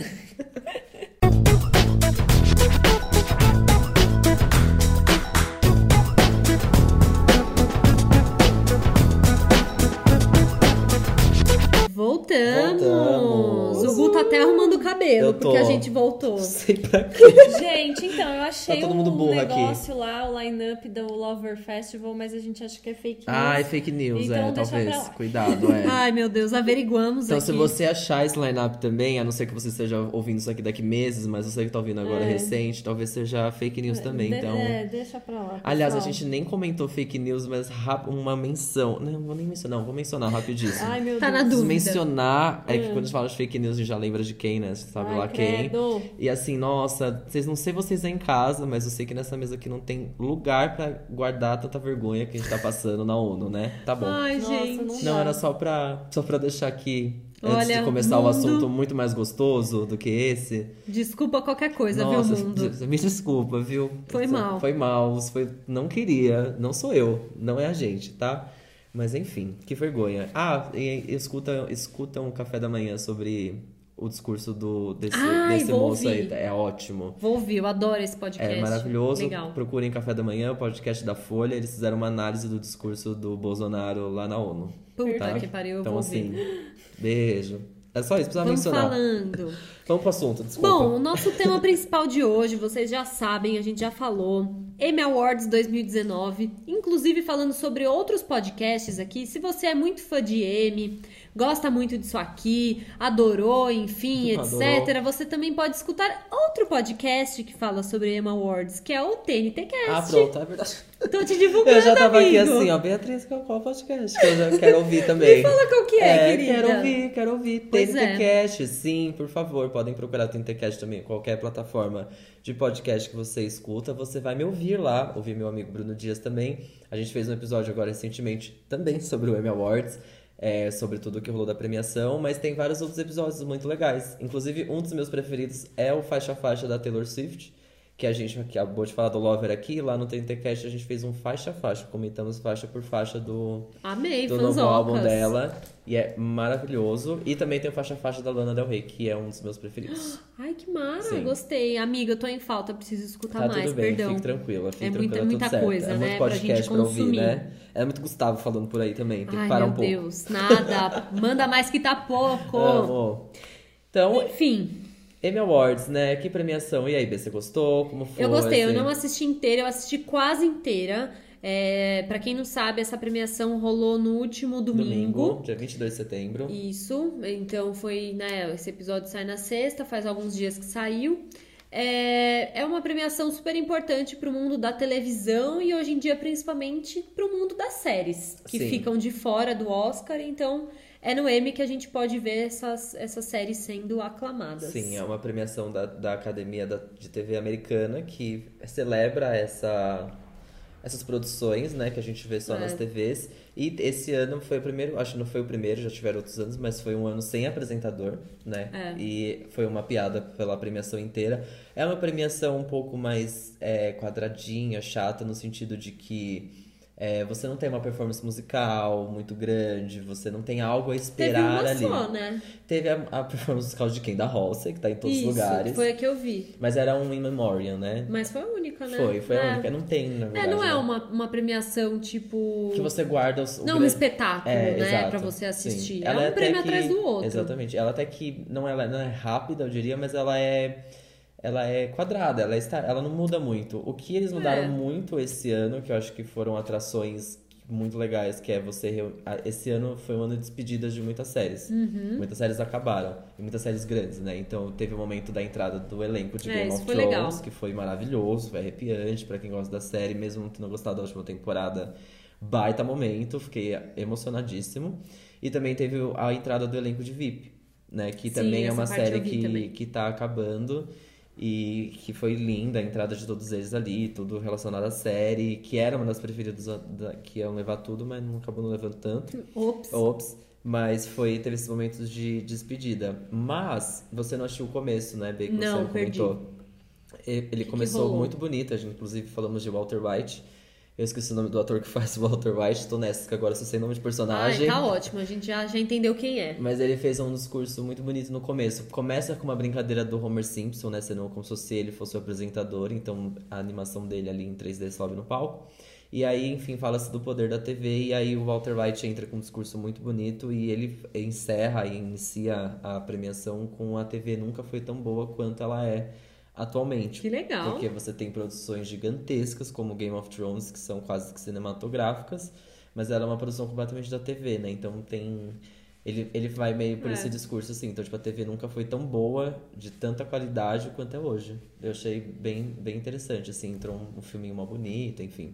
Speaker 2: Voltamos.
Speaker 3: Voltamos.
Speaker 2: O Gu tá até arrumando o cabelo,
Speaker 3: Eu tô.
Speaker 2: porque a gente voltou.
Speaker 3: Não sei pra quê.
Speaker 1: Gente, então, eu achei
Speaker 3: Tá todo mundo
Speaker 1: um
Speaker 3: burro aqui.
Speaker 1: negócio lá, o line-up do Lover Festival, mas a gente acha que é fake
Speaker 2: Então
Speaker 1: news.
Speaker 3: Ai, fake news,
Speaker 1: Então
Speaker 3: é,
Speaker 1: deixa pra
Speaker 3: talvez.
Speaker 1: lá.
Speaker 3: Cuidado, é.
Speaker 2: Ai, meu Deus, averiguamos
Speaker 3: Então,
Speaker 2: aqui.
Speaker 3: se você achar esse line-up também, a não ser que você esteja ouvindo isso aqui daqui meses, mas você que tá ouvindo agora recente, talvez seja fake news também.
Speaker 1: De-
Speaker 3: Então.
Speaker 1: É, deixa pra lá.
Speaker 3: Aliás, a
Speaker 1: pessoal.
Speaker 3: gente nem comentou fake news, mas rap- uma menção. Não, vou nem mencionar, vou mencionar rapidíssimo.
Speaker 1: Ai, meu
Speaker 2: Tá na
Speaker 1: Deus.
Speaker 3: Preciso
Speaker 2: dúvida.
Speaker 3: mencionar é que quando a gente fala de fake news, a gente já lembra de quem, né? A gente sabe
Speaker 1: Ai,
Speaker 3: lá quem.
Speaker 1: credo.
Speaker 3: E assim, nossa, vocês não sei vocês aí em casa, mas eu sei que nessa mesa aqui não tem lugar pra guardar tanta vergonha que a gente tá passando na ONU, né? Tá bom.
Speaker 2: Ai,
Speaker 1: Nossa,
Speaker 2: gente.
Speaker 1: não
Speaker 3: Não, era só pra, só pra deixar aqui, antes
Speaker 2: Olha,
Speaker 3: de começar o
Speaker 2: mundo-
Speaker 3: assunto muito mais gostoso do que esse.
Speaker 2: Desculpa qualquer coisa,
Speaker 3: Nossa,
Speaker 2: viu, mundo?
Speaker 3: d- me desculpa, viu?
Speaker 2: Foi
Speaker 3: Isso-
Speaker 2: mal.
Speaker 3: Foi mal, isso foi, não queria, não sou eu, não é a gente, tá? Mas enfim, que vergonha. Ah, e, e escuta, escuta um café da manhã sobre o discurso do, desse,
Speaker 2: Ai,
Speaker 3: desse
Speaker 2: vou
Speaker 3: moço aí,
Speaker 2: ouvir.
Speaker 3: é ótimo.
Speaker 2: Vou ouvir, eu adoro esse podcast.
Speaker 3: É maravilhoso.
Speaker 2: Legal.
Speaker 3: Procurem Café da Manhã, o podcast da Folha. Eles fizeram uma análise do discurso do Bolsonaro lá na ONU.
Speaker 2: Puta
Speaker 3: tá?
Speaker 2: que pariu, eu
Speaker 3: Então,
Speaker 2: vou
Speaker 3: assim,
Speaker 2: ouvir.
Speaker 3: beijo. É só isso, precisava
Speaker 2: Vamos
Speaker 3: mencionar.
Speaker 2: falando.
Speaker 3: Vamos pro assunto, desculpa.
Speaker 2: Bom, um o nosso tema principal de hoje, vocês já sabem, a gente já falou, Emmy Awards 2019, inclusive falando sobre outros podcasts aqui. Se você é muito fã de Emmy, gosta muito disso aqui, adorou, enfim,
Speaker 3: Adorou.
Speaker 2: etc., você também pode escutar outro podcast que fala sobre Emmy Awards, que é o
Speaker 3: ah,
Speaker 2: TNTcast.
Speaker 3: pronto, é verdade.
Speaker 2: Tô te divulgando,
Speaker 3: Eu já tava aqui
Speaker 2: amigo.
Speaker 3: assim, ó, Beatriz, qual qual podcast que eu já quero ouvir também.
Speaker 2: Me fala qual que é, querida.
Speaker 3: Quero ouvir, quero ouvir.
Speaker 2: Pois é.
Speaker 3: TNTcast, sim, por favor, podem procurar TNTcast também, qualquer plataforma de podcast que você escuta, você vai me ouvir lá, ouvir meu amigo Bruno Dias também. A gente fez um episódio agora recentemente também sobre o Emmy Awards. é, sobre tudo o que rolou da premiação, mas tem vários outros episódios muito legais. Inclusive, um dos meus preferidos é o Faixa a Faixa da Taylor Swift, que a gente acabou de falar do Lover aqui. Lá no TNTcast a gente fez um Faixa a Faixa, comentamos faixa por faixa do,
Speaker 2: Amei,
Speaker 3: do
Speaker 2: fãs
Speaker 3: novo álbum dela. E é maravilhoso. E também tem o Faixa a Faixa da Lana Del Rey, que é um dos meus preferidos.
Speaker 2: Ai, que mara,
Speaker 3: Sim.
Speaker 2: gostei. Amiga, eu tô em falta, preciso escutar
Speaker 3: Tá,
Speaker 2: mais,
Speaker 3: tudo bem,
Speaker 2: perdão.
Speaker 3: fique tranquila, fique
Speaker 2: É
Speaker 3: tranquila,
Speaker 2: muita-
Speaker 3: tudo
Speaker 2: muita
Speaker 3: certo.
Speaker 2: coisa,
Speaker 3: é muito
Speaker 2: né, pra gente
Speaker 3: podcast pra ouvir,
Speaker 2: consumir.
Speaker 3: né? É muito Gustavo falando por aí também, tem
Speaker 2: Ai,
Speaker 3: que parar
Speaker 2: meu
Speaker 3: um pouco.
Speaker 2: Deus, nada. Manda mais que tá pouco.
Speaker 3: Amo. Então,
Speaker 2: Enfim,
Speaker 3: Emmy Awards, né? Que premiação. E aí, Bê, você gostou? Como foi?
Speaker 2: eu gostei. Eu
Speaker 3: Você-
Speaker 2: não assisti inteira, eu assisti quase inteira. É, para quem não sabe, essa premiação rolou no último domingo.
Speaker 3: Domingo, dia 22 de setembro.
Speaker 2: Isso, então foi, né? Esse episódio sai na sexta, faz alguns dias que saiu. É, é uma premiação super importante pro mundo da televisão e hoje em dia, principalmente, pro mundo das séries, que
Speaker 3: Sim.
Speaker 2: ficam de fora do Oscar. Então, é no Emmy que a gente pode ver essas, essas séries sendo aclamadas.
Speaker 3: Sim, é uma premiação da, da Academia da- de TV americana que celebra essa, essas produções, né? Que a gente vê só
Speaker 2: É.
Speaker 3: nas TVs. E esse ano foi o primeiro, acho que não foi o primeiro, já tiveram outros anos, mas foi um ano sem apresentador, né?
Speaker 2: É.
Speaker 3: E foi uma piada pela premiação inteira. É uma premiação um pouco mais é, quadradinha, chata, no sentido de que. é, você não tem uma performance musical muito grande, você não tem algo a
Speaker 2: Teve
Speaker 3: esperar
Speaker 2: uma
Speaker 3: ali.
Speaker 2: só, né?
Speaker 3: Teve a, a performance musical de quem? Da Halsey, que tá em todos os
Speaker 2: Isso,
Speaker 3: lugares.
Speaker 2: foi a que eu vi.
Speaker 3: Mas era um in memoriam, né?
Speaker 2: Mas foi a única, né?
Speaker 3: Foi, foi
Speaker 2: é.
Speaker 3: a única. Não tem, na
Speaker 2: É,
Speaker 3: verdade.
Speaker 2: não é
Speaker 3: né?
Speaker 2: uma, uma premiação tipo.
Speaker 3: Que você guarda os. o
Speaker 2: Não, um
Speaker 3: grande-
Speaker 2: espetáculo,
Speaker 3: É,
Speaker 2: né?
Speaker 3: exato.
Speaker 2: Pra você assistir.
Speaker 3: Sim.
Speaker 2: É
Speaker 3: Ela
Speaker 2: um
Speaker 3: até
Speaker 2: prêmio
Speaker 3: que-
Speaker 2: atrás do outro.
Speaker 3: Exatamente. Ela até que não, ela não é rápida, eu diria, mas ela é ela é quadrada, ela está, ela não muda muito. O que eles mudaram
Speaker 2: É.
Speaker 3: muito esse ano, que eu acho que foram atrações muito legais, que é você reu- a- esse ano foi um ano de despedidas de muitas séries.
Speaker 2: Uhum.
Speaker 3: Muitas séries acabaram, e muitas séries grandes, né? Então teve o momento da entrada do elenco de
Speaker 2: É,
Speaker 3: Game
Speaker 2: isso
Speaker 3: of
Speaker 2: foi
Speaker 3: Thrones,
Speaker 2: legal.
Speaker 3: que foi maravilhoso, foi arrepiante pra quem gosta da série, mesmo não tendo gostado da última temporada. Baita momento, fiquei emocionadíssimo. E também teve a entrada do elenco de VIP, né? Que
Speaker 2: Sim,
Speaker 3: também é
Speaker 2: essa
Speaker 3: uma
Speaker 2: parte eu
Speaker 3: série
Speaker 2: vi
Speaker 3: que,
Speaker 2: também.
Speaker 3: que tá acabando e que foi linda a entrada de todos eles ali, tudo relacionado à série, que era uma das preferidas da- que iam levar tudo, mas não acabou não levando tanto.
Speaker 2: Ops.
Speaker 3: Ops. Mas foi, teve esses momentos de despedida. Mas você não achou o começo, né, Bê, que
Speaker 2: Não,
Speaker 3: você me
Speaker 2: perdi.
Speaker 3: comentou. E- Ele
Speaker 2: que
Speaker 3: começou
Speaker 2: rolou?
Speaker 3: muito bonito, a gente inclusive falamos de Walter White. Eu esqueci o nome do ator que faz o Walter White, tô nessa, que agora eu só sei nome de
Speaker 2: Ai,
Speaker 3: personagem.
Speaker 2: tá ótimo, a gente já, já entendeu quem é.
Speaker 3: Mas ele fez um discurso muito bonito no começo. Começa com uma brincadeira do Homer Simpson, né? Sendo como se fosse ele fosse o apresentador, então a animação dele ali em 3D sobe no palco. E aí, enfim, fala-se do poder da TV, e aí o Walter White entra com um discurso muito bonito e ele encerra e inicia a premiação com a TV nunca foi tão boa quanto ela é atualmente.
Speaker 2: Que legal.
Speaker 3: Porque você tem produções gigantescas, como Game of Thrones, que são quase que cinematográficas, mas ela é uma produção completamente da TV, né? Então tem. Ele, ele vai meio por
Speaker 2: É.
Speaker 3: esse discurso assim. Então, tipo, a TV nunca foi tão boa, de tanta qualidade quanto é hoje. Eu achei bem, bem interessante, assim. Entrou um, um filminho mó bonito, enfim.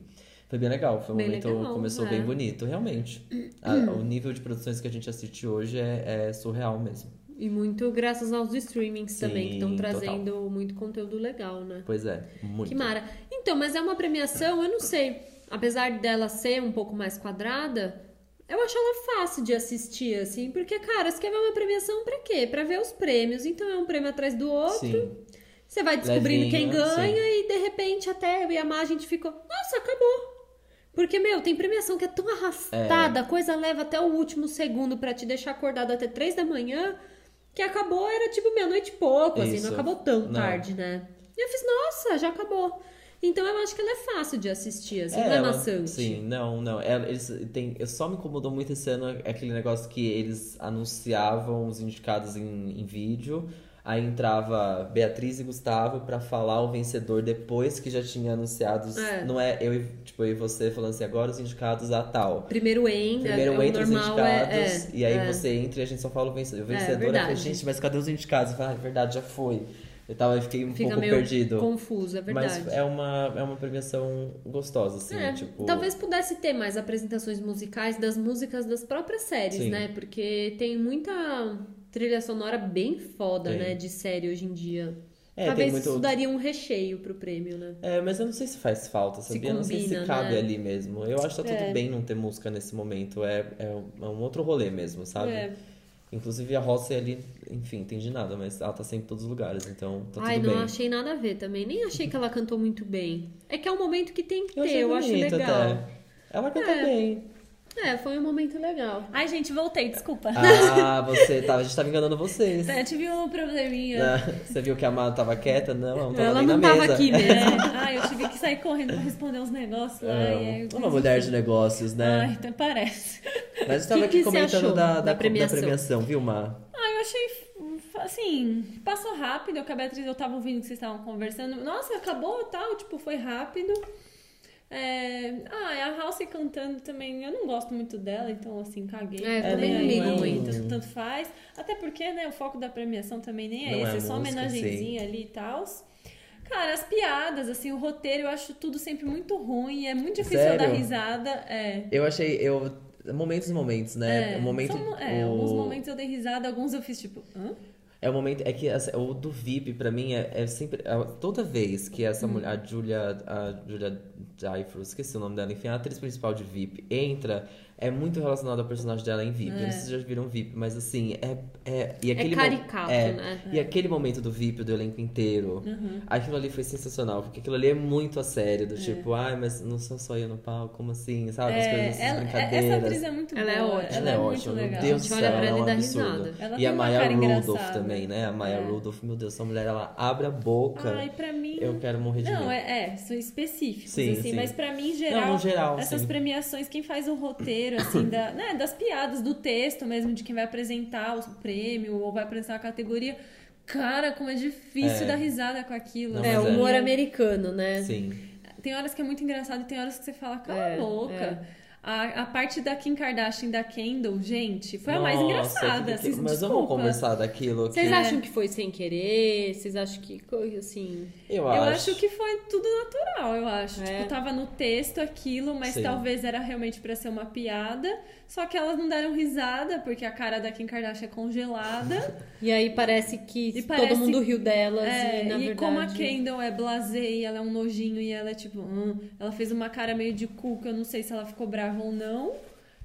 Speaker 3: Foi bem legal. Foi um
Speaker 2: Bem
Speaker 3: momento.
Speaker 2: legal,
Speaker 3: começou
Speaker 2: é.
Speaker 3: bem bonito, realmente. A- o nível de produções que a gente assiste hoje é, é surreal mesmo.
Speaker 2: E muito graças aos streamings
Speaker 3: Sim,
Speaker 2: também, que estão
Speaker 3: total.
Speaker 2: trazendo muito conteúdo legal, né?
Speaker 3: Pois é, muito.
Speaker 2: Que mara. Então, mas é uma premiação, eu não sei. Apesar dela ser um pouco mais quadrada, eu acho ela fácil de assistir, assim. Porque, cara, você quer ver uma premiação pra quê? Pra ver os prêmios. Então é um prêmio atrás do outro.
Speaker 3: Sim.
Speaker 2: Você vai descobrindo
Speaker 3: Levinho,
Speaker 2: quem ganha e de repente até eu e a Má a gente ficou, nossa, acabou. Porque, meu, tem premiação que é tão arrastada, a coisa leva até o último segundo pra te deixar acordado até três da manhã, que acabou, era tipo meia-noite e pouco, assim,
Speaker 3: Isso.
Speaker 2: não acabou tão
Speaker 3: Não.
Speaker 2: tarde, né? E eu fiz, nossa, já acabou. Então eu acho que ela é fácil de assistir, assim,
Speaker 3: É,
Speaker 2: não é
Speaker 3: ela-
Speaker 2: maçante.
Speaker 3: Sim, não, não. Ela, eles tem, só me incomodou muito esse ano aquele negócio que eles anunciavam os indicados em, em vídeo. Aí entrava Beatriz e Gustavo pra falar o vencedor depois que já tinha anunciado. os-
Speaker 2: É.
Speaker 3: Não é eu e, tipo, eu e você falando assim, agora os indicados a tal.
Speaker 2: Primeiro entra,
Speaker 3: Primeiro
Speaker 2: é,
Speaker 3: entra
Speaker 2: o
Speaker 3: os
Speaker 2: normal
Speaker 3: indicados,
Speaker 2: é, é,
Speaker 3: e aí
Speaker 2: é.
Speaker 3: você entra e a gente só fala o vencedor. O vencedor eu falei,
Speaker 2: verdade.
Speaker 3: gente, mas cadê os indicados? Eu falei, ah, é verdade, já foi. Eu tava, eu fiquei um
Speaker 2: Fica
Speaker 3: pouco
Speaker 2: meio
Speaker 3: perdido.
Speaker 2: confuso, é verdade.
Speaker 3: Mas é uma, é uma premiação gostosa, assim,
Speaker 2: É,
Speaker 3: tipo...
Speaker 2: Talvez pudesse ter mais apresentações musicais das músicas das próprias séries,
Speaker 3: Sim.
Speaker 2: né? Porque tem muita trilha sonora bem foda,
Speaker 3: Tem.
Speaker 2: né? De série hoje em dia.
Speaker 3: É,
Speaker 2: Talvez
Speaker 3: tem muito...
Speaker 2: isso daria um recheio pro prêmio, né?
Speaker 3: É, mas eu não sei se faz falta, sabia? Eu não sei se
Speaker 2: combina,
Speaker 3: cabe
Speaker 2: né?
Speaker 3: ali mesmo. Eu acho que tá tudo
Speaker 2: É.
Speaker 3: bem não ter música nesse momento. É, é um é um outro rolê mesmo, sabe?
Speaker 1: É.
Speaker 3: Inclusive a Rossi é ali, enfim, não entendi nada, mas ela tá sempre em todos os lugares, então tá
Speaker 2: Ai,
Speaker 3: tudo
Speaker 2: não
Speaker 3: bem.
Speaker 2: achei nada a ver também. Nem achei que ela cantou muito bem. É que é um momento que tem que
Speaker 3: Eu
Speaker 2: ter,
Speaker 3: achei
Speaker 2: eu acho
Speaker 3: bonito
Speaker 2: legal.
Speaker 3: até. Ela canta
Speaker 2: É.
Speaker 3: bem.
Speaker 2: É, foi um momento legal.
Speaker 1: Ai, gente, voltei, desculpa.
Speaker 3: Ah, você tava, a gente tava enganando vocês.
Speaker 1: Eu tive um probleminha.
Speaker 3: Ah, Você viu que a Mara tava quieta? Não, ela não tava
Speaker 2: Ela
Speaker 3: nem
Speaker 2: não
Speaker 3: na
Speaker 2: tava
Speaker 3: mesa.
Speaker 2: aqui
Speaker 1: É,
Speaker 2: mesmo.
Speaker 1: ai, eu tive que sair correndo pra responder uns negócios lá. e aí,
Speaker 3: É, uma mulher de negócios, né?
Speaker 1: Ai, até então parece.
Speaker 3: Mas eu tava
Speaker 2: Que
Speaker 3: aqui
Speaker 2: que você
Speaker 3: comentando
Speaker 2: achou
Speaker 3: da, da,
Speaker 2: da
Speaker 3: da
Speaker 2: premiação?
Speaker 3: premiação, viu, Mar?
Speaker 1: Ah, eu achei, assim, passou rápido. Eu, com a Beatriz, eu tava ouvindo que vocês estavam conversando. Nossa, acabou tal, tipo, foi rápido. É... Ah, e a Halsey cantando também. Eu não gosto muito dela, então, assim, caguei.
Speaker 2: É, eu
Speaker 1: Tô
Speaker 2: também
Speaker 1: nem
Speaker 2: não
Speaker 1: aí,
Speaker 2: ligo
Speaker 1: né?
Speaker 2: muito.
Speaker 1: Tanto, tanto faz. Até porque, né, o foco da premiação também nem é
Speaker 3: Não é
Speaker 1: esse.
Speaker 3: a
Speaker 1: É só uma
Speaker 3: música,
Speaker 1: homenagenzinha ali e tal. Cara, as piadas, assim, o roteiro, eu acho tudo sempre muito ruim. É muito difícil eu dar
Speaker 3: Sério?
Speaker 1: risada. É.
Speaker 3: Eu achei, eu. Momentos e momentos, né?
Speaker 1: É,
Speaker 3: o momento,
Speaker 1: são- é,
Speaker 3: o-
Speaker 1: alguns momentos eu dei risada, alguns eu fiz tipo, hã?
Speaker 3: É o momento. É que assim, o do VIP, pra mim, é, é sempre. é- toda vez que essa mulher, a Julia. A Julia Jaifro, esqueci o nome dela, enfim, a atriz principal de VIP entra, é muito relacionado ao personagem dela em VIP. Eu não sei se vocês já viram VIP, mas assim, é. é e aquele
Speaker 2: é
Speaker 3: mo-
Speaker 2: caricato,
Speaker 3: é,
Speaker 2: né?
Speaker 3: E aquele momento do VIP, do elenco inteiro,
Speaker 2: Uhum.
Speaker 3: aquilo ali foi sensacional, porque aquilo ali é muito a sério, do tipo, ai, mas não sou só eu no palco, como assim, sabe? As coisas,
Speaker 1: É,
Speaker 3: essas
Speaker 1: ela- é- essa
Speaker 3: brincadeiras.
Speaker 1: atriz é muito
Speaker 2: Ela é
Speaker 1: boa.
Speaker 2: ótima.
Speaker 3: Ela é
Speaker 1: muito
Speaker 3: ótima, meu
Speaker 1: legal.
Speaker 3: Deus
Speaker 2: A
Speaker 3: do
Speaker 2: gente
Speaker 3: céu,
Speaker 2: olha pra
Speaker 3: ela é
Speaker 2: ela e
Speaker 3: um
Speaker 2: dá
Speaker 3: absurdo.
Speaker 2: risada.
Speaker 1: Ela
Speaker 3: E
Speaker 1: tem
Speaker 3: a
Speaker 1: uma
Speaker 3: Maya
Speaker 1: cara
Speaker 3: Rudolph
Speaker 1: engraçada.
Speaker 3: também, né? A Maya
Speaker 1: É.
Speaker 3: Rudolph, meu Deus, essa mulher, ela abre a boca.
Speaker 1: Ai, pra mim.
Speaker 3: Eu quero morrer de
Speaker 1: Não,
Speaker 3: medo.
Speaker 1: é, é, são específicos,
Speaker 3: Sim,
Speaker 1: assim,
Speaker 3: sim.
Speaker 1: mas pra mim, em geral,
Speaker 3: no geral,
Speaker 1: essas
Speaker 3: sim.
Speaker 1: premiações, quem faz o roteiro, assim, da, né, das piadas, do texto mesmo, de quem vai apresentar o prêmio ou vai apresentar a categoria, cara, como é difícil
Speaker 3: É.
Speaker 1: dar risada com aquilo.
Speaker 3: Não,
Speaker 1: né?
Speaker 2: É,
Speaker 3: mas é.
Speaker 2: humor americano, né?
Speaker 3: Sim.
Speaker 1: Tem horas que é muito engraçado e tem horas que você fala, cala
Speaker 2: É,
Speaker 1: a boca.
Speaker 2: é.
Speaker 1: A, a parte da Kim Kardashian e da Kendall, gente, foi a mais
Speaker 3: Nossa,
Speaker 1: engraçada.
Speaker 3: que- que-
Speaker 1: assim,
Speaker 3: Mas
Speaker 1: desculpa.
Speaker 3: vamos conversar daquilo que
Speaker 2: Vocês
Speaker 1: É.
Speaker 2: acham que foi sem querer? Vocês acham que, co- assim...
Speaker 3: eu
Speaker 1: Eu
Speaker 3: acho.
Speaker 1: acho que foi tudo natural, eu acho.
Speaker 2: É.
Speaker 1: Tipo, tava no texto aquilo, mas
Speaker 3: Sim.
Speaker 1: talvez era realmente pra ser uma piada. Só que elas não deram risada, porque a cara da Kim Kardashian é congelada.
Speaker 2: E aí parece que
Speaker 1: E
Speaker 2: todo
Speaker 1: parece-
Speaker 2: mundo riu delas
Speaker 1: É,
Speaker 2: e, na
Speaker 1: e
Speaker 2: verdade...
Speaker 1: como a Kendall é blasé e ela é um nojinho e ela é tipo. hum, ela fez uma cara meio de cu que eu não sei se ela ficou brava ou não.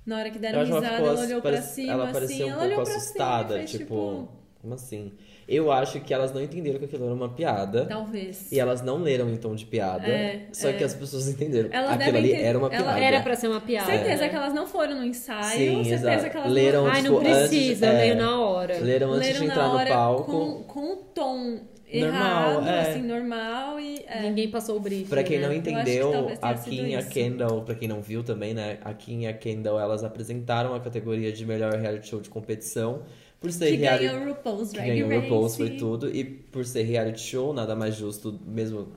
Speaker 1: Na hora que deram
Speaker 3: Eu acho que
Speaker 1: risada, ela,
Speaker 3: ficou ass-
Speaker 1: olhou pra
Speaker 3: parece-
Speaker 1: cima,
Speaker 3: Ela
Speaker 1: assim,
Speaker 3: parecia um
Speaker 1: ela olhou
Speaker 3: pouco
Speaker 1: pra
Speaker 3: assustada,
Speaker 1: cima e fez,
Speaker 3: tipo, Como assim? Eu acho que elas não entenderam que aquilo era uma piada.
Speaker 1: Talvez.
Speaker 3: E elas não leram em tom de piada.
Speaker 1: É,
Speaker 3: só que as pessoas entenderam.
Speaker 1: Elas
Speaker 3: aquilo
Speaker 1: devem
Speaker 3: ali
Speaker 1: ter-
Speaker 3: era uma
Speaker 1: ela
Speaker 3: piada.
Speaker 2: Era pra ser uma piada.
Speaker 1: Certeza
Speaker 2: né?
Speaker 1: que elas não foram no ensaio,
Speaker 3: Sim,
Speaker 1: certeza
Speaker 3: exato.
Speaker 1: que elas
Speaker 3: Leram
Speaker 1: não
Speaker 2: Ai,
Speaker 3: tipo,
Speaker 2: não
Speaker 3: antes-
Speaker 2: precisa,
Speaker 3: é.
Speaker 2: meio na hora.
Speaker 3: Leram Então, antes
Speaker 1: leram
Speaker 3: de
Speaker 1: na
Speaker 3: entrar no
Speaker 1: hora
Speaker 3: palco.
Speaker 1: com, com um tom
Speaker 3: Normal,
Speaker 1: errado,
Speaker 3: é.
Speaker 1: assim, normal e. É.
Speaker 2: Ninguém passou o briefing,
Speaker 3: Pra quem não
Speaker 2: né?
Speaker 1: acho que
Speaker 3: entendeu,
Speaker 1: talvez tenha
Speaker 3: a
Speaker 1: sido
Speaker 3: Kim e a
Speaker 1: isso.
Speaker 3: Kendall, pra quem não viu também, né? A Kim e a Kendall, elas apresentaram a categoria de melhor reality show de competição. Por ser
Speaker 1: Que
Speaker 3: reality...
Speaker 1: ganhou o RuPaul's
Speaker 3: que
Speaker 1: Drag
Speaker 3: ganhou
Speaker 1: Race.
Speaker 3: RuPaul's, foi tudo. E por ser reality show, nada mais justo, mesmo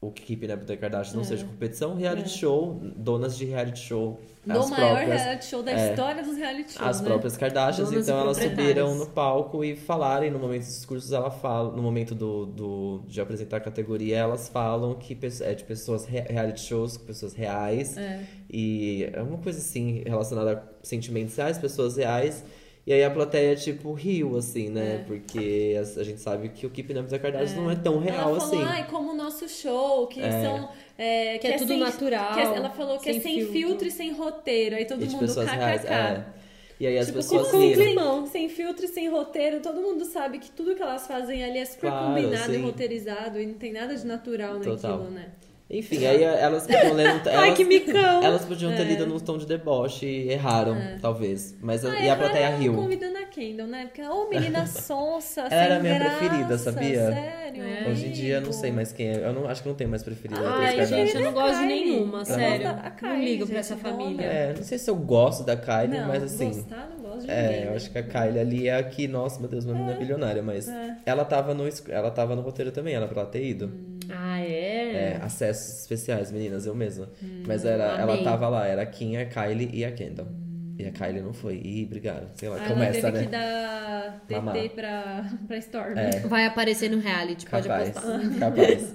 Speaker 3: o Keeping Up with the Kardashians
Speaker 1: É.
Speaker 3: não seja competição, reality show, donas de reality show,
Speaker 1: Do
Speaker 3: as
Speaker 1: maior
Speaker 3: próprias...
Speaker 1: reality show da
Speaker 3: é,
Speaker 1: história dos reality shows.
Speaker 3: As
Speaker 1: né?
Speaker 3: próprias Kardashians,
Speaker 2: Donas e
Speaker 3: então elas subiram
Speaker 2: proprietárias.
Speaker 3: no palco e falaram, e no momento dos discursos ela fala, no momento do, do- de apresentar a categoria, elas falam que pe- é de pessoas re- reality shows, com pessoas reais.
Speaker 1: É.
Speaker 3: E é uma coisa assim, relacionada a sentimentos reais, pessoas reais. E aí a plateia, tipo, riu, assim, né? Porque a, a gente sabe que o Keeping Up with the Kardashians não é tão real
Speaker 1: É. ela falou,
Speaker 3: assim.
Speaker 1: ai, como o nosso show, que são. é,
Speaker 2: Que, é, tudo
Speaker 1: sem-
Speaker 2: natural.
Speaker 1: que é- ela falou que é sem filtro. e sem roteiro. Aí todo
Speaker 3: e de
Speaker 1: mundo
Speaker 3: pessoas reais. É.
Speaker 1: kkk.
Speaker 3: E aí as
Speaker 1: Tipo,
Speaker 3: pessoas
Speaker 1: como
Speaker 2: assim?
Speaker 3: riram.
Speaker 1: sem, sem filtro e sem roteiro, todo mundo sabe que tudo que elas fazem ali é super
Speaker 3: Claro,
Speaker 1: combinado e
Speaker 3: sim.
Speaker 1: roteirizado e não tem nada de natural
Speaker 3: Total.
Speaker 1: naquilo, né?
Speaker 3: Enfim, aí elas podiam ler no-
Speaker 2: Ai,
Speaker 3: elas-
Speaker 2: que
Speaker 1: Então,
Speaker 2: micão!
Speaker 3: Elas podiam
Speaker 1: é.
Speaker 3: ter lido num tom de deboche e erraram, talvez. Mas a-
Speaker 1: Ah,
Speaker 3: e a
Speaker 1: erraram
Speaker 3: plateia riu.
Speaker 1: convidando a Kendall, né? Porque, ô, menina sonsa,
Speaker 3: Ela era
Speaker 1: sem
Speaker 3: minha
Speaker 1: graça,
Speaker 3: preferida, sabia?
Speaker 1: Sério.
Speaker 2: É.
Speaker 1: preferido.
Speaker 3: Hoje em dia eu não sei mais quem é. Eu não, acho que não tenho mais preferido.
Speaker 1: Ah,
Speaker 3: depois
Speaker 2: Ai,
Speaker 3: da
Speaker 2: gente,
Speaker 3: Kardashian.
Speaker 2: eu não gosto de
Speaker 1: Kylie.
Speaker 2: nenhuma,
Speaker 1: Eu
Speaker 2: sério.
Speaker 1: gosto da Kylie,
Speaker 2: não ligo pra
Speaker 1: gente,
Speaker 2: essa
Speaker 1: não,
Speaker 2: família.
Speaker 3: É, não sei se eu gosto da Kylie,
Speaker 1: Não,
Speaker 3: mas assim.
Speaker 1: Gostar, não gosto de ninguém.
Speaker 3: É, eu
Speaker 1: né?
Speaker 3: acho que a Kylie ali é a que, nossa, meu Deus, uma menina bilionária, mas
Speaker 1: É. Hum.
Speaker 3: ela tava no es- ela tava no roteiro também, ela pra ela ter ido.
Speaker 2: Ah, é?
Speaker 3: É, acessos especiais, meninas, eu mesma.
Speaker 1: Hum,
Speaker 3: mas era, ela
Speaker 2: amei.
Speaker 3: tava lá, era a Kim, a Kylie e a Kendall. E a Kylie não foi. Ih, obrigado. Sei lá,
Speaker 1: Ah,
Speaker 3: começa,
Speaker 1: ela teve
Speaker 3: né?
Speaker 1: que dar
Speaker 3: Mamar.
Speaker 1: TT pra, pra Storm.
Speaker 3: É.
Speaker 2: Vai aparecer no reality, pode
Speaker 3: Capaz,
Speaker 2: apostar.
Speaker 3: capaz.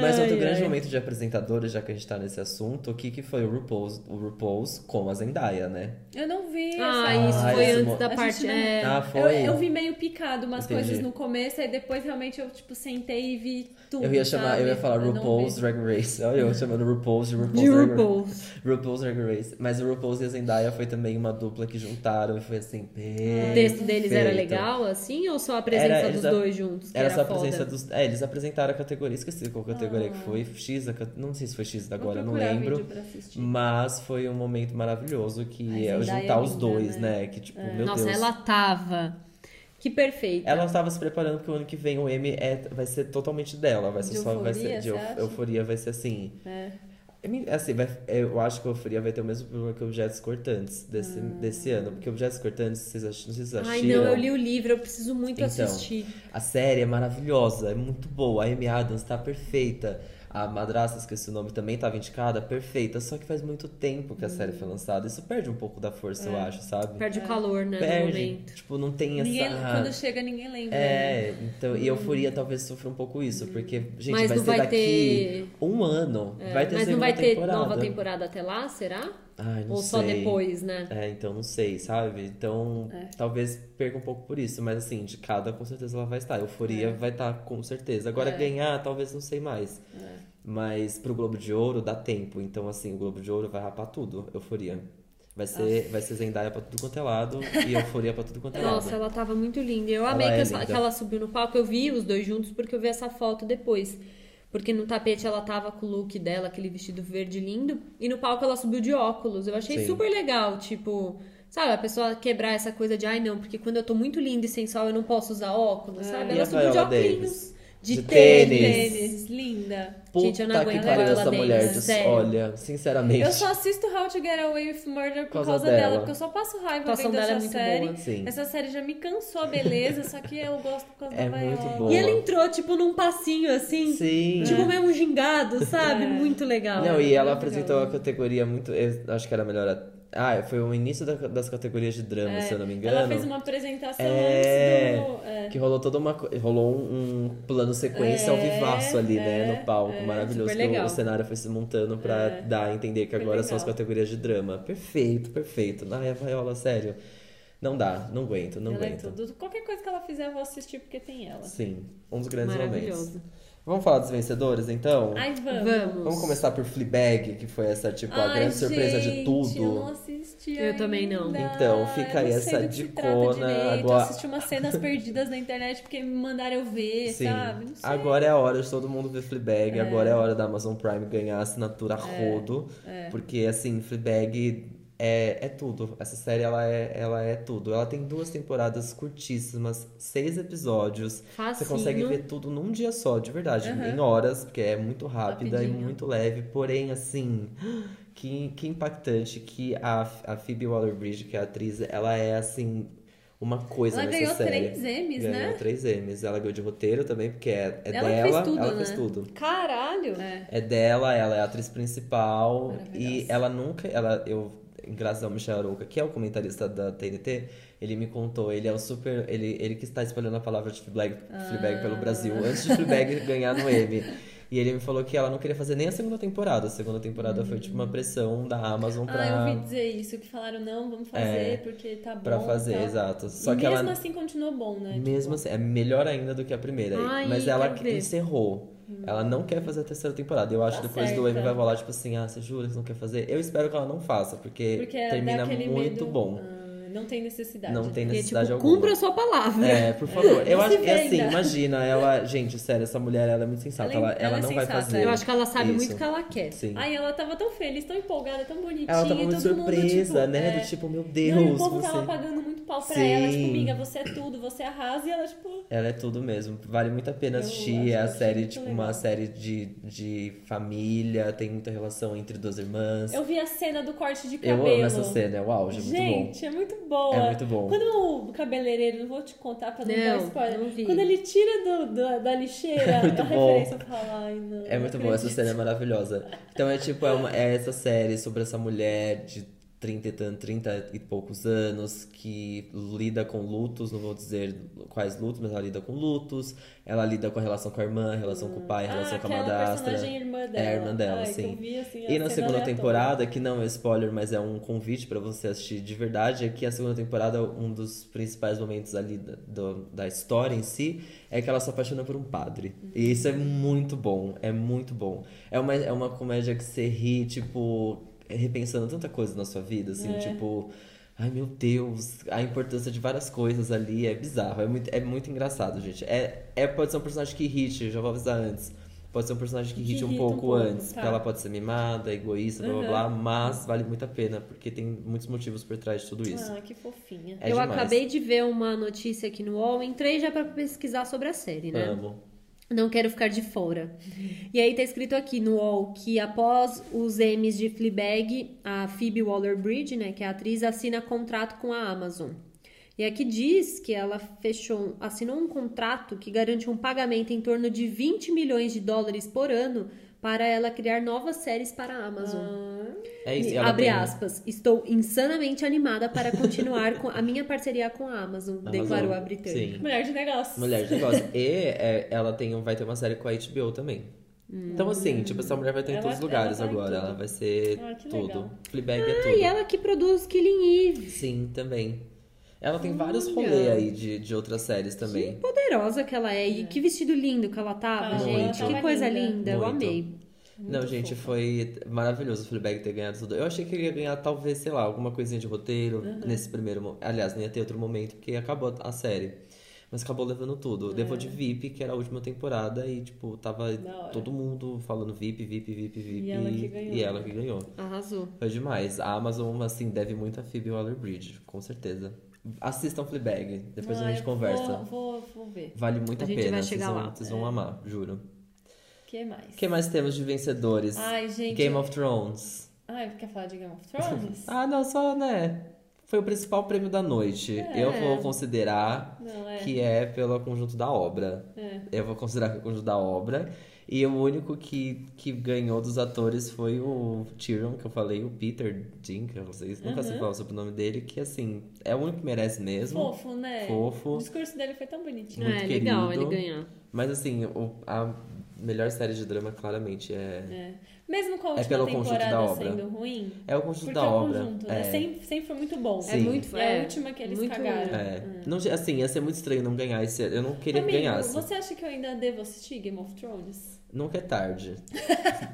Speaker 3: Mas outro
Speaker 2: Ai,
Speaker 3: grande
Speaker 2: ai.
Speaker 3: momento de apresentadores, já que a gente tá nesse assunto, o que que foi o RuPaul's, o RuPaul's com a Zendaya, né?
Speaker 1: Eu não vi
Speaker 2: Ah,
Speaker 1: essa-
Speaker 2: isso
Speaker 3: Ah,
Speaker 2: foi
Speaker 3: esse
Speaker 2: antes
Speaker 3: mo-
Speaker 2: da
Speaker 1: A
Speaker 2: parte.
Speaker 1: gente não-
Speaker 2: é.
Speaker 3: Ah,
Speaker 1: Eu,
Speaker 3: foi.
Speaker 1: eu vi meio picado umas
Speaker 3: Entendi.
Speaker 1: coisas no começo, aí depois realmente eu, tipo, sentei e vi tudo.
Speaker 3: Eu ia chamar, eu ia
Speaker 1: sabe?
Speaker 3: falar
Speaker 1: não
Speaker 3: RuPaul's
Speaker 1: vi.
Speaker 3: Drag Race. Olha, eu chamando RuPaul's de RuPaul's
Speaker 2: De
Speaker 3: Drag Race.
Speaker 2: RuPaul's.
Speaker 3: RuPaul's Drag Race. Mas o RuPaul's e a Zendaya foi também uma dupla que juntaram e foi assim,
Speaker 2: O
Speaker 3: perfeito.
Speaker 2: texto deles era legal, assim, ou só a presença
Speaker 3: Era-
Speaker 2: dos
Speaker 3: eles a-
Speaker 2: dois juntos? que
Speaker 3: Era só a
Speaker 2: foda?
Speaker 3: presença dos. É, eles apresentaram a categoria. Esqueci qual categoria que foi. X, da ca- não sei se foi X da
Speaker 1: Vou
Speaker 3: agora, não
Speaker 1: procurar
Speaker 3: lembro.
Speaker 1: vídeo pra assistir.
Speaker 3: Mas foi um momento maravilhoso que
Speaker 1: A
Speaker 3: é
Speaker 1: Zendaya
Speaker 3: juntar
Speaker 1: é
Speaker 3: os
Speaker 1: linda,
Speaker 3: dois,
Speaker 1: né?
Speaker 3: né? Que tipo, meu
Speaker 2: Nossa,
Speaker 3: Deus.
Speaker 2: ela tava. Que perfeita.
Speaker 3: Ela estava se preparando porque o ano que vem o M é, vai ser totalmente dela, vai ser
Speaker 1: De
Speaker 3: só vai ser
Speaker 1: euforia,
Speaker 3: de
Speaker 1: você
Speaker 3: eu-
Speaker 1: acha?
Speaker 3: euforia, vai ser assim.
Speaker 1: É.
Speaker 3: É meio- Assim, vai, eu acho que a euforia vai ter o mesmo problema que objetos cortantes desse,
Speaker 1: Ah.
Speaker 3: desse ano. Porque objetos cortantes, vocês ach- não sei se vocês
Speaker 2: Ai,
Speaker 3: assistiram.
Speaker 2: não, eu li o livro, eu preciso muito
Speaker 3: Então.
Speaker 2: assistir.
Speaker 3: A série é maravilhosa, é muito boa. A Amy Adams tá perfeita. A Madrasta, esqueci o nome, também estava indicada, perfeita. Só que faz muito tempo que a série foi lançada. Isso perde um pouco da força, eu acho, sabe?
Speaker 2: É, Perde o calor, né, no
Speaker 3: Perde.
Speaker 2: momento.
Speaker 3: Tipo, não tem essa.
Speaker 1: Ninguém, Quando chega, ninguém lembra. né?
Speaker 3: É, então, e euforia talvez sofra um pouco isso, porque, gente,
Speaker 2: Mas
Speaker 3: vai
Speaker 2: não
Speaker 3: ser
Speaker 2: vai
Speaker 3: daqui
Speaker 2: ter- É,
Speaker 3: um ano. vai
Speaker 2: Mas
Speaker 3: ter
Speaker 2: não
Speaker 3: segunda
Speaker 2: vai ter
Speaker 3: temporada.
Speaker 2: nova temporada até lá, será?
Speaker 3: Ai,
Speaker 2: Ou
Speaker 3: não sei.
Speaker 2: só depois, né?
Speaker 3: É, então não sei, sabe? Então,
Speaker 2: É.
Speaker 3: talvez perca um pouco por isso, mas assim, indicada com certeza ela vai estar.
Speaker 2: É.
Speaker 3: Euforia vai estar com certeza. Agora ganhar, talvez não sei mais.
Speaker 2: É.
Speaker 3: Mas pro Globo de Ouro dá tempo, então assim, o Globo de Ouro vai rapar tudo, euforia. Vai ser, vai ser Zendaya pra tudo quanto é lado e euforia pra tudo quanto é
Speaker 2: Nossa,
Speaker 3: lado.
Speaker 2: ela tava muito linda. Eu amei
Speaker 3: Ela
Speaker 2: que,
Speaker 3: é
Speaker 2: essa-
Speaker 3: linda.
Speaker 2: que ela subiu no palco. Eu vi os dois juntos porque eu vi essa foto depois. Porque no tapete ela tava com o look dela, aquele vestido verde lindo. E no palco ela subiu de óculos. Eu achei
Speaker 3: Sim.
Speaker 2: super legal, tipo... Sabe, a pessoa quebrar essa coisa de... Ai, não, porque quando eu tô muito linda e sensual eu não posso usar óculos, sabe?
Speaker 3: E
Speaker 2: Ela
Speaker 3: a
Speaker 2: subiu tá de
Speaker 3: Viola
Speaker 2: óculos.
Speaker 3: Davis?
Speaker 2: De,
Speaker 3: De
Speaker 2: tênis.
Speaker 3: tênis.
Speaker 1: Tênis, linda.
Speaker 3: Puta
Speaker 2: Gente, eu não
Speaker 3: que
Speaker 2: aguento
Speaker 3: pariu
Speaker 2: ela
Speaker 3: essa
Speaker 2: bem,
Speaker 3: mulher,
Speaker 2: sério.
Speaker 3: olha, sinceramente.
Speaker 1: Eu só assisto How to Get Away with Murder por
Speaker 3: causa
Speaker 1: causa, dela.
Speaker 3: dela.
Speaker 1: porque eu só passo
Speaker 2: A
Speaker 1: raiva
Speaker 2: atuação
Speaker 1: vendo
Speaker 2: dela é
Speaker 1: essa
Speaker 2: muito
Speaker 1: série.
Speaker 2: boa.
Speaker 3: Sim.
Speaker 1: Essa série já me cansou a beleza, só que eu gosto por causa
Speaker 3: É
Speaker 1: da
Speaker 3: muito
Speaker 1: Viola.
Speaker 3: boa.
Speaker 2: E ela entrou, tipo, num passinho, assim.
Speaker 3: Sim.
Speaker 2: Tipo, mesmo gingado, sabe?
Speaker 1: É.
Speaker 2: Muito legal.
Speaker 3: Não, e
Speaker 1: maravilhosa.
Speaker 3: ela apresentou a categoria muito. eu acho que era a melhor. at- Ah, foi o início da- das categorias de drama, se eu não me engano.
Speaker 1: É, Ela fez uma apresentação
Speaker 3: É.
Speaker 1: antes do... é.
Speaker 3: Que rolou toda uma. co- Rolou um, um plano
Speaker 1: É,
Speaker 3: sequência ao vivaço ali, né?
Speaker 1: é,
Speaker 3: No palco. maravilhoso.
Speaker 2: super
Speaker 3: que o-
Speaker 2: legal.
Speaker 3: o cenário foi se montando pra dar a entender que
Speaker 1: Foi
Speaker 3: agora são as
Speaker 1: legal.
Speaker 3: categorias de drama. Perfeito, perfeito. Ai, a Viola, sério. Não dá, não aguento, não
Speaker 1: Ela é
Speaker 3: aguento.
Speaker 1: tudo. Qualquer coisa que ela fizer, eu vou assistir porque tem ela.
Speaker 3: Sim, um dos grandes momentos.
Speaker 2: Maravilhoso.
Speaker 3: Vamos falar dos vencedores, então?
Speaker 1: Ai, vamos.
Speaker 2: Vamos.
Speaker 3: Vamos começar por Fleabag, que foi essa, tipo, a
Speaker 1: Ai,
Speaker 3: grande surpresa de
Speaker 1: gente,
Speaker 3: tudo.
Speaker 1: Eu não assisti.
Speaker 2: Eu também não.
Speaker 1: ainda.
Speaker 3: Então, fica
Speaker 1: Eu
Speaker 3: aí
Speaker 1: não
Speaker 3: essa
Speaker 1: sei do que se trata
Speaker 3: dicona,
Speaker 1: direito.
Speaker 3: agora-
Speaker 1: Eu assisti umas cenas perdidas na internet porque me mandaram eu ver,
Speaker 3: Sim.
Speaker 1: sabe? Não sei.
Speaker 3: Agora é a hora de todo mundo ver Fleabag. Agora é a hora da Amazon Prime ganhar assinatura
Speaker 1: É,
Speaker 3: rodo. Porque, assim, Fleabag é, é tudo. Essa série, ela é, ela é tudo. Ela tem duas temporadas curtíssimas, seis
Speaker 1: Assim,
Speaker 3: episódios. Você
Speaker 2: Facinho.
Speaker 3: consegue ver tudo num dia só, de verdade. Em horas, porque é muito rápida e
Speaker 2: Rapidinho.
Speaker 3: muito leve. Porém, assim... Que, que impactante que a, a Phoebe Waller-Bridge, que é a atriz, ela é, assim... Uma coisa
Speaker 1: Ela
Speaker 3: nessa
Speaker 1: ganhou
Speaker 3: série.
Speaker 1: três M's, né?
Speaker 3: Ganhou três M's. Ela ganhou de roteiro também, porque é, é
Speaker 1: Ela que
Speaker 3: dela.
Speaker 1: fez tudo,
Speaker 3: ela fez
Speaker 1: né?
Speaker 3: tudo.
Speaker 2: Caralho!
Speaker 1: É.
Speaker 3: É dela, ela é a atriz principal. E
Speaker 1: Maravilhosa.
Speaker 3: ela nunca. Ela, eu, graças ao Michel Arouca, que é o comentarista da TNT, ele me contou, ele é o super. Ele, ele que está espalhando a palavra de Fleabag, Fleabag
Speaker 1: Ah.
Speaker 3: pelo Brasil, antes de Fleabag ganhar no M. E ele me falou que ela não queria fazer nem a segunda temporada. A segunda temporada foi tipo uma pressão da Amazon
Speaker 1: Hum.
Speaker 3: pra.
Speaker 1: Ah, eu ouvi dizer isso, que falaram, não, vamos fazer,
Speaker 3: É,
Speaker 1: porque tá bom.
Speaker 3: Pra fazer,
Speaker 1: tá.
Speaker 3: exato.
Speaker 1: E
Speaker 3: Só que
Speaker 1: mesmo
Speaker 3: ela.
Speaker 1: assim continuou bom, né?
Speaker 3: Mesmo assim, é melhor ainda do que a primeira.
Speaker 2: Ai,
Speaker 3: mas ela
Speaker 2: quero ver.
Speaker 3: encerrou. Ela não quer fazer a terceira temporada. Eu acho que
Speaker 1: Hum. Tá
Speaker 3: depois do
Speaker 1: certa.
Speaker 3: Amy vai rolar, tipo assim, ah, você jura que você não quer fazer? Eu espero que ela não faça, porque,
Speaker 1: Porque é
Speaker 3: assim, termina
Speaker 1: daquele
Speaker 3: muito
Speaker 1: medo,
Speaker 3: bom.
Speaker 1: ah, não tem necessidade.
Speaker 3: Não tem
Speaker 2: E é
Speaker 3: necessidade
Speaker 2: tipo,
Speaker 3: alguma.
Speaker 2: cumpra a sua palavra.
Speaker 3: É, por favor. Eu
Speaker 1: Ah. Não
Speaker 3: acho
Speaker 1: se
Speaker 3: que é assim,
Speaker 1: venda.
Speaker 3: imagina, ela. Gente, sério, essa mulher ela é muito sensata.
Speaker 1: Ela
Speaker 3: Ela,
Speaker 1: é-
Speaker 3: ela
Speaker 1: ela é
Speaker 3: não vai
Speaker 1: sensata.
Speaker 3: fazer.
Speaker 2: Eu acho que ela sabe
Speaker 3: Isso.
Speaker 2: muito o que ela quer.
Speaker 3: Sim.
Speaker 1: Ai, ela tava tão feliz, tão empolgada, tão bonitinha.
Speaker 3: ela tava
Speaker 1: e
Speaker 3: muito
Speaker 1: todo mundo,
Speaker 3: surpresa,
Speaker 1: tipo,
Speaker 3: né?
Speaker 1: é.
Speaker 3: Do tipo, meu
Speaker 1: Não, e o
Speaker 3: Deus,
Speaker 1: povo
Speaker 3: você.
Speaker 1: tava pagando muito pau pra
Speaker 3: Sim.
Speaker 1: ela, tipo, amiga, você é tudo, você arrasa, e ela, tipo,
Speaker 3: Ela é tudo mesmo. Vale muito a pena
Speaker 1: Eu
Speaker 3: assistir. É a
Speaker 1: acho
Speaker 3: série,
Speaker 1: muito
Speaker 3: tipo,
Speaker 1: legal.
Speaker 3: uma série de, de família, tem muita relação entre duas irmãs.
Speaker 1: eu vi a cena do corte de
Speaker 3: Eu
Speaker 1: cabelo.
Speaker 3: amo essa cena, é o auge, é muito
Speaker 1: Gente, é muito boa.
Speaker 3: bom. É muito bom.
Speaker 1: Quando o cabeleireiro, não vou te contar pra não,
Speaker 2: Não,
Speaker 1: dar spoiler,
Speaker 2: não vi.
Speaker 1: quando ele tira do, do- da lixeira,
Speaker 3: É muito
Speaker 1: a
Speaker 3: bom.
Speaker 1: referência, eu falo, ai não.
Speaker 3: É
Speaker 1: não
Speaker 3: muito boa, essa
Speaker 1: acredito.
Speaker 3: cena é maravilhosa. Então é tipo, é, uma- é essa série sobre essa mulher de 30 e, tan- 30 e poucos anos que lida com lutos, não vou dizer quais lutos, mas ela lida com lutos. Ela lida com a relação com a irmã, a relação com o pai, a relação
Speaker 1: ah,
Speaker 3: com a
Speaker 1: aquela
Speaker 3: madrastra.
Speaker 1: personagem irmã dela.
Speaker 3: É a irmã dela,
Speaker 1: Ai, que
Speaker 3: sim.
Speaker 1: eu vi, assim, a
Speaker 3: E na
Speaker 1: cena
Speaker 3: segunda
Speaker 1: aleatória.
Speaker 3: temporada, que não é spoiler, mas é um convite pra você assistir de verdade, é que a segunda temporada, um dos principais momentos ali da, do- da história em si, é que ela se apaixona por um padre. E isso é muito bom, é muito bom. É uma, é uma comédia que você ri, tipo, repensando tanta coisa na sua vida, assim,
Speaker 1: É.
Speaker 3: tipo. Ai meu Deus, a importância de várias coisas ali é bizarro, é muito, é muito engraçado, gente. É, é, pode ser um personagem que hit, já vou avisar antes. Pode ser um personagem que
Speaker 1: Que
Speaker 3: hit um
Speaker 1: irrita um
Speaker 3: pouco,
Speaker 1: pouco,
Speaker 3: antes,
Speaker 1: tá.
Speaker 3: porque ela pode ser mimada, egoísta, blá blá
Speaker 1: Uhum.
Speaker 3: blá, mas vale muito a pena, porque tem muitos motivos por trás de tudo isso.
Speaker 1: Ah, que fofinha.
Speaker 3: É
Speaker 2: eu
Speaker 3: demais.
Speaker 2: acabei de ver uma notícia aqui no UOL, entrei já pra pesquisar sobre a série, né?
Speaker 3: Amo.
Speaker 2: Não quero ficar de fora. E aí tá escrito aqui no UOL que após os M's de Fleabag, a Phoebe Waller-Bridge, né, que é a atriz, assina contrato com a Amazon. E aqui diz que ela fechou, assinou um contrato que garante um pagamento em torno de 20 milhões de dólares por ano para ela criar novas séries para a Amazon.
Speaker 3: É isso.
Speaker 2: E-
Speaker 3: e ela
Speaker 2: Abre
Speaker 3: tem-
Speaker 2: aspas. Estou insanamente animada para continuar com a minha parceria com a Amazon,
Speaker 3: Amazon.
Speaker 2: declarou a britânica.
Speaker 3: Sim.
Speaker 1: Mulher de negócio.
Speaker 3: Mulher de negócio. e é, ela tem, vai ter uma série com a HBO também. Então, assim, tipo, essa mulher vai estar em
Speaker 1: Hum. Ela-
Speaker 3: todos os lugares
Speaker 1: ela tá em
Speaker 3: agora.
Speaker 1: tudo.
Speaker 3: Ela vai ser
Speaker 1: Ah, que
Speaker 3: tudo.
Speaker 1: legal.
Speaker 3: Fleabag é tudo.
Speaker 2: E ela que produz Killing Eve.
Speaker 3: Sim, também. Ela tem vários
Speaker 2: Olha.
Speaker 3: rolês aí de, de outras séries também.
Speaker 2: poderosa que ela é. E que vestido lindo que ela tava,
Speaker 1: Tava,
Speaker 2: gente.
Speaker 3: tava
Speaker 2: que coisa
Speaker 1: linda.
Speaker 2: linda. Eu
Speaker 3: Muito.
Speaker 2: amei.
Speaker 3: Não, gente, foi maravilhoso o Fleabag ter ganhado tudo. Eu achei que ele ia ganhar, talvez, sei lá, alguma coisinha de roteiro
Speaker 1: Uhum.
Speaker 3: nesse primeiro momento. Aliás, não ia ter outro momento, porque acabou a série. Mas acabou levando tudo. Levou de VIP, que era a última temporada, e, tipo, tava
Speaker 1: É. Da hora.
Speaker 3: todo mundo falando VIP, VIP, VIP, VIP.
Speaker 1: E ela que ganhou.
Speaker 3: e ela que ganhou.
Speaker 2: Arrasou.
Speaker 3: Foi demais. A Amazon, assim, deve muito a Phoebe Waller-Bridge, com certeza. Assistam Fleabag, depois a
Speaker 1: Ah,
Speaker 3: gente
Speaker 1: eu
Speaker 3: conversa.
Speaker 1: Vou, vou, vou ver.
Speaker 3: Vale muito a,
Speaker 2: A gente
Speaker 3: pena,
Speaker 2: vai
Speaker 3: vocês,
Speaker 2: chegar
Speaker 3: vão,
Speaker 2: lá.
Speaker 3: vocês vão
Speaker 1: É.
Speaker 3: amar, juro.
Speaker 1: O que mais?
Speaker 3: O que mais temos de vencedores?
Speaker 1: Ai, gente.
Speaker 3: Game of Thrones.
Speaker 1: Ai, quer falar de Game of Thrones?
Speaker 3: Ah, não, só, né? Foi o principal prêmio da noite.
Speaker 1: É.
Speaker 3: Eu vou considerar
Speaker 1: Não, é.
Speaker 3: que é pelo conjunto da obra.
Speaker 1: É.
Speaker 3: Eu vou considerar que é o conjunto da obra. E o único que, que ganhou dos atores foi o Tyrion, que eu falei, o Peter Jenkins, eu nunca sei
Speaker 1: Uhum.
Speaker 3: falar sobre o nome dele, que assim, é o único que merece mesmo.
Speaker 1: Fofo, né?
Speaker 3: Fofo.
Speaker 1: O discurso dele foi tão bonitinho.
Speaker 3: Muito
Speaker 2: é legal
Speaker 3: querido.
Speaker 2: ele ganhar.
Speaker 3: Mas assim, o- a melhor série de drama claramente é.
Speaker 1: É. Mesmo com a
Speaker 3: É
Speaker 1: última
Speaker 3: pelo conjunto da
Speaker 1: temporada
Speaker 3: obra.
Speaker 1: sendo ruim,
Speaker 3: É o conjunto
Speaker 1: porque
Speaker 3: da
Speaker 1: o
Speaker 3: obra.
Speaker 1: conjunto, né?
Speaker 3: é.
Speaker 1: Sempre, sempre foi muito bom.
Speaker 3: Sim.
Speaker 2: É muito.
Speaker 1: É,
Speaker 2: É,
Speaker 1: a última que eles
Speaker 2: muito-
Speaker 1: cagaram.
Speaker 3: É. Não, assim, ia ser muito estranho não ganhar esse. Eu não queria
Speaker 1: Amigo,
Speaker 3: que ganhasse.
Speaker 1: você acha que eu ainda devo assistir Game of Thrones?
Speaker 3: Nunca é tarde.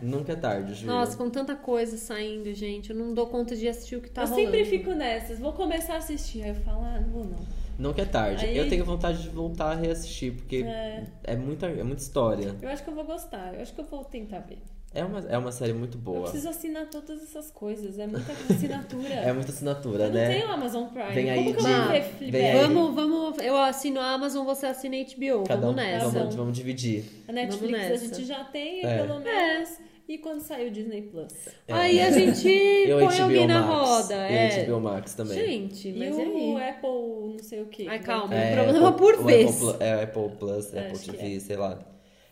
Speaker 3: Nunca é tarde, juro.
Speaker 2: Nossa, com tanta coisa saindo, gente. Eu não dou conta de assistir o que tá
Speaker 1: eu
Speaker 2: rolando.
Speaker 1: sempre fico nessas. Vou começar a assistir. Aí eu falo, ah, não vou não.
Speaker 3: Nunca é tarde.
Speaker 1: Aí-
Speaker 3: Eu tenho vontade de voltar a reassistir, porque é,
Speaker 1: É.
Speaker 3: muita, é muita história.
Speaker 1: Eu acho que eu vou gostar. Eu acho que eu vou tentar ver.
Speaker 3: É uma, é uma série muito
Speaker 1: Eu
Speaker 3: boa.
Speaker 1: preciso assinar todas essas coisas. É muita assinatura.
Speaker 3: É muita assinatura,
Speaker 1: eu não
Speaker 3: né?
Speaker 1: tenho Amazon Prime.
Speaker 3: Vem aí,
Speaker 1: Como que eu vou
Speaker 2: Di.
Speaker 1: ver
Speaker 3: Vem
Speaker 1: Fleabag?
Speaker 3: aí.
Speaker 2: Vamos, vamos. Eu assino a Amazon, você assina a HBO.
Speaker 3: É. Cada um,
Speaker 2: vamos nessa.
Speaker 3: Vamos, vamos dividir.
Speaker 1: A Netflix
Speaker 2: Vamos
Speaker 1: a
Speaker 2: nessa.
Speaker 1: gente já tem,
Speaker 3: É.
Speaker 1: pelo menos. E quando sair o Disney Plus?
Speaker 3: É.
Speaker 2: Aí a gente
Speaker 3: Eu
Speaker 2: põe
Speaker 3: HBO
Speaker 2: alguém na
Speaker 3: Max.
Speaker 2: roda.
Speaker 3: Eu
Speaker 2: É.
Speaker 3: HBO Max também.
Speaker 2: Gente,
Speaker 1: E
Speaker 2: mas
Speaker 1: o
Speaker 2: é aí.
Speaker 1: Apple, não sei o que.
Speaker 2: Ai, calma.
Speaker 3: É,
Speaker 2: O problema por
Speaker 3: o
Speaker 2: vez.
Speaker 3: Apple Plus- é Apple Plus,
Speaker 1: É,
Speaker 3: Apple
Speaker 1: acho que
Speaker 3: TV, sei lá.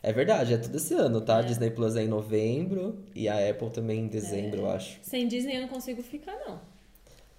Speaker 3: É verdade, é tudo esse ano, tá? Disney Plus é em novembro e a Apple também em dezembro, eu acho.
Speaker 1: Sem Disney eu não consigo ficar, não.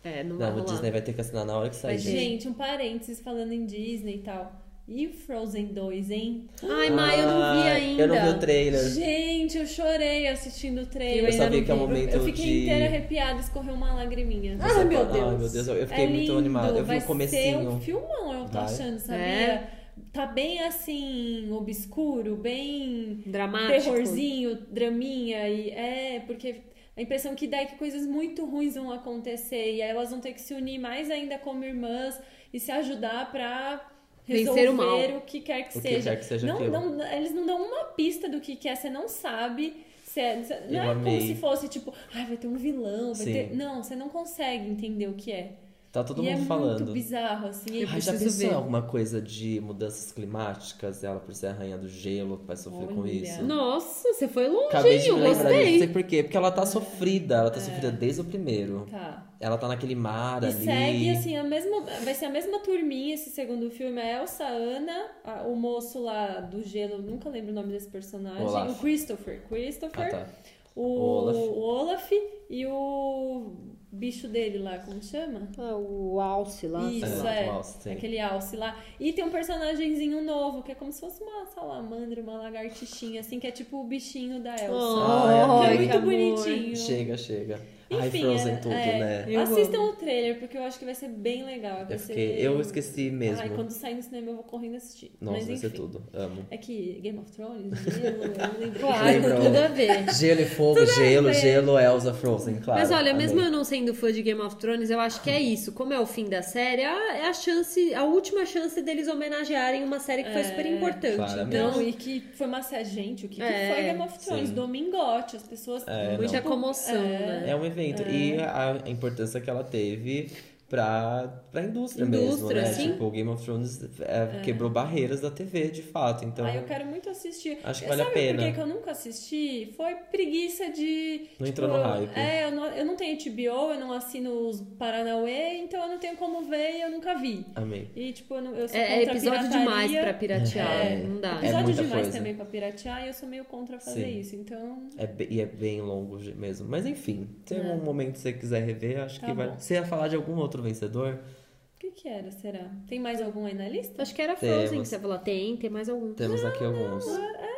Speaker 2: É, não,
Speaker 3: Não,
Speaker 2: vai
Speaker 3: o
Speaker 2: rolar.
Speaker 3: Disney vai ter que assinar na hora que sair.
Speaker 1: Mas,
Speaker 3: Tá, gente.
Speaker 1: gente, um parênteses falando em Disney e tal. E Frozen 2, hein?
Speaker 2: Ai, Mai, eu não vi
Speaker 3: Ah,
Speaker 2: ainda.
Speaker 3: Eu não vi o trailer.
Speaker 1: Gente, eu chorei assistindo o trailer.
Speaker 2: Eu só
Speaker 3: vi
Speaker 1: não
Speaker 3: que é um
Speaker 1: vi.
Speaker 3: momento
Speaker 1: Eu fiquei
Speaker 3: de-
Speaker 1: inteira arrepiada, escorreu uma lagriminha.
Speaker 2: Ah,
Speaker 3: Você
Speaker 2: meu
Speaker 3: fala, Ai,
Speaker 2: Deus.
Speaker 3: meu Deus, eu eu fiquei
Speaker 1: é
Speaker 3: muito
Speaker 1: lindo.
Speaker 3: animada. Eu vi
Speaker 1: Vai
Speaker 3: o comecinho.
Speaker 1: Ser um filmão, eu tô
Speaker 3: Vai.
Speaker 1: achando, sabia?
Speaker 2: É.
Speaker 1: Tá bem assim, obscuro, bem
Speaker 2: Dramático.
Speaker 1: terrorzinho, draminha e é porque a impressão que dá é que coisas muito ruins vão acontecer e aí elas vão ter que se unir mais ainda como irmãs e se ajudar pra
Speaker 2: Vencer
Speaker 1: resolver
Speaker 2: o mal.
Speaker 1: que quer que
Speaker 3: O que
Speaker 1: seja.
Speaker 3: quer que seja
Speaker 1: não,
Speaker 3: aquilo.
Speaker 1: não- eles não dão uma pista do que que é, você não sabe. se é- se-
Speaker 3: Eu
Speaker 1: não é
Speaker 3: amei.
Speaker 1: como se fosse tipo, ai, vai ter um vilão, vai
Speaker 3: Sim.
Speaker 1: ter. Não, você não consegue entender o que é.
Speaker 3: Tá todo
Speaker 1: e é
Speaker 3: mundo falando.
Speaker 1: muito bizarro, assim.
Speaker 3: Ai, já
Speaker 2: preciso
Speaker 3: pensou em
Speaker 2: ver.
Speaker 3: alguma coisa de mudanças climáticas? Ela por ser a rainha do gelo, vai sofrer com
Speaker 1: Olha.
Speaker 3: isso.
Speaker 2: Nossa, você foi longe,
Speaker 3: Acabei
Speaker 2: hein?
Speaker 3: de
Speaker 2: Eu
Speaker 3: me lembrar disso. Não
Speaker 2: gostei.
Speaker 3: sei por quê. Porque ela tá sofrida. Ela tá sofrida desde o primeiro.
Speaker 1: Tá.
Speaker 3: Ela tá naquele mar
Speaker 1: É. E
Speaker 3: ali.
Speaker 1: segue, assim, a mesma. Vai ser a mesma turminha esse segundo filme. A Elsa Ana, a- o moço lá do gelo, nunca lembro o nome desse personagem.
Speaker 3: Olaf.
Speaker 1: O Christopher. Christopher,
Speaker 3: Ah, tá.
Speaker 1: o,
Speaker 3: Olaf.
Speaker 1: o Olaf e o bicho dele lá, como chama?
Speaker 4: Ah, o Alce lá. sei
Speaker 1: Isso,
Speaker 4: lá.
Speaker 1: é.
Speaker 3: o Alce, sim.
Speaker 1: Aquele alce lá. E tem um personagemzinho novo, que é como se fosse uma salamandra, uma lagartixinha, assim, que é tipo o bichinho da Elsa.
Speaker 3: Oh,
Speaker 1: que é
Speaker 3: ai,
Speaker 1: muito
Speaker 4: que amor.
Speaker 1: bonitinho.
Speaker 3: Chega, chega. Ai,
Speaker 1: Enfim,
Speaker 3: Frozen
Speaker 1: é-
Speaker 3: tudo,
Speaker 1: é.
Speaker 3: né?
Speaker 2: Eu
Speaker 1: Assistam
Speaker 2: amo.
Speaker 1: o trailer, porque eu acho que vai ser bem legal. vai
Speaker 3: Eu,
Speaker 1: ser-
Speaker 3: fiquei... eu esqueci mesmo.
Speaker 1: Ai, quando sair no cinema eu vou correndo assistir.
Speaker 3: Nossa,
Speaker 1: Mas
Speaker 3: vai
Speaker 1: enfim.
Speaker 3: ser tudo. Amo.
Speaker 1: É que Game of Thrones, gelo, eu não lembrei.
Speaker 2: Claro,
Speaker 3: Lembrou.
Speaker 2: tudo a ver.
Speaker 3: Gelo e fogo, gelo, gelo, é Elsa, Frozen, claro.
Speaker 2: Mas olha,
Speaker 3: Amei.
Speaker 2: mesmo eu não sendo fã de Game of Thrones, eu acho que é isso. Como é o fim da série, é a é a chance, a última chance deles homenagearem uma série que
Speaker 1: É,
Speaker 2: foi super importante.
Speaker 3: claramente.
Speaker 2: Então,
Speaker 1: Não, e que foi uma série. Gente, o que, que
Speaker 2: É,
Speaker 1: foi Game of Thrones?
Speaker 3: sim.
Speaker 1: Domingote, as pessoas.
Speaker 3: É,
Speaker 2: muita
Speaker 1: tipo,
Speaker 2: comoção, né?
Speaker 3: É um evento. E a importância que ela teve pra, pra indústria, mesmo,
Speaker 2: Indústria,
Speaker 3: né?
Speaker 2: sim.
Speaker 3: Tipo, o Game of Thrones é, quebrou barreiras da TV, de fato. Então,
Speaker 1: Aí eu quero muito assistir.
Speaker 3: Acho que
Speaker 1: Eu-
Speaker 3: vale a
Speaker 1: Sabe
Speaker 3: pena.
Speaker 1: por que que eu nunca assisti? Foi preguiça de.
Speaker 3: Não entrou no
Speaker 1: eu-
Speaker 3: hype.
Speaker 1: É, eu não, eu não tenho HBO, eu não assino os Paranauê, então eu não tenho como ver e eu nunca vi.
Speaker 3: amei.
Speaker 1: E, tipo, eu, não, eu sou
Speaker 2: é, é
Speaker 1: contra a
Speaker 2: episódio
Speaker 1: pirataria.
Speaker 2: demais pra né? piratear.
Speaker 3: um É.
Speaker 2: Não dá.
Speaker 3: É
Speaker 1: Episódio
Speaker 3: muita
Speaker 1: demais
Speaker 3: coisa.
Speaker 1: também pra piratear e eu sou meio contra fazer
Speaker 3: Sim.
Speaker 1: isso, então.
Speaker 3: É be- e é bem longo ge- mesmo. Mas enfim, tem um momento que você quiser rever, acho
Speaker 1: É. Tá
Speaker 3: que vai.
Speaker 1: bom.
Speaker 3: Você ia falar de algum outro vencedor?
Speaker 1: O que que era, será? Tem mais algum aí na lista?
Speaker 2: Acho que era Frozen
Speaker 3: Temos.
Speaker 2: que você falou. Tem, tem mais algum.
Speaker 3: Temos aqui alguns.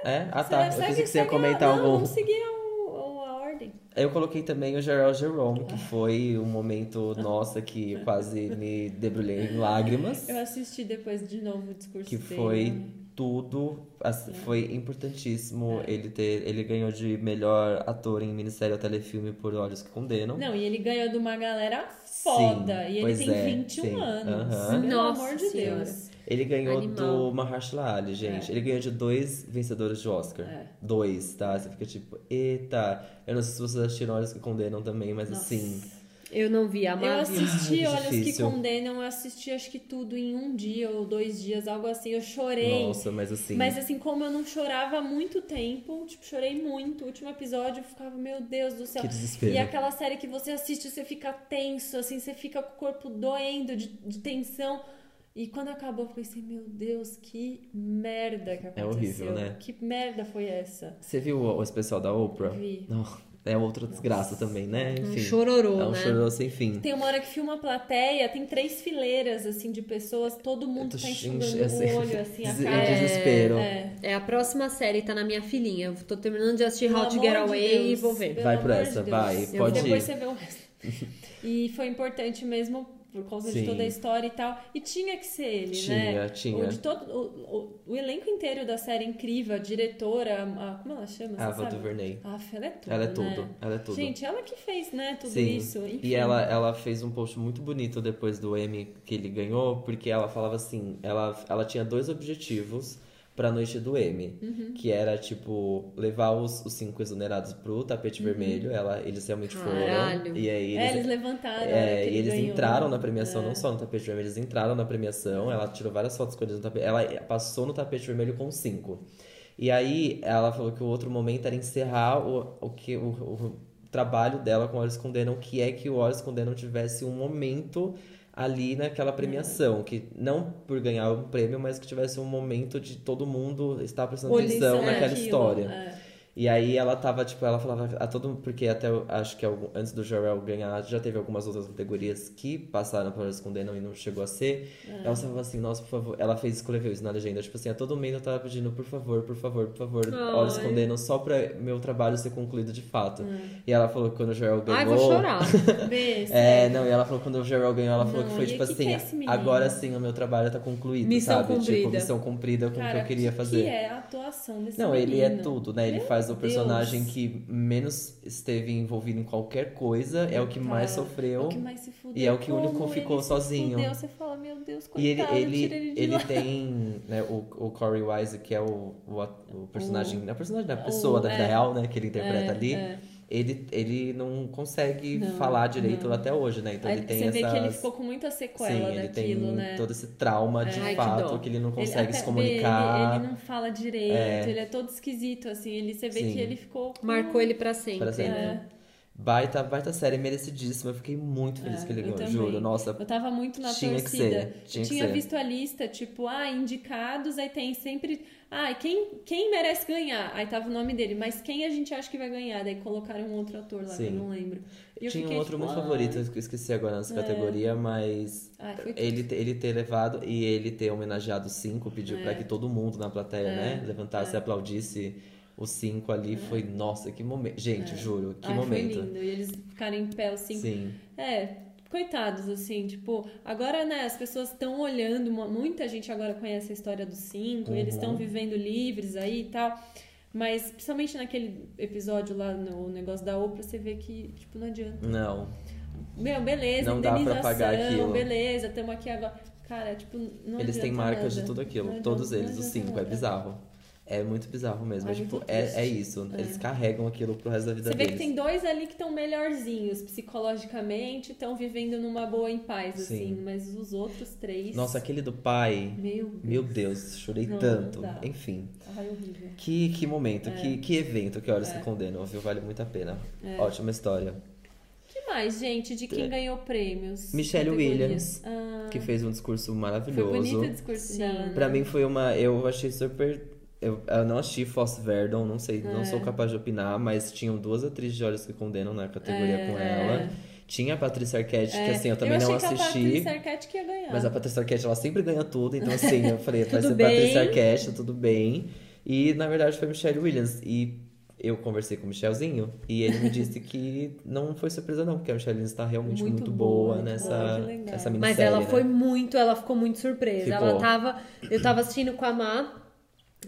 Speaker 3: É?
Speaker 1: Será-
Speaker 3: Ah, tá. Eu
Speaker 1: segue-
Speaker 3: pensei que você ia
Speaker 1: segue a-
Speaker 3: comentar
Speaker 1: não,
Speaker 3: algum.
Speaker 1: Vamos seguir o- o- a ordem.
Speaker 3: Eu coloquei também o Gerald Jerome,
Speaker 1: Ah.
Speaker 3: que foi um momento, nossa, que quase me debrulhei em lágrimas.
Speaker 1: Eu assisti depois de novo o discurso
Speaker 3: que
Speaker 1: dele,
Speaker 3: foi
Speaker 1: né?
Speaker 3: tudo, assim, foi importantíssimo
Speaker 1: É.
Speaker 3: ele ter, ele ganhou de melhor ator em minissérie ou telefilme por Olhos que Condenam.
Speaker 1: Não, e ele ganhou de uma galera foda.
Speaker 3: Sim,
Speaker 1: e ele
Speaker 3: pois
Speaker 1: tem
Speaker 3: é,
Speaker 1: 21
Speaker 3: sim,
Speaker 1: anos.
Speaker 3: aham.
Speaker 1: Pelo
Speaker 2: Nossa
Speaker 1: amor de
Speaker 2: Senhora.
Speaker 1: Deus.
Speaker 3: Ele ganhou
Speaker 2: Animal.
Speaker 3: do Mahershala Ali, gente. Ele ganhou de dois vencedores de Oscar.
Speaker 1: É.
Speaker 3: Dois, tá? Você fica tipo, eita. Eu não sei se vocês assistiram Olhos que Condenam também, mas
Speaker 1: Nossa.
Speaker 3: assim,
Speaker 2: Eu não vi,
Speaker 1: Eu
Speaker 2: amava.
Speaker 1: assisti
Speaker 3: Ai,
Speaker 1: Olhos que
Speaker 3: difícil.
Speaker 1: Condenam, eu assisti acho que tudo em um dia ou dois dias, algo assim. Eu chorei.
Speaker 3: nossa, mas assim.
Speaker 1: Mas assim, como eu não chorava há muito tempo, tipo, chorei muito. O último episódio eu ficava, meu Deus do céu.
Speaker 3: Que desespero.
Speaker 1: E aquela série que você assiste, você fica tenso, assim, você fica com o corpo doendo de, de tensão. E quando acabou, eu pensei, meu Deus, que merda que aconteceu.
Speaker 3: horrível, né?
Speaker 1: Que merda foi essa?
Speaker 3: Você viu o o especial da Oprah?
Speaker 1: Vi.
Speaker 3: Não, é outra desgraça também, né?
Speaker 2: Um
Speaker 3: Enfim.
Speaker 2: chororô,
Speaker 3: é um
Speaker 2: né?
Speaker 3: chororô sem fim.
Speaker 1: Tem uma hora que filma a plateia, tem três fileiras, assim, de pessoas, todo
Speaker 3: Eu
Speaker 1: mundo
Speaker 3: tô
Speaker 1: tá
Speaker 3: enche-
Speaker 1: enxugando
Speaker 3: assim,
Speaker 1: o olho, assim, a
Speaker 3: des- em
Speaker 1: cara.
Speaker 3: desespero.
Speaker 1: É.
Speaker 2: É a próxima série, tá na minha filhinha. Eu tô terminando de assistir
Speaker 1: Pelo
Speaker 2: How to
Speaker 1: amor
Speaker 2: Get
Speaker 1: de
Speaker 2: Away e
Speaker 1: Deus,
Speaker 2: vou ver.
Speaker 1: pelo
Speaker 3: Vai por
Speaker 1: amor
Speaker 3: essa,
Speaker 1: de
Speaker 3: vai,
Speaker 1: Deus.
Speaker 3: pode
Speaker 1: Depois
Speaker 3: ir.
Speaker 1: você vê o resto. E foi importante mesmo por causa
Speaker 3: Sim.
Speaker 1: de toda a história e tal. E tinha que ser ele,
Speaker 3: Tinha,
Speaker 1: né?
Speaker 3: tinha.
Speaker 1: O, de todo, o, o, o elenco inteiro da série é incrível, a diretora, a, a- como ela chama? Você
Speaker 3: Ava
Speaker 1: sabe?
Speaker 3: DuVernay.
Speaker 1: Ah, ela é tudo.
Speaker 3: Ela é
Speaker 1: né?
Speaker 3: tudo, ela é tudo.
Speaker 1: Gente, ela que fez, né, tudo
Speaker 3: Sim.
Speaker 1: isso. enfim.
Speaker 3: E ela, ela fez um post muito bonito depois do Emmy que ele ganhou, porque ela falava assim, ela, ela tinha dois objetivos pra noite do Emmy,
Speaker 1: Uhum.
Speaker 3: que era tipo levar os, os cinco exonerados pro tapete vermelho, ela eles realmente
Speaker 2: Caralho.
Speaker 3: foram. E aí
Speaker 1: Uhum. É,
Speaker 3: eles,
Speaker 1: eles levantaram.
Speaker 3: é,
Speaker 1: né, É. que
Speaker 3: e
Speaker 1: ele
Speaker 3: eles
Speaker 1: ganhou.
Speaker 3: entraram na premiação, não só no tapete vermelho, eles entraram na premiação, ela tirou várias fotos com eles no tapete. Ela passou no tapete vermelho com cinco. E aí ela falou que o outro momento era encerrar o, o, que, o, o trabalho dela com o Olhos Condenam, que é que o Olhos Condenam tivesse um momento ali
Speaker 1: É.
Speaker 3: naquela premiação, que não por ganhar um prêmio, mas que tivesse um momento de todo mundo estar prestando
Speaker 1: Olhando
Speaker 3: atenção
Speaker 1: isso,
Speaker 3: naquela
Speaker 1: aquilo,
Speaker 3: história.
Speaker 1: é.
Speaker 3: E aí ela tava, tipo, ela falava a todo porque até eu acho que algum- antes do Jorel ganhar, já teve algumas outras categorias que passaram para escondendo e não chegou a ser.
Speaker 1: É.
Speaker 3: Ela falava assim, nossa, por favor. Ela fez, escreveu isso na legenda, tipo assim, a todo momento eu tava pedindo, por favor, por favor, por favor, olha
Speaker 2: Ai.
Speaker 3: escondendo só pra meu trabalho ser concluído de fato.
Speaker 1: Hum.
Speaker 3: E ela falou que quando o Jorel ganhou.
Speaker 2: Ai, vou chorar.
Speaker 1: Bê,
Speaker 3: É, não, e ela falou que quando o Gerald ganhou, ela falou
Speaker 1: Não,
Speaker 3: que foi
Speaker 1: e
Speaker 3: tipo
Speaker 1: que
Speaker 3: assim,
Speaker 1: que é esse menino?
Speaker 3: agora sim o meu trabalho tá concluído,
Speaker 2: Missão
Speaker 3: sabe? Tipo,
Speaker 2: cumprida.
Speaker 3: missão cumprida com o que
Speaker 1: cara,
Speaker 3: eu queria
Speaker 1: que
Speaker 3: fazer.
Speaker 1: Que é a atuação desse
Speaker 3: Não, ele é
Speaker 1: menino?
Speaker 3: tudo, né? Ele
Speaker 1: Meu
Speaker 3: faz o personagem
Speaker 1: Deus.
Speaker 3: que menos esteve envolvido em qualquer coisa, é o que mais
Speaker 1: Cara,
Speaker 3: sofreu.
Speaker 1: É o que mais se fudeu.
Speaker 3: e é o que o único
Speaker 1: como
Speaker 3: ficou
Speaker 1: ele se
Speaker 3: sozinho.
Speaker 1: Fudeu, você fala, meu Deus,
Speaker 3: E ele,
Speaker 1: coitado,
Speaker 3: ele,
Speaker 1: tira ele de
Speaker 3: ele
Speaker 1: lá.
Speaker 3: tem né, o, o Corey Wise, que é o, o, at- o personagem, o, personagem, não, a pessoa
Speaker 1: o-
Speaker 3: da vida
Speaker 1: é.
Speaker 3: real, né? Que ele interpreta
Speaker 1: É,
Speaker 3: ali.
Speaker 1: é.
Speaker 3: ele, ele não consegue falar direito até hoje, né? Então
Speaker 1: Aí
Speaker 3: ele tem
Speaker 1: você
Speaker 3: essas...
Speaker 1: vê que ele ficou com muita sequela
Speaker 3: Sim, ele
Speaker 1: daquilo,
Speaker 3: tem
Speaker 1: né?
Speaker 3: todo esse trauma de
Speaker 2: Ai, que
Speaker 3: fato
Speaker 2: dó.
Speaker 3: que, ele não
Speaker 1: Ele
Speaker 3: consegue
Speaker 1: até-
Speaker 3: se comunicar.
Speaker 1: Ele, ele não fala direito,
Speaker 3: É.
Speaker 1: ele é todo esquisito, assim. Ele, você vê
Speaker 3: Sim.
Speaker 1: que ele ficou. com-
Speaker 2: Marcou ele pra sempre.
Speaker 3: Pra sempre.
Speaker 1: É.
Speaker 3: Baita, baita série, merecidíssima. Eu fiquei muito feliz
Speaker 1: É,
Speaker 3: que ele
Speaker 1: eu
Speaker 3: ganhou,
Speaker 1: também.
Speaker 3: juro. Nossa,
Speaker 1: Eu tava muito na
Speaker 3: Tinha que
Speaker 1: torcida.
Speaker 3: ser, tinha
Speaker 1: eu
Speaker 3: que
Speaker 1: tinha
Speaker 3: ser.
Speaker 1: visto a lista, tipo, ah, indicados, aí tem sempre. Ah, quem, quem merece ganhar? Aí tava o nome dele, mas quem a gente acha que vai ganhar? Daí colocaram um outro ator lá, que
Speaker 3: Sim.
Speaker 1: eu não lembro. E eu
Speaker 3: tinha um
Speaker 1: fiquei,
Speaker 3: outro
Speaker 1: tipo,
Speaker 3: muito
Speaker 1: ah, É.
Speaker 3: favorito, eu esqueci agora nessa categoria, mas
Speaker 1: Ai, foi
Speaker 3: ele, te- ele ter levado e ele ter homenageado os cinco, pediu
Speaker 1: É.
Speaker 3: pra que todo mundo na plateia, né, levantasse e aplaudisse os cinco ali. Foi, nossa, que momento. Gente, juro, que
Speaker 1: É. Ai,
Speaker 3: momento.
Speaker 1: foi lindo. E eles ficarem em pé, assim.
Speaker 3: Sim,
Speaker 1: É, coitados, assim, tipo, agora, né, as pessoas estão olhando, mu- muita gente agora conhece a história dos cinco,
Speaker 3: Uhum.
Speaker 1: eles estão vivendo livres aí e tal. Mas, principalmente naquele episódio lá no negócio da Oprah, você vê que, tipo, não adianta.
Speaker 3: não.
Speaker 1: Meu, beleza,
Speaker 3: Não dá pra
Speaker 1: indenização,
Speaker 3: pagar aquilo.
Speaker 1: beleza, estamos aqui agora. Cara, tipo, não
Speaker 3: Eles têm
Speaker 1: adianta
Speaker 3: marcas
Speaker 1: nada.
Speaker 3: de tudo aquilo,
Speaker 1: Não
Speaker 3: todos
Speaker 1: adianta- não
Speaker 3: eles, os
Speaker 1: adianta
Speaker 3: cinco, é
Speaker 1: nada.
Speaker 3: bizarro. É muito bizarro mesmo,
Speaker 1: Ai,
Speaker 3: é, tipo,
Speaker 1: muito
Speaker 3: é, é
Speaker 1: triste.
Speaker 3: isso, eles carregam aquilo pro resto da vida
Speaker 1: Você vê que
Speaker 3: deles.
Speaker 1: tem dois ali que estão melhorzinhos psicologicamente, estão vivendo numa boa em paz, assim.
Speaker 3: Sim.
Speaker 1: Mas os outros três.
Speaker 3: Nossa, aquele do pai,
Speaker 1: Meu
Speaker 3: meu Deus, chorei
Speaker 1: Não, tá.
Speaker 3: tanto.
Speaker 1: não dá.
Speaker 3: Enfim,
Speaker 1: Ai, horrível.
Speaker 3: que, que momento, que, que evento, que horas
Speaker 1: É.
Speaker 3: que condenam, viu? Vale muito a pena. Ótima história.
Speaker 1: que mais, gente, de quem
Speaker 3: É.
Speaker 1: ganhou prêmios?
Speaker 3: Michelle
Speaker 1: Categorias.
Speaker 3: Williams,
Speaker 1: Ah,
Speaker 3: Que fez um discurso
Speaker 1: foi bonito
Speaker 3: maravilhoso.
Speaker 1: o discurso
Speaker 2: Sim.
Speaker 1: dela, né?
Speaker 3: Pra mim foi uma. Eu achei super. Eu, eu não achei Foss Verdon, não sei, não
Speaker 1: É.
Speaker 3: sou capaz de opinar, mas tinham duas atrizes de Olhos que Condenam na categoria com ela. Tinha a Patrícia Arquette, que
Speaker 1: É,
Speaker 3: assim, eu também não
Speaker 1: achei
Speaker 3: assisti.
Speaker 1: que a Patrícia Arquette que ia ganhar.
Speaker 3: Mas a Patrícia Arquette, ela sempre ganha tudo, então assim, eu falei, vai
Speaker 2: Tudo
Speaker 3: ser
Speaker 2: bem.
Speaker 3: Patrícia Arquette, tudo bem. E na verdade foi Michelle Williams. E eu conversei com o Michelzinho e ele me disse que não foi surpresa, não, porque a Michelle Williams tá realmente muito,
Speaker 1: Muito
Speaker 3: boa,
Speaker 1: boa, muito
Speaker 3: nessa,
Speaker 1: boa, que legal.
Speaker 3: essa
Speaker 2: Mas
Speaker 3: minissérie.
Speaker 2: ela
Speaker 3: né?
Speaker 2: foi muito, ela ficou muito surpresa. Ela
Speaker 3: Ficou.
Speaker 2: tava, eu tava assistindo com a Má.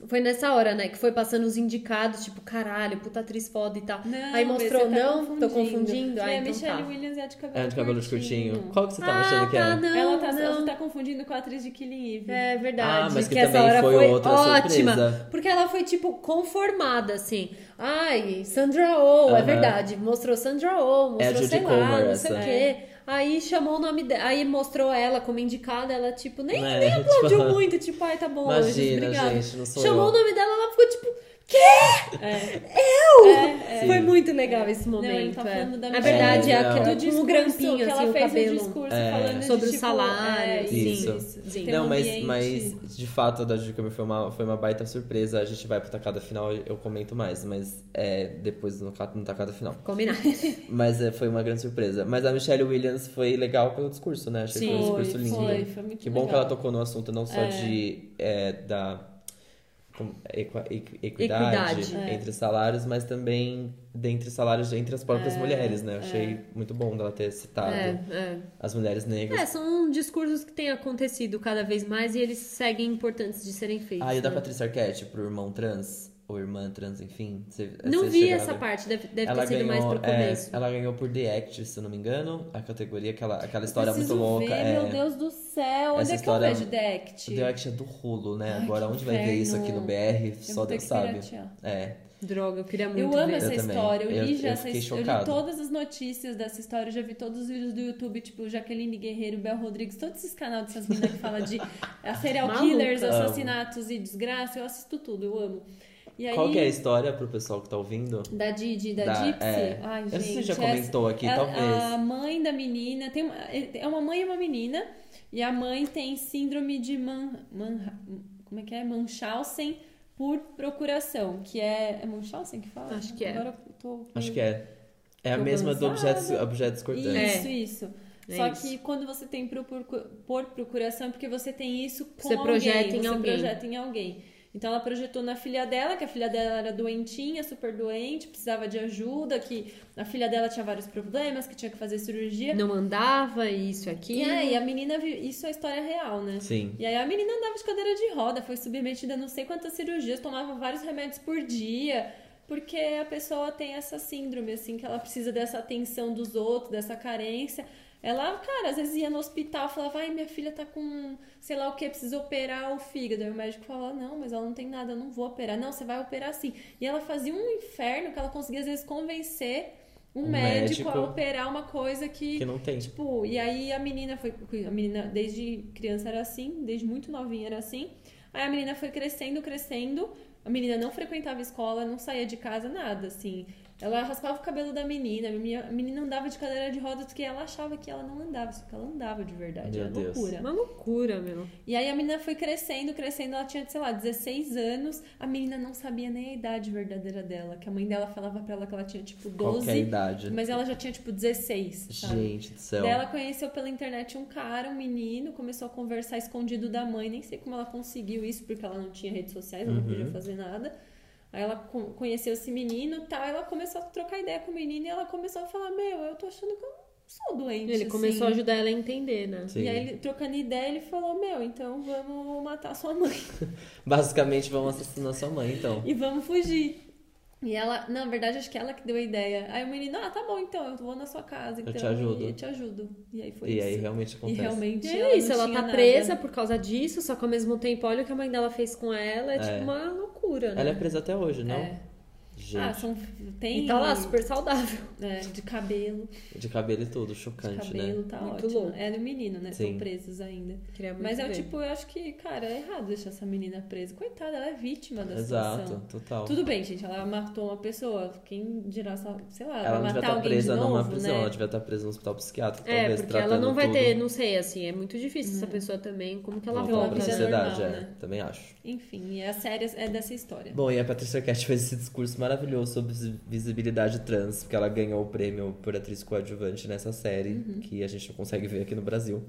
Speaker 2: Foi nessa hora, né, que foi passando os indicados, tipo, caralho, puta atriz foda e tal.
Speaker 1: Não,
Speaker 2: Aí mostrou,
Speaker 1: você tá
Speaker 2: não, tô confundindo. Aí
Speaker 1: Falei, a
Speaker 2: então
Speaker 1: Michelle
Speaker 2: tá.
Speaker 1: Williams é de cabelo
Speaker 3: É, de cabelo curtinho.
Speaker 1: curtinho.
Speaker 3: Qual que você tava achando
Speaker 2: ah,
Speaker 3: que é?
Speaker 2: tá,
Speaker 3: era?
Speaker 2: não,
Speaker 1: ela tá,
Speaker 2: não.
Speaker 1: você tá confundindo com a atriz de Killing Eve.
Speaker 2: É verdade.
Speaker 3: Ah, mas que
Speaker 2: essa
Speaker 3: também
Speaker 2: hora
Speaker 3: foi outra
Speaker 2: ótima.
Speaker 3: surpresa.
Speaker 2: Porque ela foi, tipo, conformada, assim. Ai, Sandra Oh, é
Speaker 3: Aham.
Speaker 2: verdade. Mostrou Sandra Oh,
Speaker 3: É a
Speaker 2: mostrou,
Speaker 3: Judy
Speaker 2: sei lá,
Speaker 3: Comer
Speaker 2: não
Speaker 3: essa.
Speaker 2: sei o quê. Aí chamou o nome dela, aí mostrou ela como indicada, ela, tipo, nem,
Speaker 3: É,
Speaker 2: nem aplaudiu
Speaker 3: tipo,
Speaker 2: muito, tipo, ai, tá bom, hoje,
Speaker 3: Imagina,
Speaker 2: obrigada.
Speaker 3: gente, não sou
Speaker 2: chamou
Speaker 3: eu.
Speaker 2: o nome dela, ela ficou, tipo, quê? Eu?
Speaker 3: é.
Speaker 2: Foi muito legal esse
Speaker 1: Não,
Speaker 2: momento.
Speaker 1: ele tá
Speaker 2: é.
Speaker 1: falando da
Speaker 2: Na
Speaker 1: Michelle
Speaker 2: verdade, é
Speaker 3: Williams.
Speaker 2: aquela
Speaker 1: do
Speaker 2: com
Speaker 1: discurso
Speaker 2: o grampinho,
Speaker 1: que ela
Speaker 2: assim, o
Speaker 1: fez
Speaker 2: cabelo.
Speaker 1: um discurso
Speaker 3: É.
Speaker 1: falando de,
Speaker 2: Sobre o
Speaker 1: tipo,
Speaker 2: salário,
Speaker 1: é,
Speaker 2: sim.
Speaker 1: isso.
Speaker 2: Sim.
Speaker 1: Tem um
Speaker 3: Não, mas,
Speaker 1: ambiente-
Speaker 3: mas de fato a da Judy Comer foi uma, foi uma baita surpresa. A gente vai pro tacada final, eu comento mais, mas é depois no, ca- no tacada final.
Speaker 2: Combinado.
Speaker 3: Mas é, foi uma grande surpresa. Mas a Michelle Williams foi legal pelo discurso, né? Achei que foi um
Speaker 1: Foi,
Speaker 3: discurso lindo.
Speaker 1: foi, foi muito
Speaker 3: Que bom que
Speaker 1: legal.
Speaker 3: ela tocou no assunto não só de é, da como- equa- equ- equidade,
Speaker 2: Equidade.
Speaker 1: é.
Speaker 3: entre salários, mas também dentre salários entre as próprias
Speaker 1: É,
Speaker 3: mulheres, né? Eu achei muito bom dela ter citado
Speaker 2: É, é.
Speaker 3: as mulheres negras.
Speaker 2: É, são discursos que têm acontecido cada vez mais e eles seguem importantes de serem feitos.
Speaker 3: Ah, e o da
Speaker 2: né?
Speaker 1: Uhum.
Speaker 3: Patrícia Arquette pro tipo, irmão trans, ou irmã trans, enfim. Você,
Speaker 2: Não
Speaker 3: vocês
Speaker 2: vi
Speaker 3: chegaram a
Speaker 2: essa
Speaker 3: ver?
Speaker 2: parte, deve, deve
Speaker 3: Ela
Speaker 2: ter sido
Speaker 3: ganhou,
Speaker 2: mais pro
Speaker 3: é,
Speaker 2: começo.
Speaker 3: ela ganhou por The Act, se eu não me engano, a categoria, aquela, aquela história
Speaker 1: Preciso
Speaker 3: muito louca.
Speaker 1: ver,
Speaker 3: é...
Speaker 1: meu Deus do céu. Onde
Speaker 3: Essa
Speaker 1: é que eu
Speaker 3: história-
Speaker 1: vejo Dect?
Speaker 3: O The Act é do rolo, né? Agora,
Speaker 1: que
Speaker 3: onde vai ver isso aqui no
Speaker 1: inferno.
Speaker 3: BR,
Speaker 1: Eu
Speaker 3: só
Speaker 1: vou ter
Speaker 3: Deus
Speaker 1: que
Speaker 3: sabe.
Speaker 1: piratear.
Speaker 3: É.
Speaker 2: Droga, eu queria muito
Speaker 1: Eu amo
Speaker 2: ver.
Speaker 1: essa
Speaker 3: também.
Speaker 1: história. Eu li
Speaker 3: Eu-
Speaker 1: já
Speaker 3: eu
Speaker 1: essa
Speaker 3: fiquei
Speaker 1: história. Eu li
Speaker 3: chocado.
Speaker 1: todas as notícias dessa história. Eu já vi todos os vídeos do YouTube, tipo Jaqueline Guerreiro, Bel Rodrigues, todos esses canais dessas meninas que falam de a serial
Speaker 2: Maluca.
Speaker 1: killers,
Speaker 3: Amo.
Speaker 1: assassinatos e desgraça. Eu assisto tudo, eu amo. E aí,
Speaker 3: Qual que é a história pro pessoal que tá ouvindo?
Speaker 1: Da Didi, da,
Speaker 3: Da-
Speaker 1: Gypsy.
Speaker 3: é.
Speaker 1: Ai,
Speaker 3: Eu não sei se
Speaker 1: gente, ah,
Speaker 3: já comentou aqui,
Speaker 1: a-
Speaker 3: talvez.
Speaker 1: A mãe da menina tem uma, é uma mãe e uma menina e a mãe tem síndrome de man, Man- como é que é? Munchausen por procuração, que é é Munchausen que fala?
Speaker 2: Acho que é.
Speaker 1: Agora eu tô
Speaker 3: Acho que é. É a
Speaker 1: Tô
Speaker 3: mesma do
Speaker 1: cansada.
Speaker 3: Objetos, objetos Cortantes.
Speaker 1: isso, isso.
Speaker 2: É
Speaker 1: Só
Speaker 2: isso.
Speaker 1: que quando você tem pro- por, por procuração, é porque você tem isso com
Speaker 2: Você
Speaker 1: alguém.
Speaker 2: projeta em
Speaker 1: você
Speaker 2: alguém.
Speaker 1: projeta em alguém. Então ela projetou na filha dela, que a filha dela era doentinha, super doente, precisava de ajuda, que a filha dela tinha vários problemas, que tinha que fazer cirurgia.
Speaker 2: Não andava, isso aqui.
Speaker 1: é, E aí a menina, vi- isso é história real, né?
Speaker 3: Sim.
Speaker 1: E aí a menina andava de cadeira de roda, foi submetida a não sei quantas cirurgias, tomava vários remédios por dia, porque a pessoa tem essa síndrome, assim, que ela precisa dessa atenção dos outros, dessa carência. Ela, cara, às vezes ia no hospital, falava, ai, minha filha tá com sei lá o que, precisa operar o fígado. Aí o médico falava, não, mas ela não tem nada, eu não vou operar. Não, você vai operar sim. E ela fazia um inferno que ela conseguia, às vezes, convencer um
Speaker 3: Um
Speaker 1: médico,
Speaker 3: médico.
Speaker 1: a operar uma coisa que.
Speaker 3: Que não tem.
Speaker 1: Tipo, e aí a menina foi. A menina, desde criança era assim, desde muito novinha era assim. Aí a menina foi crescendo, crescendo. A menina não frequentava escola, não saía de casa, nada, assim. Ela raspava o cabelo da menina, a menina a menina andava de cadeira de rodas porque ela achava que ela não andava, só que ela andava de verdade.
Speaker 3: Meu
Speaker 1: era
Speaker 3: Deus.
Speaker 1: loucura.
Speaker 2: Uma loucura, meu.
Speaker 1: E aí a menina foi crescendo, crescendo, ela tinha, sei lá, 16 anos. A menina não sabia nem a idade verdadeira dela, que a mãe dela falava pra ela que ela tinha tipo 12,
Speaker 3: Qualquer é idade.
Speaker 1: mas ela já tinha tipo 16, sabe?
Speaker 3: Gente do céu.
Speaker 1: Daí ela conheceu pela internet um cara, um menino, começou a conversar escondido da mãe, nem sei como ela conseguiu isso, porque ela não tinha redes sociais, ela não
Speaker 3: Uhum.
Speaker 1: podia fazer nada. Aí ela co- conheceu esse menino tal, ela começou a trocar ideia com o menino e ela começou a falar, meu, eu tô achando que eu não sou doente.
Speaker 2: Ele começou a
Speaker 1: assim.
Speaker 2: ajudar ela a entender, né?
Speaker 3: Sim.
Speaker 1: E aí, ele, trocando ideia, ele falou, meu, então vamos matar sua mãe.
Speaker 3: Basicamente, vão assassinar sua mãe, então.
Speaker 1: e vamos fugir. E ela, na verdade, acho que ela que deu a ideia. Aí o menino, ah, tá bom, então, eu vou na sua casa,
Speaker 3: Eu
Speaker 1: então.
Speaker 3: te ajudo.
Speaker 1: E eu te ajudo. E aí foi
Speaker 3: E
Speaker 1: isso.
Speaker 3: aí realmente
Speaker 1: e
Speaker 3: acontece.
Speaker 1: realmente.
Speaker 2: E é isso,
Speaker 1: não
Speaker 2: ela
Speaker 1: tinha
Speaker 2: tá
Speaker 1: nada.
Speaker 2: presa por causa disso, só que ao mesmo tempo, olha o que a mãe dela fez com ela, é, tipo uma loucura, né?
Speaker 3: Ela é presa até hoje, não?
Speaker 1: É.
Speaker 3: Gente,
Speaker 1: Ah, são, tem. um
Speaker 2: E tá lá, super saudável.
Speaker 1: é, de cabelo.
Speaker 3: de cabelo e tudo,
Speaker 1: Ah, De
Speaker 3: chocante,
Speaker 1: cabelo,
Speaker 3: né?
Speaker 1: tá
Speaker 2: Muito
Speaker 1: ótimo.
Speaker 2: louco.
Speaker 1: Era um menino, né?
Speaker 3: Sim.
Speaker 1: Estão presos ainda.
Speaker 2: Queria muito
Speaker 1: Mas é o
Speaker 2: ver.
Speaker 1: tipo, eu acho que, cara, é errado deixar essa menina presa. Coitada, ela é vítima da
Speaker 3: Exato,
Speaker 1: situação.
Speaker 3: total.
Speaker 1: Tudo bem, gente, ela matou uma pessoa. Quem dirá, essa- sei lá, vai
Speaker 3: Ela não devia
Speaker 1: matar
Speaker 3: estar
Speaker 1: alguém
Speaker 3: presa
Speaker 1: de novo,
Speaker 3: numa prisão,
Speaker 1: né?
Speaker 3: ela devia estar presa no hospital psiquiátrico,
Speaker 2: É,
Speaker 3: talvez
Speaker 2: porque ela não
Speaker 3: tratando
Speaker 2: vai
Speaker 3: tudo.
Speaker 2: ter, não sei, assim, é muito difícil essa pessoa também, como que ela
Speaker 1: Voltar
Speaker 3: voltar
Speaker 1: uma
Speaker 3: pra
Speaker 1: vida
Speaker 2: volta, né?
Speaker 3: sociedade,
Speaker 1: normal,
Speaker 3: é.
Speaker 1: né?
Speaker 3: Também acho.
Speaker 1: Enfim, e a série é dessa história.
Speaker 3: Bom, e a Patricia Cash fez esse discurso maravilhoso sobre visi- visibilidade trans, porque ela ganhou o prêmio por atriz coadjuvante nessa série, que a gente não consegue ver aqui no Brasil.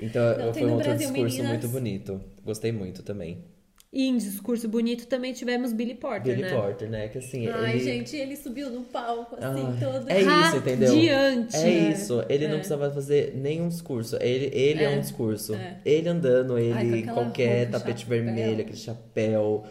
Speaker 3: Então
Speaker 1: Uhum. Não, tem
Speaker 3: foi um
Speaker 1: no
Speaker 3: outro
Speaker 1: Brasil,
Speaker 3: discurso
Speaker 1: meninas.
Speaker 3: muito bonito. Gostei muito também.
Speaker 2: E em discurso bonito também tivemos Billy Porter,
Speaker 3: Billy
Speaker 2: né?
Speaker 3: Porter, né? Que assim.
Speaker 1: Ai,
Speaker 3: ele...
Speaker 1: gente, ele subiu no palco, assim,
Speaker 3: Ai,
Speaker 1: todo.
Speaker 3: é isso, entendeu?
Speaker 2: Radiante,
Speaker 3: É
Speaker 2: né?
Speaker 3: isso, ele não precisava fazer nenhum discurso. Ele, ele é, um discurso. Ele andando, ele
Speaker 1: Ai, com aquela
Speaker 3: qualquer
Speaker 1: roupa,
Speaker 3: tapete
Speaker 1: chapéu.
Speaker 3: vermelho, aquele chapéu.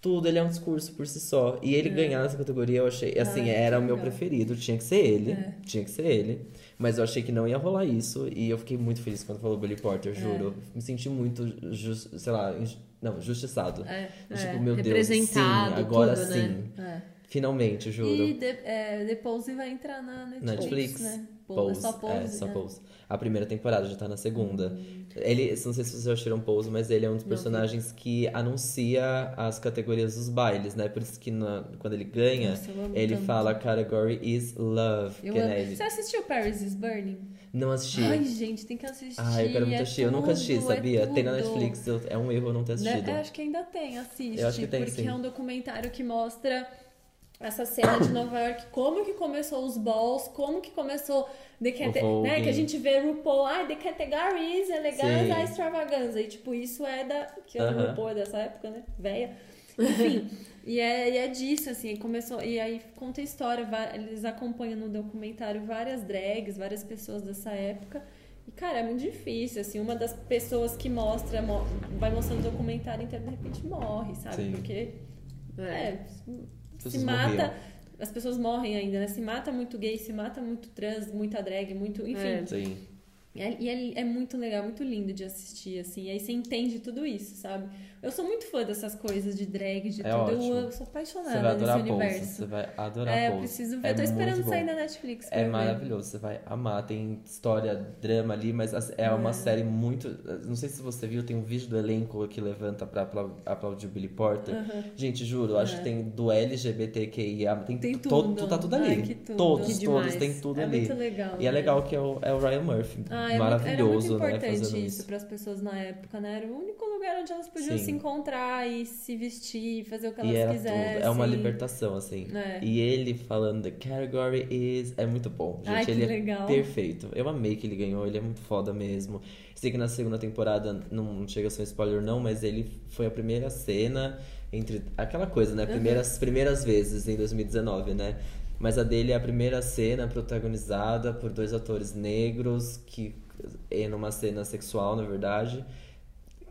Speaker 3: Tudo, ele é um discurso por si só. E ele ganhar nessa categoria, eu achei. Assim,
Speaker 1: É. Ai,
Speaker 3: era
Speaker 1: que
Speaker 3: o meu
Speaker 1: legal. É.
Speaker 3: preferido. Tinha que ser ele. Tinha que ser ele. Mas eu achei que não ia rolar isso. E eu fiquei muito feliz quando falou Billy
Speaker 1: É.
Speaker 3: Porter, juro. Me senti muito, jus- sei lá, inju- não, justiçado.
Speaker 1: É,
Speaker 3: tipo,
Speaker 2: é.
Speaker 3: meu Deus, sim,
Speaker 2: Representado,
Speaker 3: agora
Speaker 2: tudo,
Speaker 3: sim.
Speaker 2: né?
Speaker 1: É.
Speaker 3: Finalmente, juro.
Speaker 1: E de, é, depois ele vai entrar na Netflix,
Speaker 3: Netflix.
Speaker 1: né? Pô,
Speaker 3: Pose,
Speaker 1: é só Pose,
Speaker 3: é, só
Speaker 1: né? Uhum.
Speaker 3: Pose. A primeira temporada já tá na segunda. Ele, não sei se vocês acharam Pose, mas ele é um dos personagens que anuncia as categorias dos bailes, né? Por isso que na- quando ele ganha,
Speaker 1: Nossa, eu amo
Speaker 3: ele
Speaker 1: tanto.
Speaker 3: fala category is love,
Speaker 1: Eu
Speaker 3: que
Speaker 1: amo.
Speaker 3: né, ele
Speaker 1: Você assistiu Paris is Burning?
Speaker 3: não assisti.
Speaker 1: Ai, gente, tem que assistir.
Speaker 3: Ai, eu quero muito
Speaker 1: é
Speaker 3: assistir. Eu nunca assisti,
Speaker 1: tudo, é
Speaker 3: sabia? Tem na
Speaker 1: tudo.
Speaker 3: Netflix, eu- é um erro eu não ter
Speaker 1: Né?
Speaker 3: assistido.
Speaker 1: Eu acho que ainda tem, assiste.
Speaker 3: Eu acho que tem,
Speaker 1: porque
Speaker 3: sim.
Speaker 1: é um documentário que mostra essa cena de Nova York, como que começou os balls, como que começou the cate-
Speaker 3: O Vogue.
Speaker 1: né? Que a gente vê RuPaul, ai, the categories, elegância,
Speaker 3: Sim.
Speaker 1: a extravaganza. E tipo, isso é da. Que a
Speaker 3: Aham.
Speaker 1: RuPaul é dessa época, né? Véia. Enfim. E é, e é disso, assim, começou. E aí conta a história, va- eles acompanham no documentário várias drags, várias pessoas dessa época. E, cara, é muito difícil, assim, uma das pessoas que mostra, mo- vai mostrando o documentário inteiro, de repente morre, sabe?
Speaker 3: Sim.
Speaker 1: Porque,
Speaker 2: É.
Speaker 1: é, se
Speaker 3: pessoas
Speaker 1: mata,
Speaker 3: morriam.
Speaker 1: as pessoas morrem ainda, né? Se mata muito gay, se mata muito trans, muita drag, muito, enfim.
Speaker 3: Sim.
Speaker 1: E é- E é, é muito legal, muito lindo de assistir, assim. E aí você entende tudo isso, sabe? Eu sou muito fã dessas coisas de drag, de
Speaker 3: É
Speaker 1: tudo.
Speaker 3: ótimo.
Speaker 1: Eu amo, sou
Speaker 3: Você vai
Speaker 1: apaixonada
Speaker 3: adorar
Speaker 1: Ah, nesse
Speaker 3: Pose,
Speaker 1: universo.
Speaker 3: você vai adorar
Speaker 1: É, eu
Speaker 3: Pose.
Speaker 1: preciso ver.
Speaker 3: É
Speaker 1: Tô esperando
Speaker 3: muito
Speaker 1: sair
Speaker 3: bom.
Speaker 1: da Netflix. pra
Speaker 3: É
Speaker 1: ver.
Speaker 3: maravilhoso, você vai amar. Tem história, drama ali, mas assim, é uma série muito. eh, Não sei se você viu, tem um vídeo do elenco que levanta pra apla- aplaudir o Billy Porter.
Speaker 1: É.
Speaker 3: Gente, juro, acho que tem do LGBTQIA, tem,
Speaker 1: Tem
Speaker 3: to-
Speaker 1: tudo.
Speaker 3: tá tudo ali.
Speaker 1: Ai, que tudo.
Speaker 3: Todos,
Speaker 2: Que
Speaker 3: todos,
Speaker 2: demais.
Speaker 3: tem tudo
Speaker 1: É
Speaker 3: ali.
Speaker 1: muito legal,
Speaker 3: E
Speaker 1: né?
Speaker 3: é legal que é o, é o Ryan Murphy.
Speaker 1: Ah, é muito-
Speaker 3: maravilhoso,
Speaker 1: era muito
Speaker 3: né?
Speaker 1: importante
Speaker 3: Fazendo
Speaker 1: isso para as pessoas na época, né? Era o único lugar onde elas podiam
Speaker 3: Sim.
Speaker 1: se encontrar e se vestir, fazer o que elas
Speaker 3: E era tudo.
Speaker 1: quisessem.
Speaker 3: É uma libertação, assim.
Speaker 1: É.
Speaker 3: E ele falando The category is. É muito bom. Gente,
Speaker 1: Ai, que
Speaker 3: ele é
Speaker 1: legal.
Speaker 3: perfeito. Eu amei que ele ganhou, ele é muito foda mesmo. Sei que na segunda temporada, não chega a ser um spoiler, não, mas ele foi a primeira cena entre. Aquela coisa, né? Primeiras, primeiras vezes em 2019, né? Mas a dele é a primeira cena protagonizada por dois atores negros que. É numa cena sexual, na verdade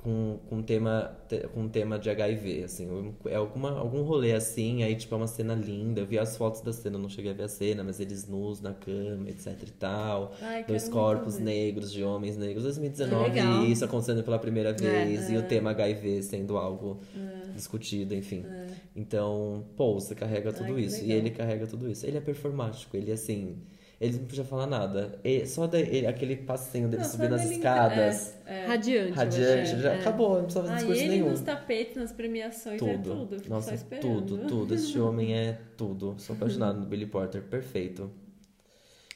Speaker 3: com, com tema te- com tema de HIV, assim, um- é alguma algum rolê assim, aí tipo é uma cena linda, eu vi as fotos da cena, eu não cheguei a ver a cena, mas eles nus na cama, etc e tal.
Speaker 1: Ai, quero
Speaker 3: Dois
Speaker 1: muito
Speaker 3: corpos
Speaker 1: ver.
Speaker 3: negros de homens
Speaker 1: É
Speaker 3: negros, 2019,
Speaker 2: Legal.
Speaker 3: e isso acontecendo pela primeira vez, e o tema HIV sendo algo
Speaker 1: É.
Speaker 3: discutido, enfim. Então, pô, você carrega tudo
Speaker 1: que
Speaker 3: isso. E
Speaker 1: legal.
Speaker 3: ele carrega tudo isso. Ele é performático, ele assim. Ele não podia falar nada. Ele- só da- ele- aquele passinho dele
Speaker 1: Não, só
Speaker 3: subindo as
Speaker 1: dele-
Speaker 3: escadas.
Speaker 1: É, é.
Speaker 2: Radiante. eu
Speaker 3: Radiante,
Speaker 2: achei.
Speaker 3: já
Speaker 2: É.
Speaker 3: acabou, não precisava fazer
Speaker 1: Aí
Speaker 3: discurso
Speaker 1: Ah, ele
Speaker 3: nenhum.
Speaker 1: nos tapetes, nas premiações, é tudo. Eu fico só
Speaker 3: Nossa,
Speaker 1: esperando.
Speaker 3: tudo, tudo. Este homem é tudo. Sou apaixonado no Billy Porter, perfeito.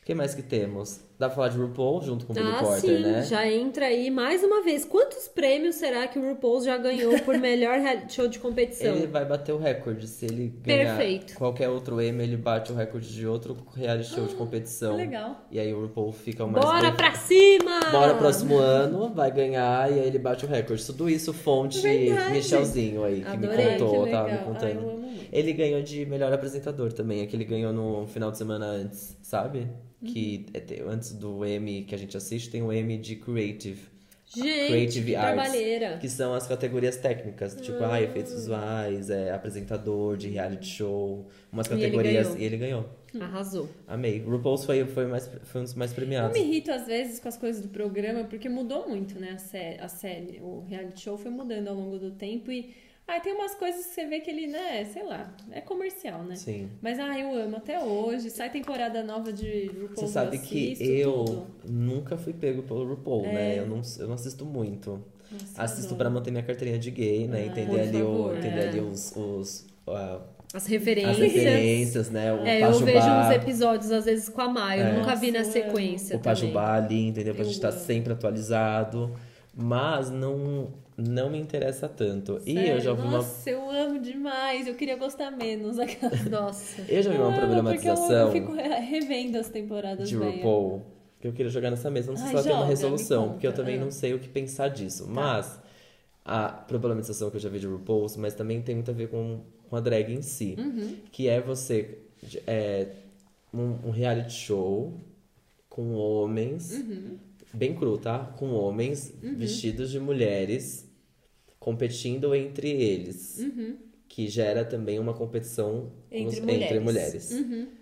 Speaker 3: O que mais que temos? Dá pra falar de RuPaul junto com o Billy
Speaker 2: Ah,
Speaker 3: Porter,
Speaker 2: sim,
Speaker 3: né?
Speaker 2: já entra aí mais uma vez. Quantos prêmios será que o RuPaul já ganhou por melhor reality show de competição?
Speaker 3: Ele vai bater o recorde. Se ele ganhar
Speaker 2: Perfeito.
Speaker 3: qualquer outro M, ele bate o recorde de outro reality show de competição.
Speaker 1: que Ah, legal.
Speaker 3: E aí o RuPaul fica o mais
Speaker 2: Bora
Speaker 3: bem-
Speaker 2: pra cima!
Speaker 3: Bora próximo ano, vai ganhar e aí ele bate o recorde. Tudo isso fonte
Speaker 1: Verdade.
Speaker 3: Michelzinho aí, que
Speaker 2: Adorei,
Speaker 3: me
Speaker 1: que
Speaker 3: contou,
Speaker 1: legal.
Speaker 3: tava me
Speaker 1: Ai, eu amo
Speaker 3: contando.
Speaker 1: muito.
Speaker 3: ele ganhou de melhor apresentador também, é que ele ganhou no final de semana antes, sabe? Que é te- antes do M que a gente assiste, tem o M de Creative.
Speaker 2: Gente,
Speaker 3: Creative
Speaker 2: que
Speaker 3: Arts.
Speaker 2: trabalheira.
Speaker 3: Que são as categorias técnicas, tipo, ah, efeitos visuais, é, apresentador de reality show, umas
Speaker 2: E ele
Speaker 3: categorias.
Speaker 2: ganhou.
Speaker 3: E ele ganhou.
Speaker 2: Arrasou.
Speaker 3: Amei. RuPaul's foi, foi, mais, foi um dos mais
Speaker 1: Eu
Speaker 3: premiados.
Speaker 1: me irrito às vezes com as coisas do programa, porque mudou muito, né, a série, a série. O reality show foi mudando ao longo do tempo e... Ah, tem umas coisas que você vê que ele, né, sei lá, é comercial, né?
Speaker 3: Sim.
Speaker 1: Mas, ah, eu amo até hoje. Sai temporada nova de RuPaul,
Speaker 3: Você sabe
Speaker 1: eu
Speaker 3: que
Speaker 1: assisto
Speaker 3: eu
Speaker 1: tudo.
Speaker 3: nunca fui pego pelo RuPaul,
Speaker 2: É.
Speaker 3: né? Eu não, eu não assisto muito.
Speaker 1: Nossa,
Speaker 3: assisto
Speaker 1: eu
Speaker 3: pra
Speaker 1: adoro.
Speaker 3: manter minha carteirinha de gay, né?
Speaker 2: Ah, por
Speaker 3: entender ali, o,
Speaker 2: favor,
Speaker 3: entender
Speaker 2: é.
Speaker 3: ali os, os, ah,
Speaker 2: As
Speaker 3: as
Speaker 2: referências.
Speaker 3: referências, né? O
Speaker 2: É, eu
Speaker 3: Pajubá,
Speaker 2: vejo uns episódios, às vezes, com a Maia.
Speaker 3: É.
Speaker 2: Eu nunca vi na
Speaker 1: Nossa, eu amo.
Speaker 2: sequência
Speaker 3: o Pajubá ali, entendeu? Pra
Speaker 1: Eu
Speaker 3: gente estar
Speaker 1: amo.
Speaker 3: sempre atualizado. Mas não, não me interessa tanto. e eu
Speaker 1: Sério,
Speaker 3: já vi uma
Speaker 1: Nossa, eu amo demais. Eu queria gostar menos. Aquela...
Speaker 2: também. Nossa.
Speaker 3: Eu já vi uma
Speaker 1: Não,
Speaker 3: problematização
Speaker 1: Ah, Porque eu fico re- revendo as temporadas
Speaker 3: de
Speaker 1: velhas.
Speaker 3: RuPaul que eu queria jogar nessa mesa. Não sei se
Speaker 1: Ai,
Speaker 3: ela tem uma
Speaker 1: joga, me
Speaker 3: resolução,
Speaker 1: conta. Tá.
Speaker 3: porque eu também
Speaker 1: Ah.
Speaker 3: não sei o que pensar disso. Mas a problematização que eu já vi de RuPaul's, mas também tem muito a ver com, com a drag em si.
Speaker 1: Uhum.
Speaker 3: Que é você. de- É, um, um reality show com homens.
Speaker 2: Uhum.
Speaker 3: Bem cru, tá? Com homens vestidos de mulheres competindo entre eles. Que gera também uma competição
Speaker 2: Uhum. Entre
Speaker 3: nos- Entre
Speaker 2: mulheres. Uhum.
Speaker 3: mulheres.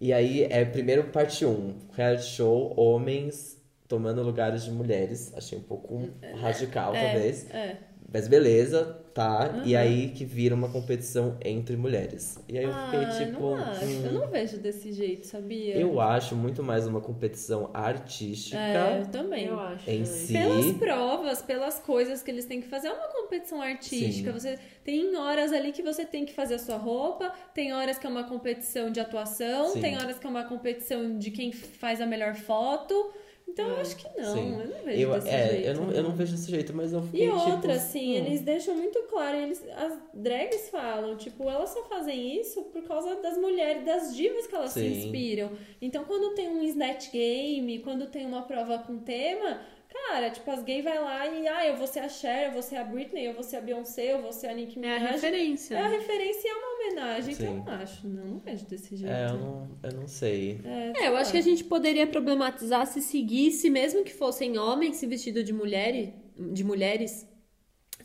Speaker 3: E aí é primeiro parte 1, reality show, homens tomando lugares de mulheres. Achei um pouco
Speaker 2: É.
Speaker 3: radical, talvez.
Speaker 1: É.
Speaker 3: Mas beleza, tá. E
Speaker 1: Uhum.
Speaker 3: aí que vira uma competição entre mulheres. E aí eu fiquei
Speaker 1: ah,
Speaker 3: tipo.
Speaker 1: não acho.
Speaker 3: hum,
Speaker 1: Eu não vejo desse jeito, sabia?
Speaker 3: eu acho muito mais uma competição artística
Speaker 1: É, eu também.
Speaker 2: Eu acho.
Speaker 3: em
Speaker 2: também.
Speaker 3: si.
Speaker 1: Pelas provas, pelas coisas que eles têm que fazer. É uma competição artística.
Speaker 3: Sim.
Speaker 1: Você tem horas ali que você tem que fazer a sua roupa, tem horas que é uma competição de atuação,
Speaker 3: Sim.
Speaker 1: tem horas que é uma competição de quem faz a melhor foto. Então eu acho que não,
Speaker 3: É. Sim.
Speaker 1: eu não vejo
Speaker 3: Eu,
Speaker 1: desse
Speaker 3: é,
Speaker 1: jeito.
Speaker 3: eu, não, eu não vejo desse jeito, mas eu fiquei
Speaker 1: E
Speaker 3: tipo,
Speaker 1: outra, assim,
Speaker 3: hum.
Speaker 1: eles deixam muito claro, eles, as drags falam, tipo, elas só fazem isso por causa das mulheres, das divas que elas se
Speaker 3: Sim.
Speaker 1: inspiram. Então, quando tem um snatch game, quando tem uma prova com tema, cara, tipo, as gays vai lá e, ah, eu vou ser a Cher, eu vou ser a Britney, eu vou ser a Beyoncé, eu vou ser a Nicki
Speaker 2: É a
Speaker 1: Minaj.
Speaker 2: referência.
Speaker 1: É a referência e é uma homenagem, que eu
Speaker 3: Sim.
Speaker 1: não acho, não, não vejo desse jeito.
Speaker 3: É, eu não, eu não sei.
Speaker 2: É, eu acho que a gente poderia problematizar se seguisse, mesmo que fossem homens se vestido de mulher, de mulheres,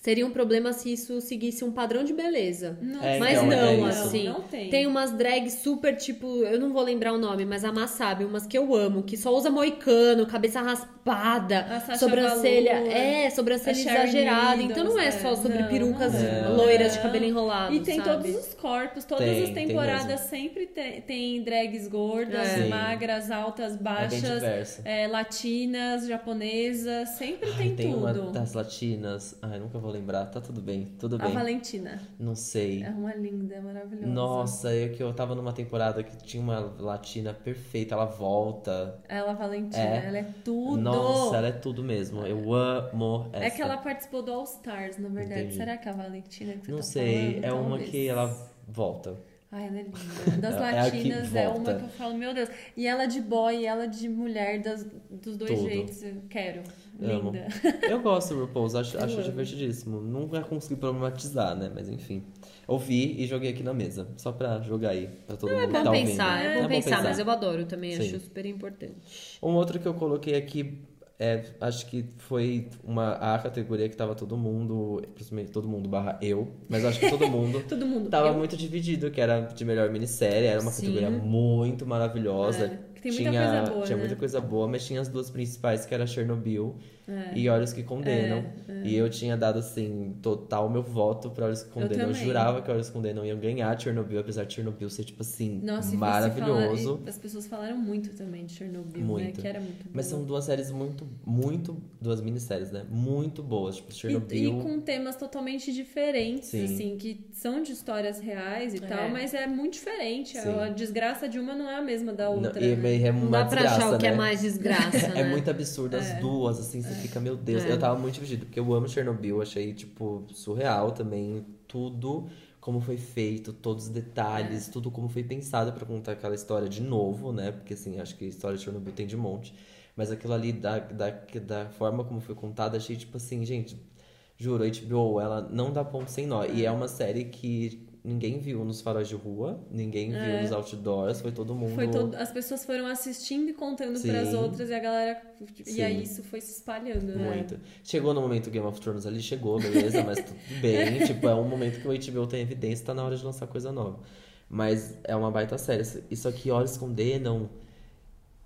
Speaker 2: seria um problema se isso seguisse um padrão de beleza.
Speaker 1: Não
Speaker 3: É,
Speaker 1: sei.
Speaker 2: Mas
Speaker 3: então, é
Speaker 2: não,
Speaker 3: isso.
Speaker 2: assim.
Speaker 1: Não tem.
Speaker 2: Tem umas drags super, tipo, eu não vou lembrar o nome, mas a Má sabe, umas que eu amo, que só usa moicano, cabeça
Speaker 1: A
Speaker 2: raspada,
Speaker 1: Sacha
Speaker 2: sobrancelha.
Speaker 1: Velour,
Speaker 2: é, sobrancelha
Speaker 1: a Sharon
Speaker 2: exagerada.
Speaker 1: Needles,
Speaker 2: então não é
Speaker 1: é,
Speaker 2: só sobre
Speaker 1: não,
Speaker 2: perucas
Speaker 1: não.
Speaker 2: loiras de
Speaker 1: Não.
Speaker 2: cabelo enrolado.
Speaker 1: E tem
Speaker 2: sabe?
Speaker 1: todos os corpos, todas
Speaker 3: Tem,
Speaker 1: as
Speaker 3: tem
Speaker 1: temporadas
Speaker 3: mesmo.
Speaker 1: sempre tem, tem drags gordas,
Speaker 2: É.
Speaker 3: Sim.
Speaker 1: magras, altas,
Speaker 3: É bem
Speaker 1: baixas,
Speaker 3: diverso.
Speaker 1: é, latinas, japonesas, sempre
Speaker 3: Ai,
Speaker 1: tem,
Speaker 3: tem uma
Speaker 1: tudo.
Speaker 3: das latinas. Ai, nunca vou lembrar. Tá tudo bem, tudo
Speaker 1: A
Speaker 3: bem.
Speaker 1: Valentina
Speaker 3: Não sei.
Speaker 1: é uma linda, maravilhosa.
Speaker 3: Nossa, eu que eu tava numa temporada que tinha uma latina perfeita, ela volta.
Speaker 1: Ela, Valentina,
Speaker 3: É.
Speaker 1: ela é tudo.
Speaker 3: Nossa, ela é tudo mesmo. Eu amo essa.
Speaker 1: é que ela participou do All Stars, na verdade.
Speaker 3: Entendi.
Speaker 1: Será que é a Valentina que você
Speaker 3: Não
Speaker 1: tá
Speaker 3: sei,
Speaker 1: falando?
Speaker 3: é uma
Speaker 1: Talvez.
Speaker 3: que ela volta.
Speaker 1: Ai, ela é linda. Das
Speaker 3: É a que
Speaker 1: latinas é uma
Speaker 3: volta.
Speaker 1: que eu falo, meu Deus. E ela de boy, e ela de mulher, das, dos dois
Speaker 3: Tudo.
Speaker 1: jeitos. eu Quero.
Speaker 3: Amo.
Speaker 1: Linda.
Speaker 3: Eu gosto do RuPaul's, acho,
Speaker 1: Eu
Speaker 3: acho
Speaker 1: amo.
Speaker 3: divertidíssimo. Nunca consegui problematizar, né? Mas enfim. Ouvi e joguei aqui na mesa. Só pra jogar aí, pra todo mundo
Speaker 2: É
Speaker 3: que
Speaker 2: bom
Speaker 3: tá ouvindo.
Speaker 2: pensar, é bom pensar, mas eu adoro também,
Speaker 3: Sim.
Speaker 2: acho super importante.
Speaker 3: Um outro que eu coloquei aqui é, acho que foi uma, a categoria que tava todo mundo, principalmente todo mundo barra eu, mas acho que todo mundo
Speaker 1: Todo mundo.
Speaker 3: tava
Speaker 1: eu-
Speaker 3: muito dividido, que era de melhor minissérie, era uma
Speaker 2: Sim.
Speaker 3: categoria muito maravilhosa.
Speaker 1: É, que tem muita
Speaker 3: tinha,
Speaker 1: coisa boa,
Speaker 3: tinha
Speaker 1: né?
Speaker 3: muita coisa boa, mas tinha as duas principais, que era Chernobyl
Speaker 1: É.
Speaker 3: e Olhos que Condenam. E eu tinha dado, assim, total meu voto pra Olhos que Condenam. Eu,
Speaker 1: também.
Speaker 3: jurava que Olhos que Condenam ia ganhar Chernobyl, apesar de Chernobyl ser, tipo assim,
Speaker 1: Nossa, e você
Speaker 3: maravilhoso.
Speaker 1: fala- e as pessoas falaram muito também de Chernobyl,
Speaker 3: Muito.
Speaker 1: né? Que era muito
Speaker 3: Mas
Speaker 1: boa.
Speaker 3: são duas séries muito, muito. Duas minisséries, né? Muito boas. Tipo,
Speaker 1: E,
Speaker 3: Chernobyl.
Speaker 1: e com temas totalmente diferentes,
Speaker 3: Sim.
Speaker 1: assim, que são de histórias reais e
Speaker 2: É.
Speaker 1: tal, mas é muito diferente.
Speaker 3: Sim.
Speaker 1: A desgraça de uma não é a mesma da
Speaker 3: Não,
Speaker 1: outra. né?
Speaker 3: e meio é
Speaker 2: Não
Speaker 3: uma
Speaker 2: dá pra achar
Speaker 3: desgraça,
Speaker 2: o que é
Speaker 3: né?
Speaker 2: mais desgraça, né?
Speaker 3: É muito absurdo as
Speaker 1: É.
Speaker 3: duas, assim, você fica, meu Deus.
Speaker 2: É.
Speaker 3: Eu tava muito dividido, porque eu amo Chernobyl, achei, tipo, surreal também, tudo como foi feito, todos os detalhes, tudo como foi pensado pra contar aquela história de novo, né? Porque, assim, acho que a história de Chernobyl tem de monte. Mas aquilo ali, da, da, da forma como foi contada, achei, tipo assim, gente, juro, a HBO, ela não dá ponto sem nó. E é uma série que ninguém viu nos faróis de rua, ninguém viu nos outdoors, foi todo mundo...
Speaker 1: Foi todo- as pessoas foram assistindo e contando
Speaker 3: Sim.
Speaker 1: para as outras e a galera
Speaker 3: Sim.
Speaker 1: e aí isso foi se espalhando, né?
Speaker 3: Muito. Chegou no momento Game of Thrones ali, chegou, beleza, mas tudo bem. tipo, é um momento que o HBO tem evidência, tá na hora de lançar coisa nova. Mas é uma baita série. Isso- Isso aqui, Olhos Condenam.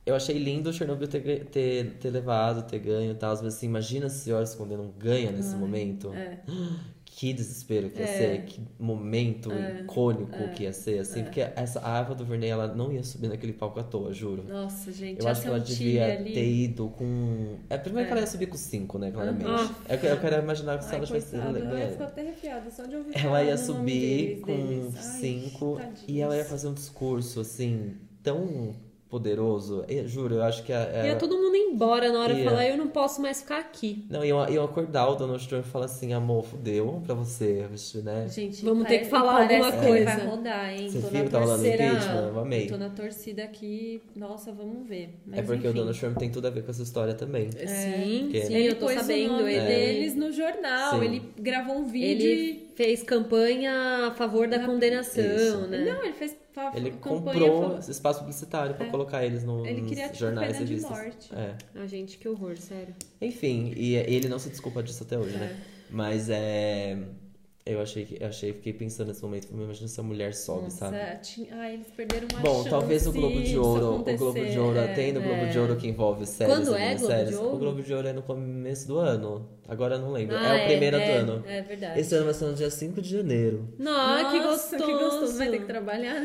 Speaker 3: Eu achei lindo o Chernobyl ter, ganho- ter, ter levado, ter ganho e tal. Mas assim, imagina se Olhos Condenam ganha nesse momento.
Speaker 1: é.
Speaker 3: Que desespero que ia
Speaker 1: É.
Speaker 3: ser, que momento icônico que ia ser,
Speaker 1: É.
Speaker 3: assim. Porque essa a Ava DuVernay, ela não ia subir naquele palco à toa, juro.
Speaker 1: Nossa, gente,
Speaker 3: Eu
Speaker 1: a
Speaker 3: acho que ela
Speaker 1: Santilli
Speaker 3: devia
Speaker 1: ali.
Speaker 3: ter ido com. É, primeiro que ela ia subir com 5, né? Claramente. Eu, eu quero imaginar que se
Speaker 1: Ai,
Speaker 3: ela tivesse
Speaker 1: coitada, agora eu fico
Speaker 3: ganhado.
Speaker 1: até arrepiada, só de ouvir
Speaker 3: Ela
Speaker 1: falar
Speaker 3: ia
Speaker 1: no nome
Speaker 3: subir
Speaker 1: deles, deles.
Speaker 3: com
Speaker 1: Ai,
Speaker 3: 5 e
Speaker 1: tadinhos.
Speaker 3: ela ia fazer um discurso assim, tão poderoso. Eu juro, eu acho que. A, a-
Speaker 2: Ia é todo mundo embora na hora de
Speaker 3: Ia.
Speaker 2: falar, eu não posso mais ficar aqui.
Speaker 3: Não, iam, iam acordar o Donald Trump e falar assim: amor, fudeu pra você, né?
Speaker 1: Gente,
Speaker 2: Vamos ter que
Speaker 1: parece-
Speaker 2: falar
Speaker 1: parece
Speaker 2: alguma
Speaker 1: que ele
Speaker 2: coisa.
Speaker 1: vai rodar, hein?
Speaker 3: Você
Speaker 1: tô
Speaker 3: viu
Speaker 1: na
Speaker 3: que tá rolando
Speaker 1: torcida-
Speaker 3: impeachment? Eu amei.
Speaker 1: Tô na torcida aqui. Nossa, vamos ver. Mas,
Speaker 3: É porque o
Speaker 1: enfim.
Speaker 3: Donald Trump tem tudo a ver com essa história também.
Speaker 2: Sim,
Speaker 3: Que-
Speaker 2: sim,
Speaker 1: É. Ele
Speaker 2: eu tô
Speaker 1: pôs o
Speaker 2: sabendo.
Speaker 1: nome
Speaker 2: Ele,
Speaker 1: deles no jornal.
Speaker 3: É. Sim.
Speaker 1: Ele gravou um vídeo. e-
Speaker 2: ele fez campanha a favor da
Speaker 1: Ah,
Speaker 2: condenação,
Speaker 3: isso.
Speaker 2: né?
Speaker 1: Não, ele fez fa-
Speaker 3: Ele
Speaker 1: campanha.
Speaker 3: comprou
Speaker 1: fa-
Speaker 3: espaço publicitário pra colocar eles no,
Speaker 1: Ele queria,
Speaker 3: nos
Speaker 1: tipo,
Speaker 3: jornais e
Speaker 1: pena de
Speaker 3: revistas.
Speaker 1: morte.
Speaker 3: É.
Speaker 2: Ah, gente, que horror, sério.
Speaker 3: Enfim, e ele não se desculpa disso até hoje, né? Mas é. Eu achei que. eu achei, fiquei pensando nesse momento, falei, imagina se a mulher sobe, sabe?
Speaker 1: Nossa, tinha... ai, eles perderam uma
Speaker 3: Bom,
Speaker 1: chance
Speaker 3: talvez o Globo de
Speaker 1: disso
Speaker 3: Ouro, o
Speaker 1: acontecer.
Speaker 3: Globo de Ouro,
Speaker 1: É.
Speaker 3: tem no Globo de Ouro que envolve séries
Speaker 2: Quando
Speaker 3: e
Speaker 2: é Globo
Speaker 3: minisséries.
Speaker 2: de Ouro?
Speaker 3: O Globo de Ouro é no começo do ano. Agora eu não lembro.
Speaker 2: Ah,
Speaker 3: é
Speaker 2: é,
Speaker 3: o primeiro
Speaker 2: é,
Speaker 3: do ano.
Speaker 1: É verdade.
Speaker 3: Esse ano vai ser no dia 5 de janeiro.
Speaker 2: Nossa, que
Speaker 1: Nossa,
Speaker 2: gostoso.
Speaker 1: Que gostoso. Vai ter que trabalhar.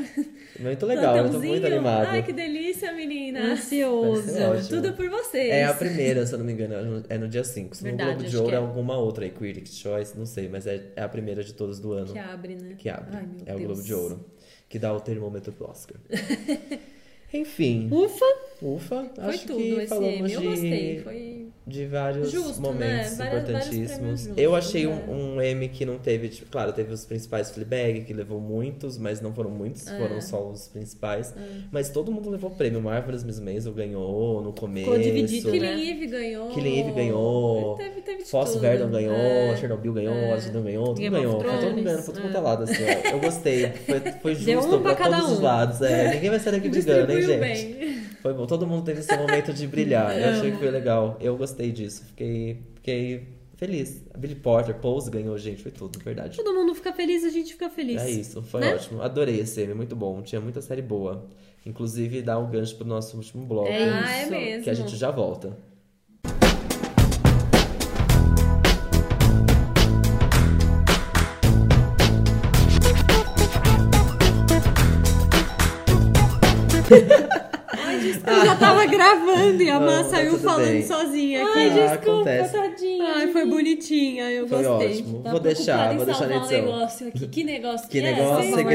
Speaker 3: Muito legal, eu tô muito
Speaker 1: Plantãozinho.
Speaker 3: animado. Hum.
Speaker 1: Ai, que delícia, menina.
Speaker 3: Vai ser
Speaker 2: Ansioso.
Speaker 3: É ótimo.
Speaker 1: Tudo por vocês.
Speaker 3: É a primeira, se eu não me engano, é no- é no dia 5. Se no
Speaker 2: Verdade,
Speaker 3: Globo de
Speaker 2: acho
Speaker 3: Ouro
Speaker 2: que
Speaker 3: é
Speaker 2: é.
Speaker 3: alguma outra aí, Critics' Choice, não sei, mas é, é a primeira de todos do ano.
Speaker 1: Que abre, né?
Speaker 3: que abre.
Speaker 1: Ai, meu
Speaker 3: é o
Speaker 1: Deus.
Speaker 3: Globo de Ouro, que dá o termômetro pro Oscar. Enfim,
Speaker 2: Ufa,
Speaker 3: ufa,
Speaker 1: Foi
Speaker 3: acho
Speaker 1: tudo
Speaker 3: que
Speaker 1: esse
Speaker 3: falamos
Speaker 1: M. Eu
Speaker 3: de,
Speaker 1: gostei. Foi.
Speaker 3: de vários
Speaker 1: Justo, né?
Speaker 3: momentos
Speaker 1: Várias- vários
Speaker 3: importantíssimos.
Speaker 1: prêmios justos,
Speaker 3: Eu achei
Speaker 1: né?
Speaker 3: um, um M que não teve, tipo, claro, teve os principais Fleabag, que levou muitos, mas não foram muitos,
Speaker 1: É.
Speaker 3: foram só os principais. Mas todo mundo levou prêmio. Marvelous Miss Maisel ganhou no começo.
Speaker 2: dividido,
Speaker 1: Killing
Speaker 2: né?
Speaker 1: Eve ganhou.
Speaker 3: Killing Eve ganhou.
Speaker 1: Teve, teve de
Speaker 3: Foss
Speaker 1: tudo.
Speaker 3: Verdon ganhou,
Speaker 1: É.
Speaker 3: Chernobyl ganhou, Washington ganhou, tudo
Speaker 2: Game of
Speaker 3: ganhou. Foi todo mundo
Speaker 2: Thrones,
Speaker 3: ganhando, foi tudo
Speaker 2: é.
Speaker 3: quanto é lado, assim, ó. Eu gostei. Foi, foi
Speaker 2: Deu
Speaker 3: justo
Speaker 2: um pra cada
Speaker 3: todos os
Speaker 2: um.
Speaker 3: lados. é. Ninguém vai sair daqui brigando, hein,
Speaker 1: Distribuiu
Speaker 3: né, gente?
Speaker 1: bem.
Speaker 3: Foi bom. Todo mundo teve seu momento de brilhar. Eu achei que foi legal. Eu gostei disso. Fiquei, fiquei feliz. A Billy Porter, Pose ganhou, gente. Foi tudo, verdade.
Speaker 2: todo mundo fica feliz, a gente fica feliz.
Speaker 3: É isso, foi
Speaker 2: Né?
Speaker 3: ótimo. Adorei esse M, muito bom. Tinha muita série boa. Inclusive, dá um gancho pro nosso último bloco.
Speaker 2: É
Speaker 1: Ah, é
Speaker 2: isso.
Speaker 1: mesmo.
Speaker 3: Que a gente já volta.
Speaker 2: Eu já tava gravando e a
Speaker 3: Ah. Não,
Speaker 2: Má
Speaker 3: tá
Speaker 2: saiu
Speaker 3: tudo
Speaker 2: falando
Speaker 3: bem.
Speaker 2: sozinha aqui.
Speaker 1: Ai,
Speaker 3: Ah,
Speaker 1: desculpa,
Speaker 3: acontece.
Speaker 1: tadinha.
Speaker 2: Ai, foi bonitinha, eu
Speaker 3: Foi
Speaker 2: gostei.
Speaker 3: ótimo.
Speaker 1: Tava
Speaker 3: vou deixar,
Speaker 1: preocupada em
Speaker 3: vou deixar na
Speaker 1: salvar um
Speaker 3: edição.
Speaker 1: negócio aqui. Que negócio
Speaker 3: Que
Speaker 1: é?
Speaker 3: negócio,
Speaker 1: Sim.
Speaker 2: por favor,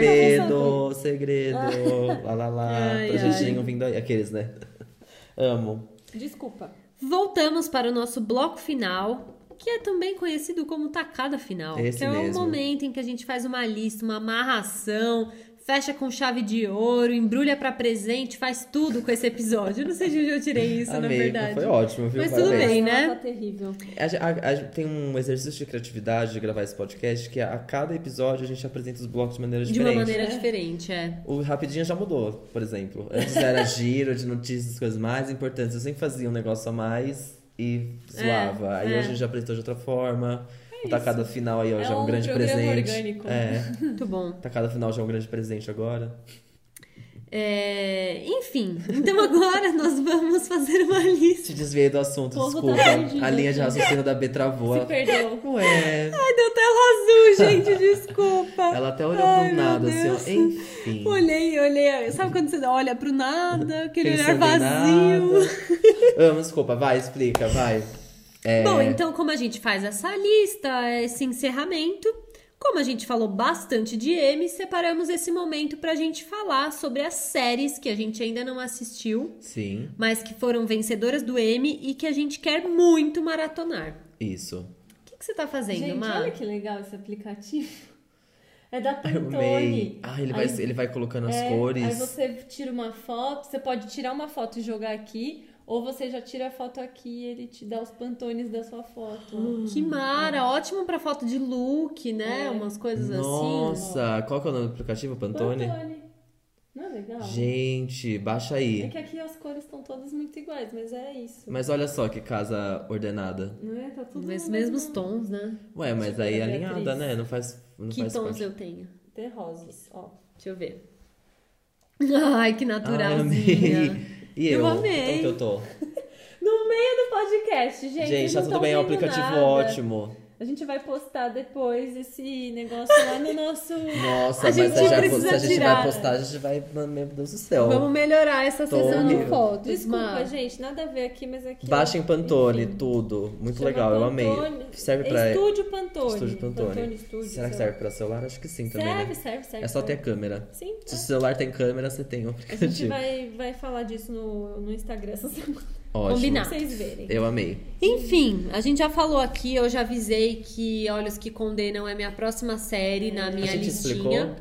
Speaker 3: segredo, segredo, lá lá lá,
Speaker 2: Ai,
Speaker 3: projetinho vindo aí, aqueles, né? Amo.
Speaker 1: Desculpa.
Speaker 2: Voltamos para o nosso bloco final, que é também conhecido como tacada final.
Speaker 3: Esse
Speaker 2: que é
Speaker 3: mesmo.
Speaker 2: o momento em que a gente faz uma lista, uma amarração, fecha com chave de ouro, embrulha para presente, faz tudo com esse episódio. Eu não sei de onde eu tirei isso, na
Speaker 3: Amei,
Speaker 2: verdade.
Speaker 3: foi ótimo, viu?
Speaker 2: Mas tudo
Speaker 3: Parabéns.
Speaker 2: bem,
Speaker 1: Nossa,
Speaker 2: né?
Speaker 1: Tá terrível.
Speaker 3: A ge- a- a ge- tem um exercício de criatividade de gravar esse podcast que é, a cada episódio a gente apresenta os blocos de maneira
Speaker 2: De uma
Speaker 3: diferente. né?
Speaker 2: maneira diferente, é.
Speaker 3: O Rapidinho já mudou, por exemplo. Antes era giro de notícias, coisas mais importantes. Eu sempre fazia um negócio a mais e zoava. aí
Speaker 1: é.
Speaker 3: a gente já apresentou de outra forma. o tacada final aí ó,
Speaker 1: É
Speaker 3: já é
Speaker 1: um
Speaker 3: um grande
Speaker 1: programa
Speaker 3: presente.
Speaker 1: orgânico.
Speaker 3: É.
Speaker 2: Muito bom.
Speaker 3: O tacada final já é um grande presente agora.
Speaker 2: É, enfim, então agora nós vamos fazer uma lista.
Speaker 3: Te desviei do assunto,
Speaker 1: O povo tá
Speaker 3: desculpa.
Speaker 1: perdido,
Speaker 3: a linha de raciocínio da B travou.
Speaker 1: Se
Speaker 3: Ela-
Speaker 1: perdeu.
Speaker 3: Ué.
Speaker 2: Ai, deu tela azul, gente, desculpa.
Speaker 3: Ela até olhou
Speaker 2: Ai,
Speaker 3: pro
Speaker 2: meu
Speaker 3: nada, assim,
Speaker 2: Deus.
Speaker 3: ó. Enfim.
Speaker 2: Olhei, olhei. Sabe quando você olha pro nada, aquele olhar
Speaker 3: pensando em
Speaker 2: vazio?
Speaker 3: nada. Amo, desculpa, vai, explica, vai. É,
Speaker 2: Bom, então como a gente faz essa lista, esse encerramento, como a gente falou bastante de M, separamos esse momento pra gente falar sobre as séries que a gente ainda não assistiu,
Speaker 3: Sim,
Speaker 2: mas que foram vencedoras do M e que a gente quer muito maratonar.
Speaker 3: isso.
Speaker 2: O que, que você tá fazendo,
Speaker 1: Gente,
Speaker 2: Mar?
Speaker 1: olha que legal esse aplicativo. É da
Speaker 3: Amei.
Speaker 1: Pantone.
Speaker 3: Ah, ele vai,
Speaker 1: Aí-
Speaker 3: ele vai colocando as
Speaker 1: É,
Speaker 3: cores.
Speaker 1: Aí você tira uma foto, você pode tirar uma foto e jogar aqui, ou você já tira a foto aqui e ele te dá os pantones da sua foto.
Speaker 2: Que mara, ótimo pra foto de look, né?
Speaker 1: É.
Speaker 2: Umas coisas assim.
Speaker 3: Nossa, qual que é o nome do aplicativo? Pantone?
Speaker 1: Pantone. Não é legal?
Speaker 3: Gente, baixa
Speaker 1: É
Speaker 3: aí.
Speaker 1: que aqui as cores estão todas muito iguais, mas é isso.
Speaker 3: Mas olha só que casa ordenada.
Speaker 1: Não é? Tá tudo
Speaker 2: Mas
Speaker 1: no
Speaker 2: mesmos
Speaker 1: mesmo-
Speaker 2: tons, né?
Speaker 3: Ué, mas
Speaker 1: Tipo,
Speaker 3: aí é
Speaker 1: da
Speaker 3: alinhada,
Speaker 1: Beatriz.
Speaker 3: né? Não faz. Não
Speaker 2: que
Speaker 3: faz
Speaker 2: tons
Speaker 3: parte.
Speaker 2: eu tenho?
Speaker 1: Terrosos, ó.
Speaker 2: Deixa eu ver. Ai, que
Speaker 3: Ai,
Speaker 2: naturalzinha.
Speaker 3: amei. E
Speaker 2: Eu
Speaker 3: eu?
Speaker 2: amei.
Speaker 3: Então que eu tô.
Speaker 1: No meio do podcast, gente.
Speaker 3: Gente,
Speaker 1: vocês
Speaker 3: tá
Speaker 1: não
Speaker 3: tudo
Speaker 1: tão
Speaker 3: bem, é um
Speaker 1: vendo
Speaker 3: aplicativo
Speaker 1: nada.
Speaker 3: ótimo.
Speaker 1: A gente vai postar depois esse negócio lá no nosso.
Speaker 3: Nossa,
Speaker 2: A
Speaker 3: mas
Speaker 2: gente
Speaker 3: a gente vai
Speaker 2: precisa
Speaker 3: postar, a gente
Speaker 2: tirar.
Speaker 3: vai postar, a gente vai. Mano, Meu Deus do céu.
Speaker 2: Vamos melhorar essa
Speaker 3: Tô
Speaker 2: sessão de
Speaker 3: horrível.
Speaker 2: fotos.
Speaker 1: Desculpa,
Speaker 2: Mar.
Speaker 1: gente, nada a ver aqui, mas aqui. é
Speaker 3: Baixa em Pantone,
Speaker 1: Enfim.
Speaker 3: tudo. Muito
Speaker 1: Chama
Speaker 3: legal, eu amei.
Speaker 1: Pantone.
Speaker 3: Serve
Speaker 1: É
Speaker 3: pra.
Speaker 1: Estúdio Pantone.
Speaker 3: Estúdio Pantone.
Speaker 1: Estúdio,
Speaker 3: Será que
Speaker 1: sei lá.
Speaker 3: serve pra celular? Acho que sim também.
Speaker 1: Serve,
Speaker 3: né?
Speaker 1: serve, serve.
Speaker 3: É só ter
Speaker 1: serve.
Speaker 3: câmera.
Speaker 1: Sim,
Speaker 3: Se o
Speaker 1: tá.
Speaker 3: celular tem câmera, você tem o
Speaker 1: A gente
Speaker 3: aplicativo.
Speaker 1: vai, vai falar disso no, no Instagram essa semana.
Speaker 3: Ótimo.
Speaker 1: Pra
Speaker 2: Combinado.
Speaker 1: vocês verem.
Speaker 3: Ah, Eu amei.
Speaker 2: Enfim, a gente já falou aqui, eu já avisei que Olhos que Condenam é minha próxima série
Speaker 1: É.
Speaker 2: na minha
Speaker 3: a gente
Speaker 2: listinha.
Speaker 3: explicou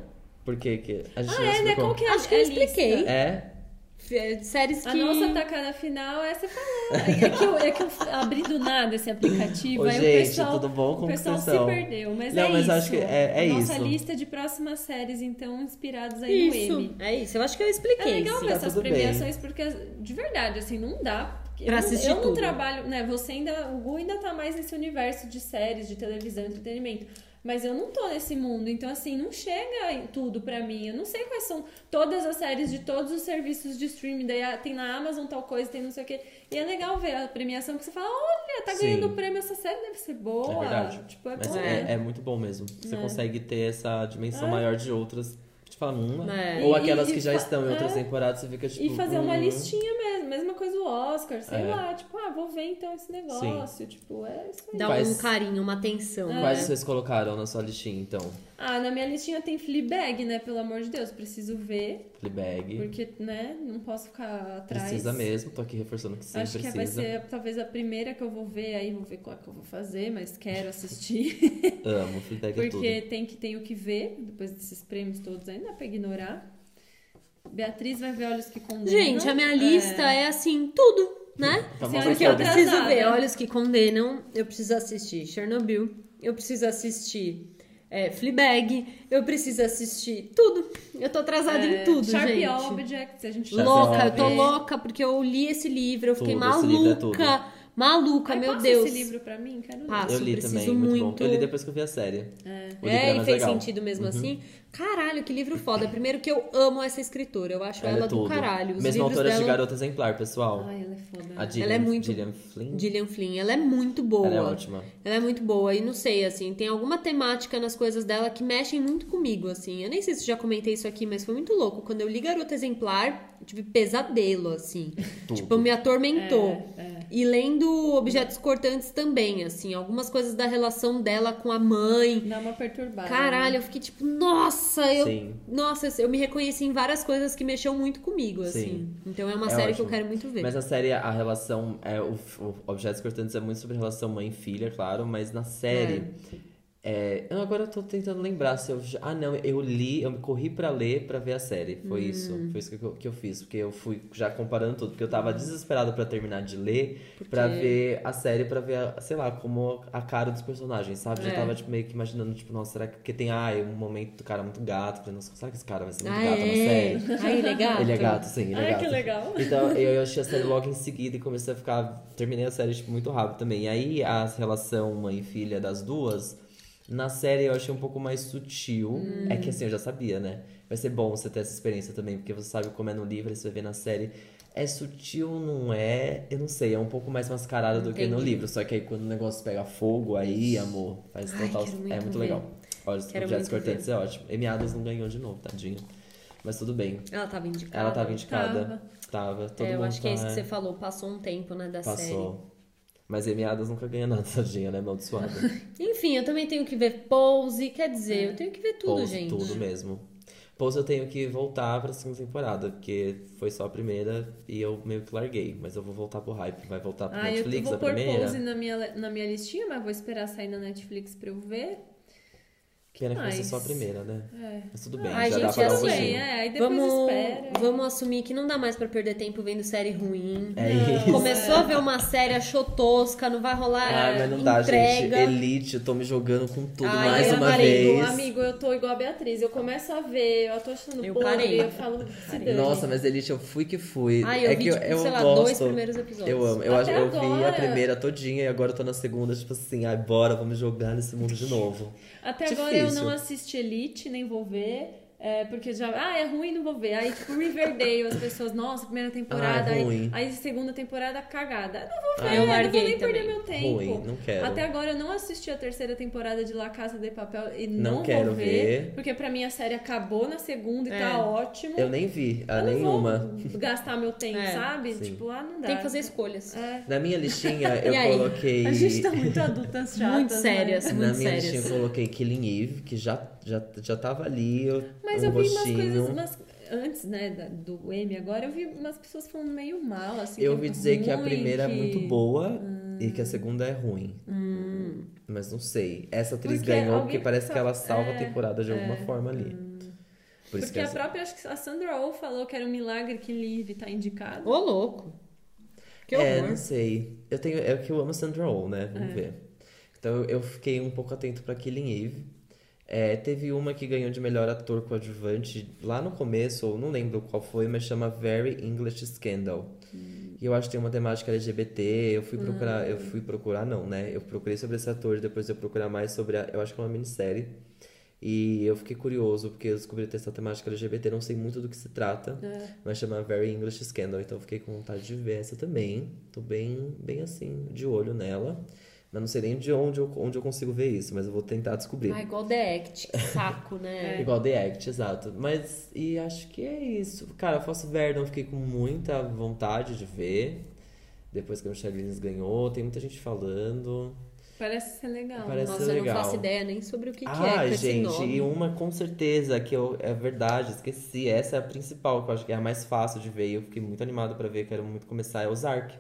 Speaker 3: por que que. A gente
Speaker 1: Ah,
Speaker 3: não
Speaker 1: é, né?
Speaker 3: explicou.
Speaker 1: Qual que é a-
Speaker 2: Acho que
Speaker 1: é
Speaker 2: eu
Speaker 1: a lista?
Speaker 2: expliquei.
Speaker 3: É?
Speaker 2: F- Séries que.
Speaker 1: A nossa tacada final é você falar. É que eu, é que eu abri do nada esse aplicativo.
Speaker 3: Ô,
Speaker 1: aí o
Speaker 3: gente,
Speaker 1: pessoal,
Speaker 3: tudo bom?
Speaker 1: O
Speaker 3: Como
Speaker 1: pessoal
Speaker 3: vocês
Speaker 1: se
Speaker 3: estão?
Speaker 1: perdeu, mas
Speaker 3: Não,
Speaker 1: é
Speaker 3: mas
Speaker 1: isso.
Speaker 3: acho que é- é
Speaker 1: A Nossa
Speaker 3: isso.
Speaker 1: lista de próximas séries, então, inspirados aí no
Speaker 2: Isso,
Speaker 1: M.
Speaker 2: é isso. Eu acho que eu
Speaker 1: É
Speaker 2: expliquei.
Speaker 1: legal
Speaker 2: sim.
Speaker 1: ver essas
Speaker 3: tá tudo bem.
Speaker 1: premiações, porque de verdade, assim, não dá. Eu
Speaker 2: Pra
Speaker 1: não-
Speaker 2: assistir
Speaker 1: Eu não
Speaker 2: tudo.
Speaker 1: trabalho, né? Você ainda, o Gu ainda tá mais nesse universo de séries, de televisão, entretenimento. Mas eu não tô nesse mundo, então assim, não chega em tudo pra mim. Eu não sei quais são todas as séries de todos os serviços de streaming. Daí ah, tem na Amazon tal coisa, tem não sei o quê. E é legal ver a premiação que você fala: olha, tá
Speaker 3: Sim.
Speaker 1: ganhando prêmio, essa série deve ser boa.
Speaker 3: É verdade.
Speaker 1: Tipo, é
Speaker 3: Mas
Speaker 1: bom.
Speaker 3: é,
Speaker 1: né?
Speaker 3: é muito bom mesmo. Você
Speaker 1: É.
Speaker 3: consegue ter essa dimensão
Speaker 1: Ah.
Speaker 3: maior de outras. Te fala, hum,
Speaker 2: É.
Speaker 3: Ou
Speaker 1: E-
Speaker 3: aquelas
Speaker 1: e
Speaker 3: que já
Speaker 1: fa-
Speaker 3: estão em outras
Speaker 1: é.
Speaker 3: temporadas, você fica tipo.
Speaker 1: E fazer uma
Speaker 3: hum.
Speaker 1: listinha mesmo, mesma coisa o Oscar, sei
Speaker 3: É.
Speaker 1: lá, tipo, ah, vou ver então esse negócio, tipo, é isso aí.
Speaker 2: Dá um
Speaker 3: Quais-
Speaker 2: carinho, uma atenção.
Speaker 3: Quais
Speaker 2: né?
Speaker 3: vocês colocaram na sua listinha, então?
Speaker 1: Ah, na minha listinha tem Fleabag, né, pelo amor de Deus, preciso ver,
Speaker 3: Fleabag.
Speaker 1: porque, né, não posso ficar atrás.
Speaker 3: Precisa mesmo, tô aqui reforçando que sim,
Speaker 1: Acho que vai
Speaker 3: precisa.
Speaker 1: ser talvez a primeira que eu vou ver, aí vou ver qual é que eu vou fazer, mas quero assistir.
Speaker 3: Amo, Fleabag é tudo.
Speaker 1: Porque tem que tem o que ver, depois desses prêmios todos aí, não dá pra ignorar. Beatriz vai ver Olhos que Condenam.
Speaker 2: Gente, a minha lista é, assim, tudo, né?
Speaker 3: Tá
Speaker 1: Senhora,
Speaker 3: bom,
Speaker 2: Porque eu
Speaker 1: Atrasada.
Speaker 2: preciso ver Olhos que Condenam, eu preciso assistir Chernobyl, eu preciso assistir é, Fleabag, eu preciso assistir tudo. Eu tô atrasada tá
Speaker 1: É,
Speaker 2: em tudo,
Speaker 1: Sharp
Speaker 2: gente.
Speaker 1: Objects, a gente
Speaker 3: Sharp
Speaker 2: louca, eu tô
Speaker 3: Objects.
Speaker 2: louca porque eu li esse livro, eu fiquei
Speaker 3: Tudo, esse livro é tudo.
Speaker 2: maluca, maluca,
Speaker 1: Ai,
Speaker 2: meu
Speaker 1: passa
Speaker 2: Deus.
Speaker 1: esse livro pra mim, quero ler.
Speaker 2: Passa.
Speaker 3: Eu li
Speaker 2: preciso
Speaker 3: também, muito,
Speaker 2: muito.
Speaker 3: bom. Eu li depois que eu vi a série. O livro
Speaker 2: É,
Speaker 3: era
Speaker 2: e
Speaker 3: mais
Speaker 2: fez
Speaker 3: legal. Uhum.
Speaker 2: sentido mesmo assim. Caralho, que livro foda. Primeiro que eu amo essa escritora, eu acho ela,
Speaker 3: é
Speaker 2: do
Speaker 3: tudo.
Speaker 2: caralho. Os
Speaker 3: Mesma
Speaker 2: livros
Speaker 3: autora
Speaker 2: dela,
Speaker 3: de Garota Exemplar, pessoal.
Speaker 1: Ai, ela é foda.
Speaker 3: a
Speaker 1: né?
Speaker 3: Gillian,
Speaker 2: é muito-
Speaker 3: Gillian Flynn.
Speaker 2: Gillian Flynn, ela é muito boa.
Speaker 3: Ela é ótima.
Speaker 2: Ela é muito boa e não sei, assim, tem alguma temática nas coisas dela que mexem muito comigo, assim. Eu nem sei se já comentei isso aqui, mas foi muito louco. Quando eu li Garota Exemplar, eu tive pesadelo, assim.
Speaker 3: Tudo.
Speaker 2: Tipo, me atormentou.
Speaker 1: É, é.
Speaker 2: E lendo Objetos Cortantes também, assim, algumas coisas da relação dela com a mãe.
Speaker 1: Dá uma perturbada.
Speaker 2: Caralho, eu fiquei tipo, nossa, eu.
Speaker 3: Sim.
Speaker 2: Nossa, eu me reconheci em várias coisas que mexeu muito comigo, assim.
Speaker 3: Sim.
Speaker 2: Então é uma
Speaker 3: É
Speaker 2: série que eu
Speaker 3: ótimo.
Speaker 2: quero muito ver.
Speaker 3: Mas assim, a série, a relação. É, o, o Objetos Cortantes é muito sobre a relação mãe-filha, claro, mas na série. É, eu agora tô tentando lembrar se eu já... Ah, não, eu li, eu me corri pra ler pra ver a série. Foi
Speaker 2: Hum.
Speaker 3: isso. Foi isso que eu, que eu fiz. Porque eu fui já comparando tudo. Porque eu
Speaker 2: Hum.
Speaker 3: tava desesperado pra terminar de ler. Pra ver a série, pra ver, a- sei lá, como a cara dos personagens, sabe? Já
Speaker 2: É.
Speaker 3: tava tipo, meio que imaginando, tipo, nossa, será que... Porque tem, ah, um momento do cara muito gato. Falei, nossa, será que esse cara vai ser muito
Speaker 2: Ah,
Speaker 3: gato na
Speaker 2: é.
Speaker 3: série?
Speaker 2: Ah, ele é gato.
Speaker 3: Ele é gato, sim, ele é
Speaker 1: Ai,
Speaker 3: gato.
Speaker 1: que legal.
Speaker 3: Então eu achei a série logo em seguida e comecei a ficar. Terminei a série tipo, muito rápido também. E aí a relação mãe e filha das duas, na série eu achei um pouco mais sutil.
Speaker 2: Hum.
Speaker 3: É que assim, eu já sabia, né? Vai ser bom você ter essa experiência também, porque você sabe como é no livro, aí você vai ver na série. É sutil, não é? Eu não sei, é um pouco mais mascarado do que no
Speaker 2: Entendi.
Speaker 3: livro. Só que aí quando o negócio pega fogo, aí, amor, faz
Speaker 2: Ai,
Speaker 3: total.
Speaker 2: quero
Speaker 3: é
Speaker 2: muito
Speaker 3: muito
Speaker 2: ver.
Speaker 3: legal. Olha, os
Speaker 2: Quero
Speaker 3: objetos
Speaker 2: muito ver.
Speaker 3: cortantes é ótimo. Amy Adams não ganhou de novo, tadinho. Mas tudo bem.
Speaker 2: Ela tava indicada.
Speaker 3: Ela tava indicada.
Speaker 1: Tava.
Speaker 3: Tava. Todo
Speaker 2: É, eu
Speaker 3: mundo
Speaker 2: acho que é isso
Speaker 3: tá-
Speaker 2: que você falou. Passou um tempo, né, da série.
Speaker 3: Passou. Mas Amy Adams nunca ganha nada, tadinha, né? Amaldiçoada.
Speaker 2: Enfim, eu também tenho que ver Pose. Quer dizer, eu tenho que ver tudo,
Speaker 3: Pose,
Speaker 2: gente.
Speaker 3: Tudo mesmo. Pose eu tenho que voltar pra segunda temporada, porque foi só a primeira e eu meio que larguei. Mas eu vou voltar pro hype. Vai voltar pro
Speaker 1: Ah, eu
Speaker 3: Netflix
Speaker 1: vou
Speaker 3: a
Speaker 1: pôr
Speaker 3: primeira.
Speaker 1: pose na minha, na minha listinha, mas vou esperar sair na Netflix pra eu ver.
Speaker 3: Pena que vai ser
Speaker 1: mais?
Speaker 3: só a primeira, né?
Speaker 1: É.
Speaker 3: Mas tudo bem,
Speaker 2: Ai,
Speaker 3: já dá
Speaker 2: gente, assim, né? tudo
Speaker 3: pra dar um
Speaker 2: bem,
Speaker 3: gostinho.
Speaker 1: é. Aí depois
Speaker 2: Vamos,
Speaker 1: espera.
Speaker 2: vamos assumir que não dá mais pra perder tempo vendo série ruim.
Speaker 3: É isso.
Speaker 2: Começou a ver uma série, achou tosca, não vai rolar
Speaker 3: Ai, Ah, mas não dá, gente.
Speaker 2: entrega.
Speaker 3: Elite, eu tô me jogando com tudo
Speaker 2: Ai,
Speaker 3: mais
Speaker 1: eu
Speaker 3: uma
Speaker 1: parei,
Speaker 3: vez.
Speaker 1: Amigo, eu tô igual a Beatriz. Eu começo a ver, eu tô achando
Speaker 2: Eu
Speaker 1: podre,
Speaker 2: parei.
Speaker 1: eu falo. se dane.
Speaker 3: Nossa, mas Elite, eu fui que fui.
Speaker 2: Ai, eu
Speaker 3: é
Speaker 2: vi,
Speaker 3: que eu,
Speaker 2: tipo,
Speaker 3: eu
Speaker 2: sei lá,
Speaker 3: gosto.
Speaker 2: dois primeiros episódios.
Speaker 3: Eu amo. Eu, acho,
Speaker 1: Até
Speaker 3: eu vi a
Speaker 1: agora.
Speaker 3: primeira todinha e agora eu tô na segunda, tipo assim, ai, bora, vamos jogar nesse mundo de novo.
Speaker 1: Até
Speaker 3: Difícil.
Speaker 1: agora eu não assisti Elite, nem vou ver. é, porque já, ah, é ruim, não vou ver. Aí, tipo, Riverdale, as pessoas, nossa, primeira temporada,
Speaker 3: Ah, é
Speaker 1: aí,
Speaker 3: ruim. Ah, é
Speaker 1: aí segunda temporada, cagada. Não vou ver,
Speaker 2: eu
Speaker 1: não vou
Speaker 2: larguei
Speaker 1: nem perder
Speaker 2: também.
Speaker 1: meu tempo.
Speaker 3: Ruim, não quero.
Speaker 1: Até agora eu não assisti a terceira temporada de La Casa de Papel e
Speaker 3: Não
Speaker 1: não,
Speaker 3: quero
Speaker 1: vou ver,
Speaker 3: ver.
Speaker 1: Porque pra mim a série acabou na segunda e
Speaker 2: É.
Speaker 1: tá ótimo.
Speaker 3: Eu nem vi a
Speaker 1: Eu não
Speaker 3: nenhuma.
Speaker 1: vou gastar meu tempo,
Speaker 2: É.
Speaker 1: sabe?
Speaker 3: Sim.
Speaker 1: Tipo, ah, não dá.
Speaker 2: Tem que fazer escolhas.
Speaker 1: É.
Speaker 3: Na minha listinha, eu
Speaker 2: E aí?
Speaker 3: coloquei.
Speaker 1: A gente tá assim. muito adultas chatas.
Speaker 2: Muito
Speaker 1: né?
Speaker 2: sérias,
Speaker 3: Na
Speaker 2: muito
Speaker 3: minha
Speaker 2: sérias.
Speaker 3: listinha, eu coloquei Killing Eve, que já, já, já tava ali. eu-
Speaker 1: Mas
Speaker 3: um
Speaker 1: eu vi
Speaker 3: gostinho.
Speaker 1: umas coisas umas- antes, né, da- do M agora, eu vi umas pessoas falando meio mal, assim.
Speaker 3: Eu
Speaker 1: é Hum.
Speaker 3: ouvi dizer que a
Speaker 1: ruim,
Speaker 3: primeira
Speaker 1: que-
Speaker 3: é muito boa e que a segunda é ruim. Mas não sei. Essa atriz
Speaker 1: Hum. Porque
Speaker 3: ganhou
Speaker 1: alguém
Speaker 3: porque parece
Speaker 1: só-
Speaker 3: que ela salva a
Speaker 1: é, Hum.
Speaker 3: temporada de alguma forma ali. Por isso
Speaker 1: Porque
Speaker 3: que
Speaker 1: a
Speaker 3: essa...
Speaker 1: própria, acho que a Sandra Oh falou que era um milagre que Liv tá indicado.
Speaker 2: Ô, louco. Que
Speaker 3: É,
Speaker 2: horror. É.
Speaker 3: não sei. Eu tenho... É que eu amo Sandra Oh, né? Vamos ver. Então eu fiquei um pouco atento pra Killing Eve. É, teve uma que ganhou de melhor ator coadjuvante lá no começo, ou não lembro qual foi, mas chama Very English Scandal. E eu acho que tem uma temática LGBT, eu fui procurar,
Speaker 2: Hum.
Speaker 3: eu fui procurar não, né? Eu procurei sobre esse ator, depois eu procurar mais sobre a, eu acho que é uma minissérie. E eu fiquei curioso porque eu descobri ter essa temática LGBT, não sei muito do que se trata,
Speaker 1: É,
Speaker 3: mas chama Very English Scandal, então eu fiquei com vontade de ver essa também. Tô bem, bem assim, de olho nela. Mas não sei nem de onde eu, onde eu consigo ver isso, mas eu vou tentar descobrir.
Speaker 2: Ah, igual The Act, que saco,
Speaker 1: É.
Speaker 2: né?
Speaker 3: Igual The Act, exato. Mas, e acho que é isso. Cara, Fosse Verdon, então fiquei com muita vontade de ver. Depois que o Michelle Lins ganhou, tem muita gente falando.
Speaker 1: Parece ser legal.
Speaker 3: Parece
Speaker 2: Nossa,
Speaker 3: ser
Speaker 2: eu não
Speaker 3: legal.
Speaker 2: faço ideia nem sobre o que, que é com
Speaker 3: ah,
Speaker 2: esse
Speaker 3: gente,
Speaker 2: nome.
Speaker 3: e uma com certeza que eu, é verdade, esqueci. Essa é a principal, que eu acho que é a mais fácil de ver. E eu fiquei muito animado pra ver, quero muito começar. É o Zark.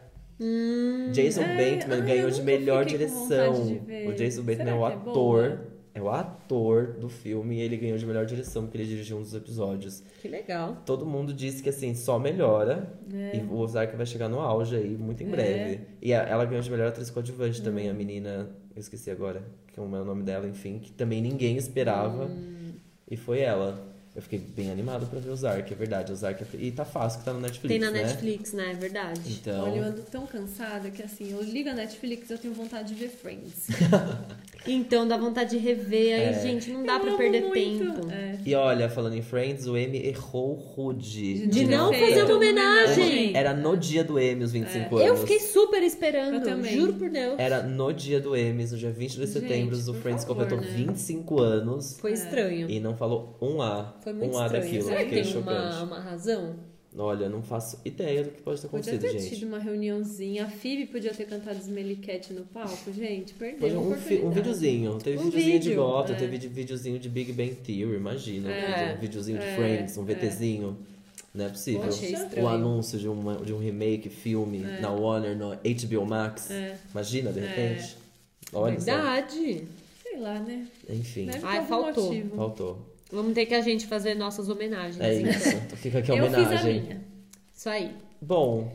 Speaker 3: Jason
Speaker 1: É,
Speaker 3: Bateman
Speaker 1: ai,
Speaker 3: ganhou
Speaker 1: eu
Speaker 3: de
Speaker 1: nunca
Speaker 3: melhor
Speaker 1: fiquei com
Speaker 3: direção.
Speaker 1: vontade de ver.
Speaker 3: O Jason Bateman
Speaker 1: Será
Speaker 3: é o
Speaker 1: que é boa?
Speaker 3: ator. É o ator do filme e ele ganhou de melhor direção, porque ele dirigiu um dos episódios.
Speaker 2: Que legal.
Speaker 3: Todo mundo disse que assim, só melhora.
Speaker 2: É.
Speaker 3: E o Ozark vai chegar no auge aí, muito em breve. E a- ela ganhou de melhor atriz
Speaker 2: Hum.
Speaker 3: coadjuvante também, a menina, eu esqueci agora como é o nome dela, enfim, que também ninguém esperava.
Speaker 2: Hum.
Speaker 3: E foi ela. Eu fiquei bem animado pra ver o Ozark, é verdade. O Ozark é... E tá fácil que tá no Netflix,
Speaker 2: Tem na
Speaker 3: né?
Speaker 2: Netflix, né? É verdade.
Speaker 3: Então,
Speaker 1: Olha, eu ando tão cansada que assim, eu ligo a Netflix, eu tenho vontade de ver Friends.
Speaker 2: Então dá vontade de rever. Aí,
Speaker 3: É.
Speaker 2: gente, não dá
Speaker 1: Eu
Speaker 2: pra
Speaker 1: amo
Speaker 2: perder
Speaker 1: muito.
Speaker 2: tempo.
Speaker 1: É.
Speaker 3: E olha, falando em Friends, o M errou rude.
Speaker 2: De não
Speaker 1: Perfeito.
Speaker 2: fazer uma homenagem.
Speaker 3: Era no dia do M, os 25
Speaker 2: Eu
Speaker 3: anos.
Speaker 2: fiquei super esperando.
Speaker 1: Eu também.
Speaker 2: Juro por Deus.
Speaker 3: Era no dia do Emmys, no dia 22 de
Speaker 1: Gente,
Speaker 3: setembro, o
Speaker 1: por
Speaker 3: Friends
Speaker 1: favor,
Speaker 3: completou
Speaker 1: né?
Speaker 3: 25 anos
Speaker 2: Foi estranho.
Speaker 3: e não falou um A.
Speaker 2: Foi muito
Speaker 3: um A
Speaker 2: estranho.
Speaker 3: daquilo,
Speaker 2: Será que
Speaker 3: fiquei
Speaker 2: tem uma,
Speaker 3: chocante.
Speaker 2: uma razão?
Speaker 3: Olha, não faço ideia do que pode ter
Speaker 1: Podia
Speaker 3: acontecido,
Speaker 1: ter
Speaker 3: gente.
Speaker 1: tido uma reuniãozinha. A Phoebe podia ter cantado Smellycat no palco, gente. Perdeu
Speaker 3: Podia-
Speaker 1: a
Speaker 3: um, fi- um
Speaker 1: oportunidade.
Speaker 3: videozinho. Teve
Speaker 2: Um
Speaker 3: videozinho de
Speaker 2: vídeo,
Speaker 3: Gota,
Speaker 1: é.
Speaker 3: teve de- videozinho de Big Bang Theory, imagina. um
Speaker 2: É,
Speaker 3: vídeo- um videozinho de
Speaker 1: é,
Speaker 3: Friends, um
Speaker 1: é.
Speaker 3: VTzinho. Não é possível.
Speaker 2: Eu achei
Speaker 3: O
Speaker 2: estranho.
Speaker 3: anúncio de, uma, de um remake, filme, na Warner, no HBO Max.
Speaker 1: É.
Speaker 3: Imagina, de repente. Olha só.
Speaker 2: Verdade.
Speaker 1: Sei sei lá, né?
Speaker 3: Enfim,
Speaker 1: Deve ter
Speaker 2: Ai,
Speaker 1: algum
Speaker 2: faltou.
Speaker 1: motivo.
Speaker 3: faltou.
Speaker 2: Vamos ter que a gente fazer nossas homenagens.
Speaker 3: É
Speaker 2: então.
Speaker 3: isso. Então Fica aqui a
Speaker 1: Eu
Speaker 3: homenagem.
Speaker 1: fiz a minha.
Speaker 2: Isso aí.
Speaker 3: Bom,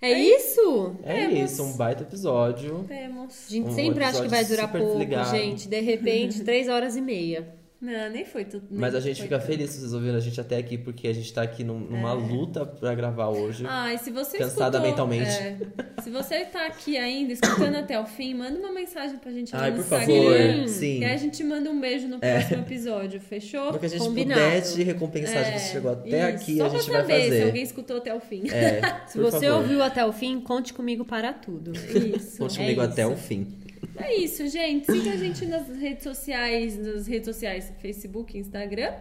Speaker 2: É, isso?
Speaker 3: é
Speaker 1: Temos.
Speaker 3: isso. Um baita episódio.
Speaker 1: Temos.
Speaker 2: A gente
Speaker 3: Um
Speaker 2: sempre acha que vai
Speaker 3: episódio
Speaker 2: durar
Speaker 3: super
Speaker 2: pouco,
Speaker 3: desligado.
Speaker 2: gente. De repente, três horas e meia.
Speaker 1: Não, nem foi tudo. nem
Speaker 3: Mas a gente
Speaker 1: foi É.
Speaker 3: fica
Speaker 1: tudo.
Speaker 3: feliz se vocês ouviram a gente até aqui, porque a gente tá aqui num- numa luta pra gravar hoje.
Speaker 1: Ai, se você
Speaker 3: Cansada
Speaker 1: escutou,
Speaker 3: mentalmente.
Speaker 1: é, se você tá aqui ainda, escutando até o fim, manda uma mensagem pra gente lá
Speaker 3: Ai,
Speaker 1: no
Speaker 3: por
Speaker 1: Instagram.
Speaker 3: favor. Sim. É.
Speaker 1: E aí a gente manda um beijo no próximo episódio, fechou? É.
Speaker 3: Porque a gente
Speaker 2: combinado.
Speaker 3: puder te recompensar de que você chegou até
Speaker 1: Isso,
Speaker 3: aqui,
Speaker 1: só
Speaker 3: a gente
Speaker 1: pra
Speaker 3: vai
Speaker 1: saber se
Speaker 3: fazer.
Speaker 1: alguém escutou até o fim.
Speaker 3: É,
Speaker 2: Se
Speaker 3: por
Speaker 2: você
Speaker 3: favor.
Speaker 2: ouviu até o fim, conte comigo para tudo.
Speaker 1: Isso.
Speaker 3: Conte
Speaker 2: é
Speaker 3: comigo
Speaker 2: isso.
Speaker 3: até o fim.
Speaker 1: É isso, gente. Siga a gente nas redes sociais, nas redes sociais, Facebook, Instagram.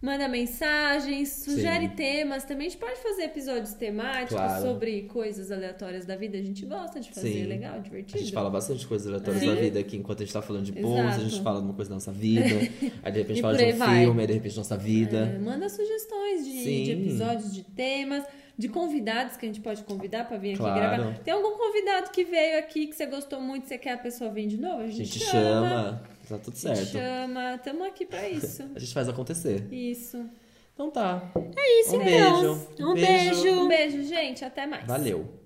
Speaker 1: Manda mensagens, sugere
Speaker 3: Sim.
Speaker 1: temas. Também a gente pode fazer episódios temáticos
Speaker 3: Claro.
Speaker 1: sobre coisas aleatórias da vida. A gente gosta de fazer,
Speaker 3: Sim.
Speaker 1: é legal, divertido.
Speaker 3: A gente fala bastante coisas aleatórias
Speaker 1: Sim.
Speaker 3: da vida aqui enquanto a gente tá falando de bolsa, a gente
Speaker 1: Exato.
Speaker 3: fala de uma coisa da nossa vida, aí de repente
Speaker 2: E
Speaker 3: fala
Speaker 2: por
Speaker 3: de
Speaker 2: aí
Speaker 3: um
Speaker 2: vai.
Speaker 3: filme, aí de repente nossa
Speaker 1: É,
Speaker 3: vida.
Speaker 1: manda sugestões de,
Speaker 3: Sim.
Speaker 1: de episódios, de temas, de convidados que a gente pode convidar pra vir aqui
Speaker 3: Claro.
Speaker 1: gravar. Tem algum convidado que veio aqui que você gostou muito, você quer a pessoa vir de novo? A
Speaker 3: A
Speaker 1: gente,
Speaker 3: gente chama, tá tudo
Speaker 1: A gente
Speaker 3: certo.
Speaker 1: chama. Tamo aqui pra isso.
Speaker 3: A gente faz acontecer.
Speaker 1: Isso.
Speaker 3: Então tá.
Speaker 2: É isso,
Speaker 3: Um
Speaker 2: então.
Speaker 3: beijo.
Speaker 2: Um
Speaker 3: Beijo.
Speaker 2: beijo.
Speaker 1: Um beijo, gente. Até mais.
Speaker 3: Valeu.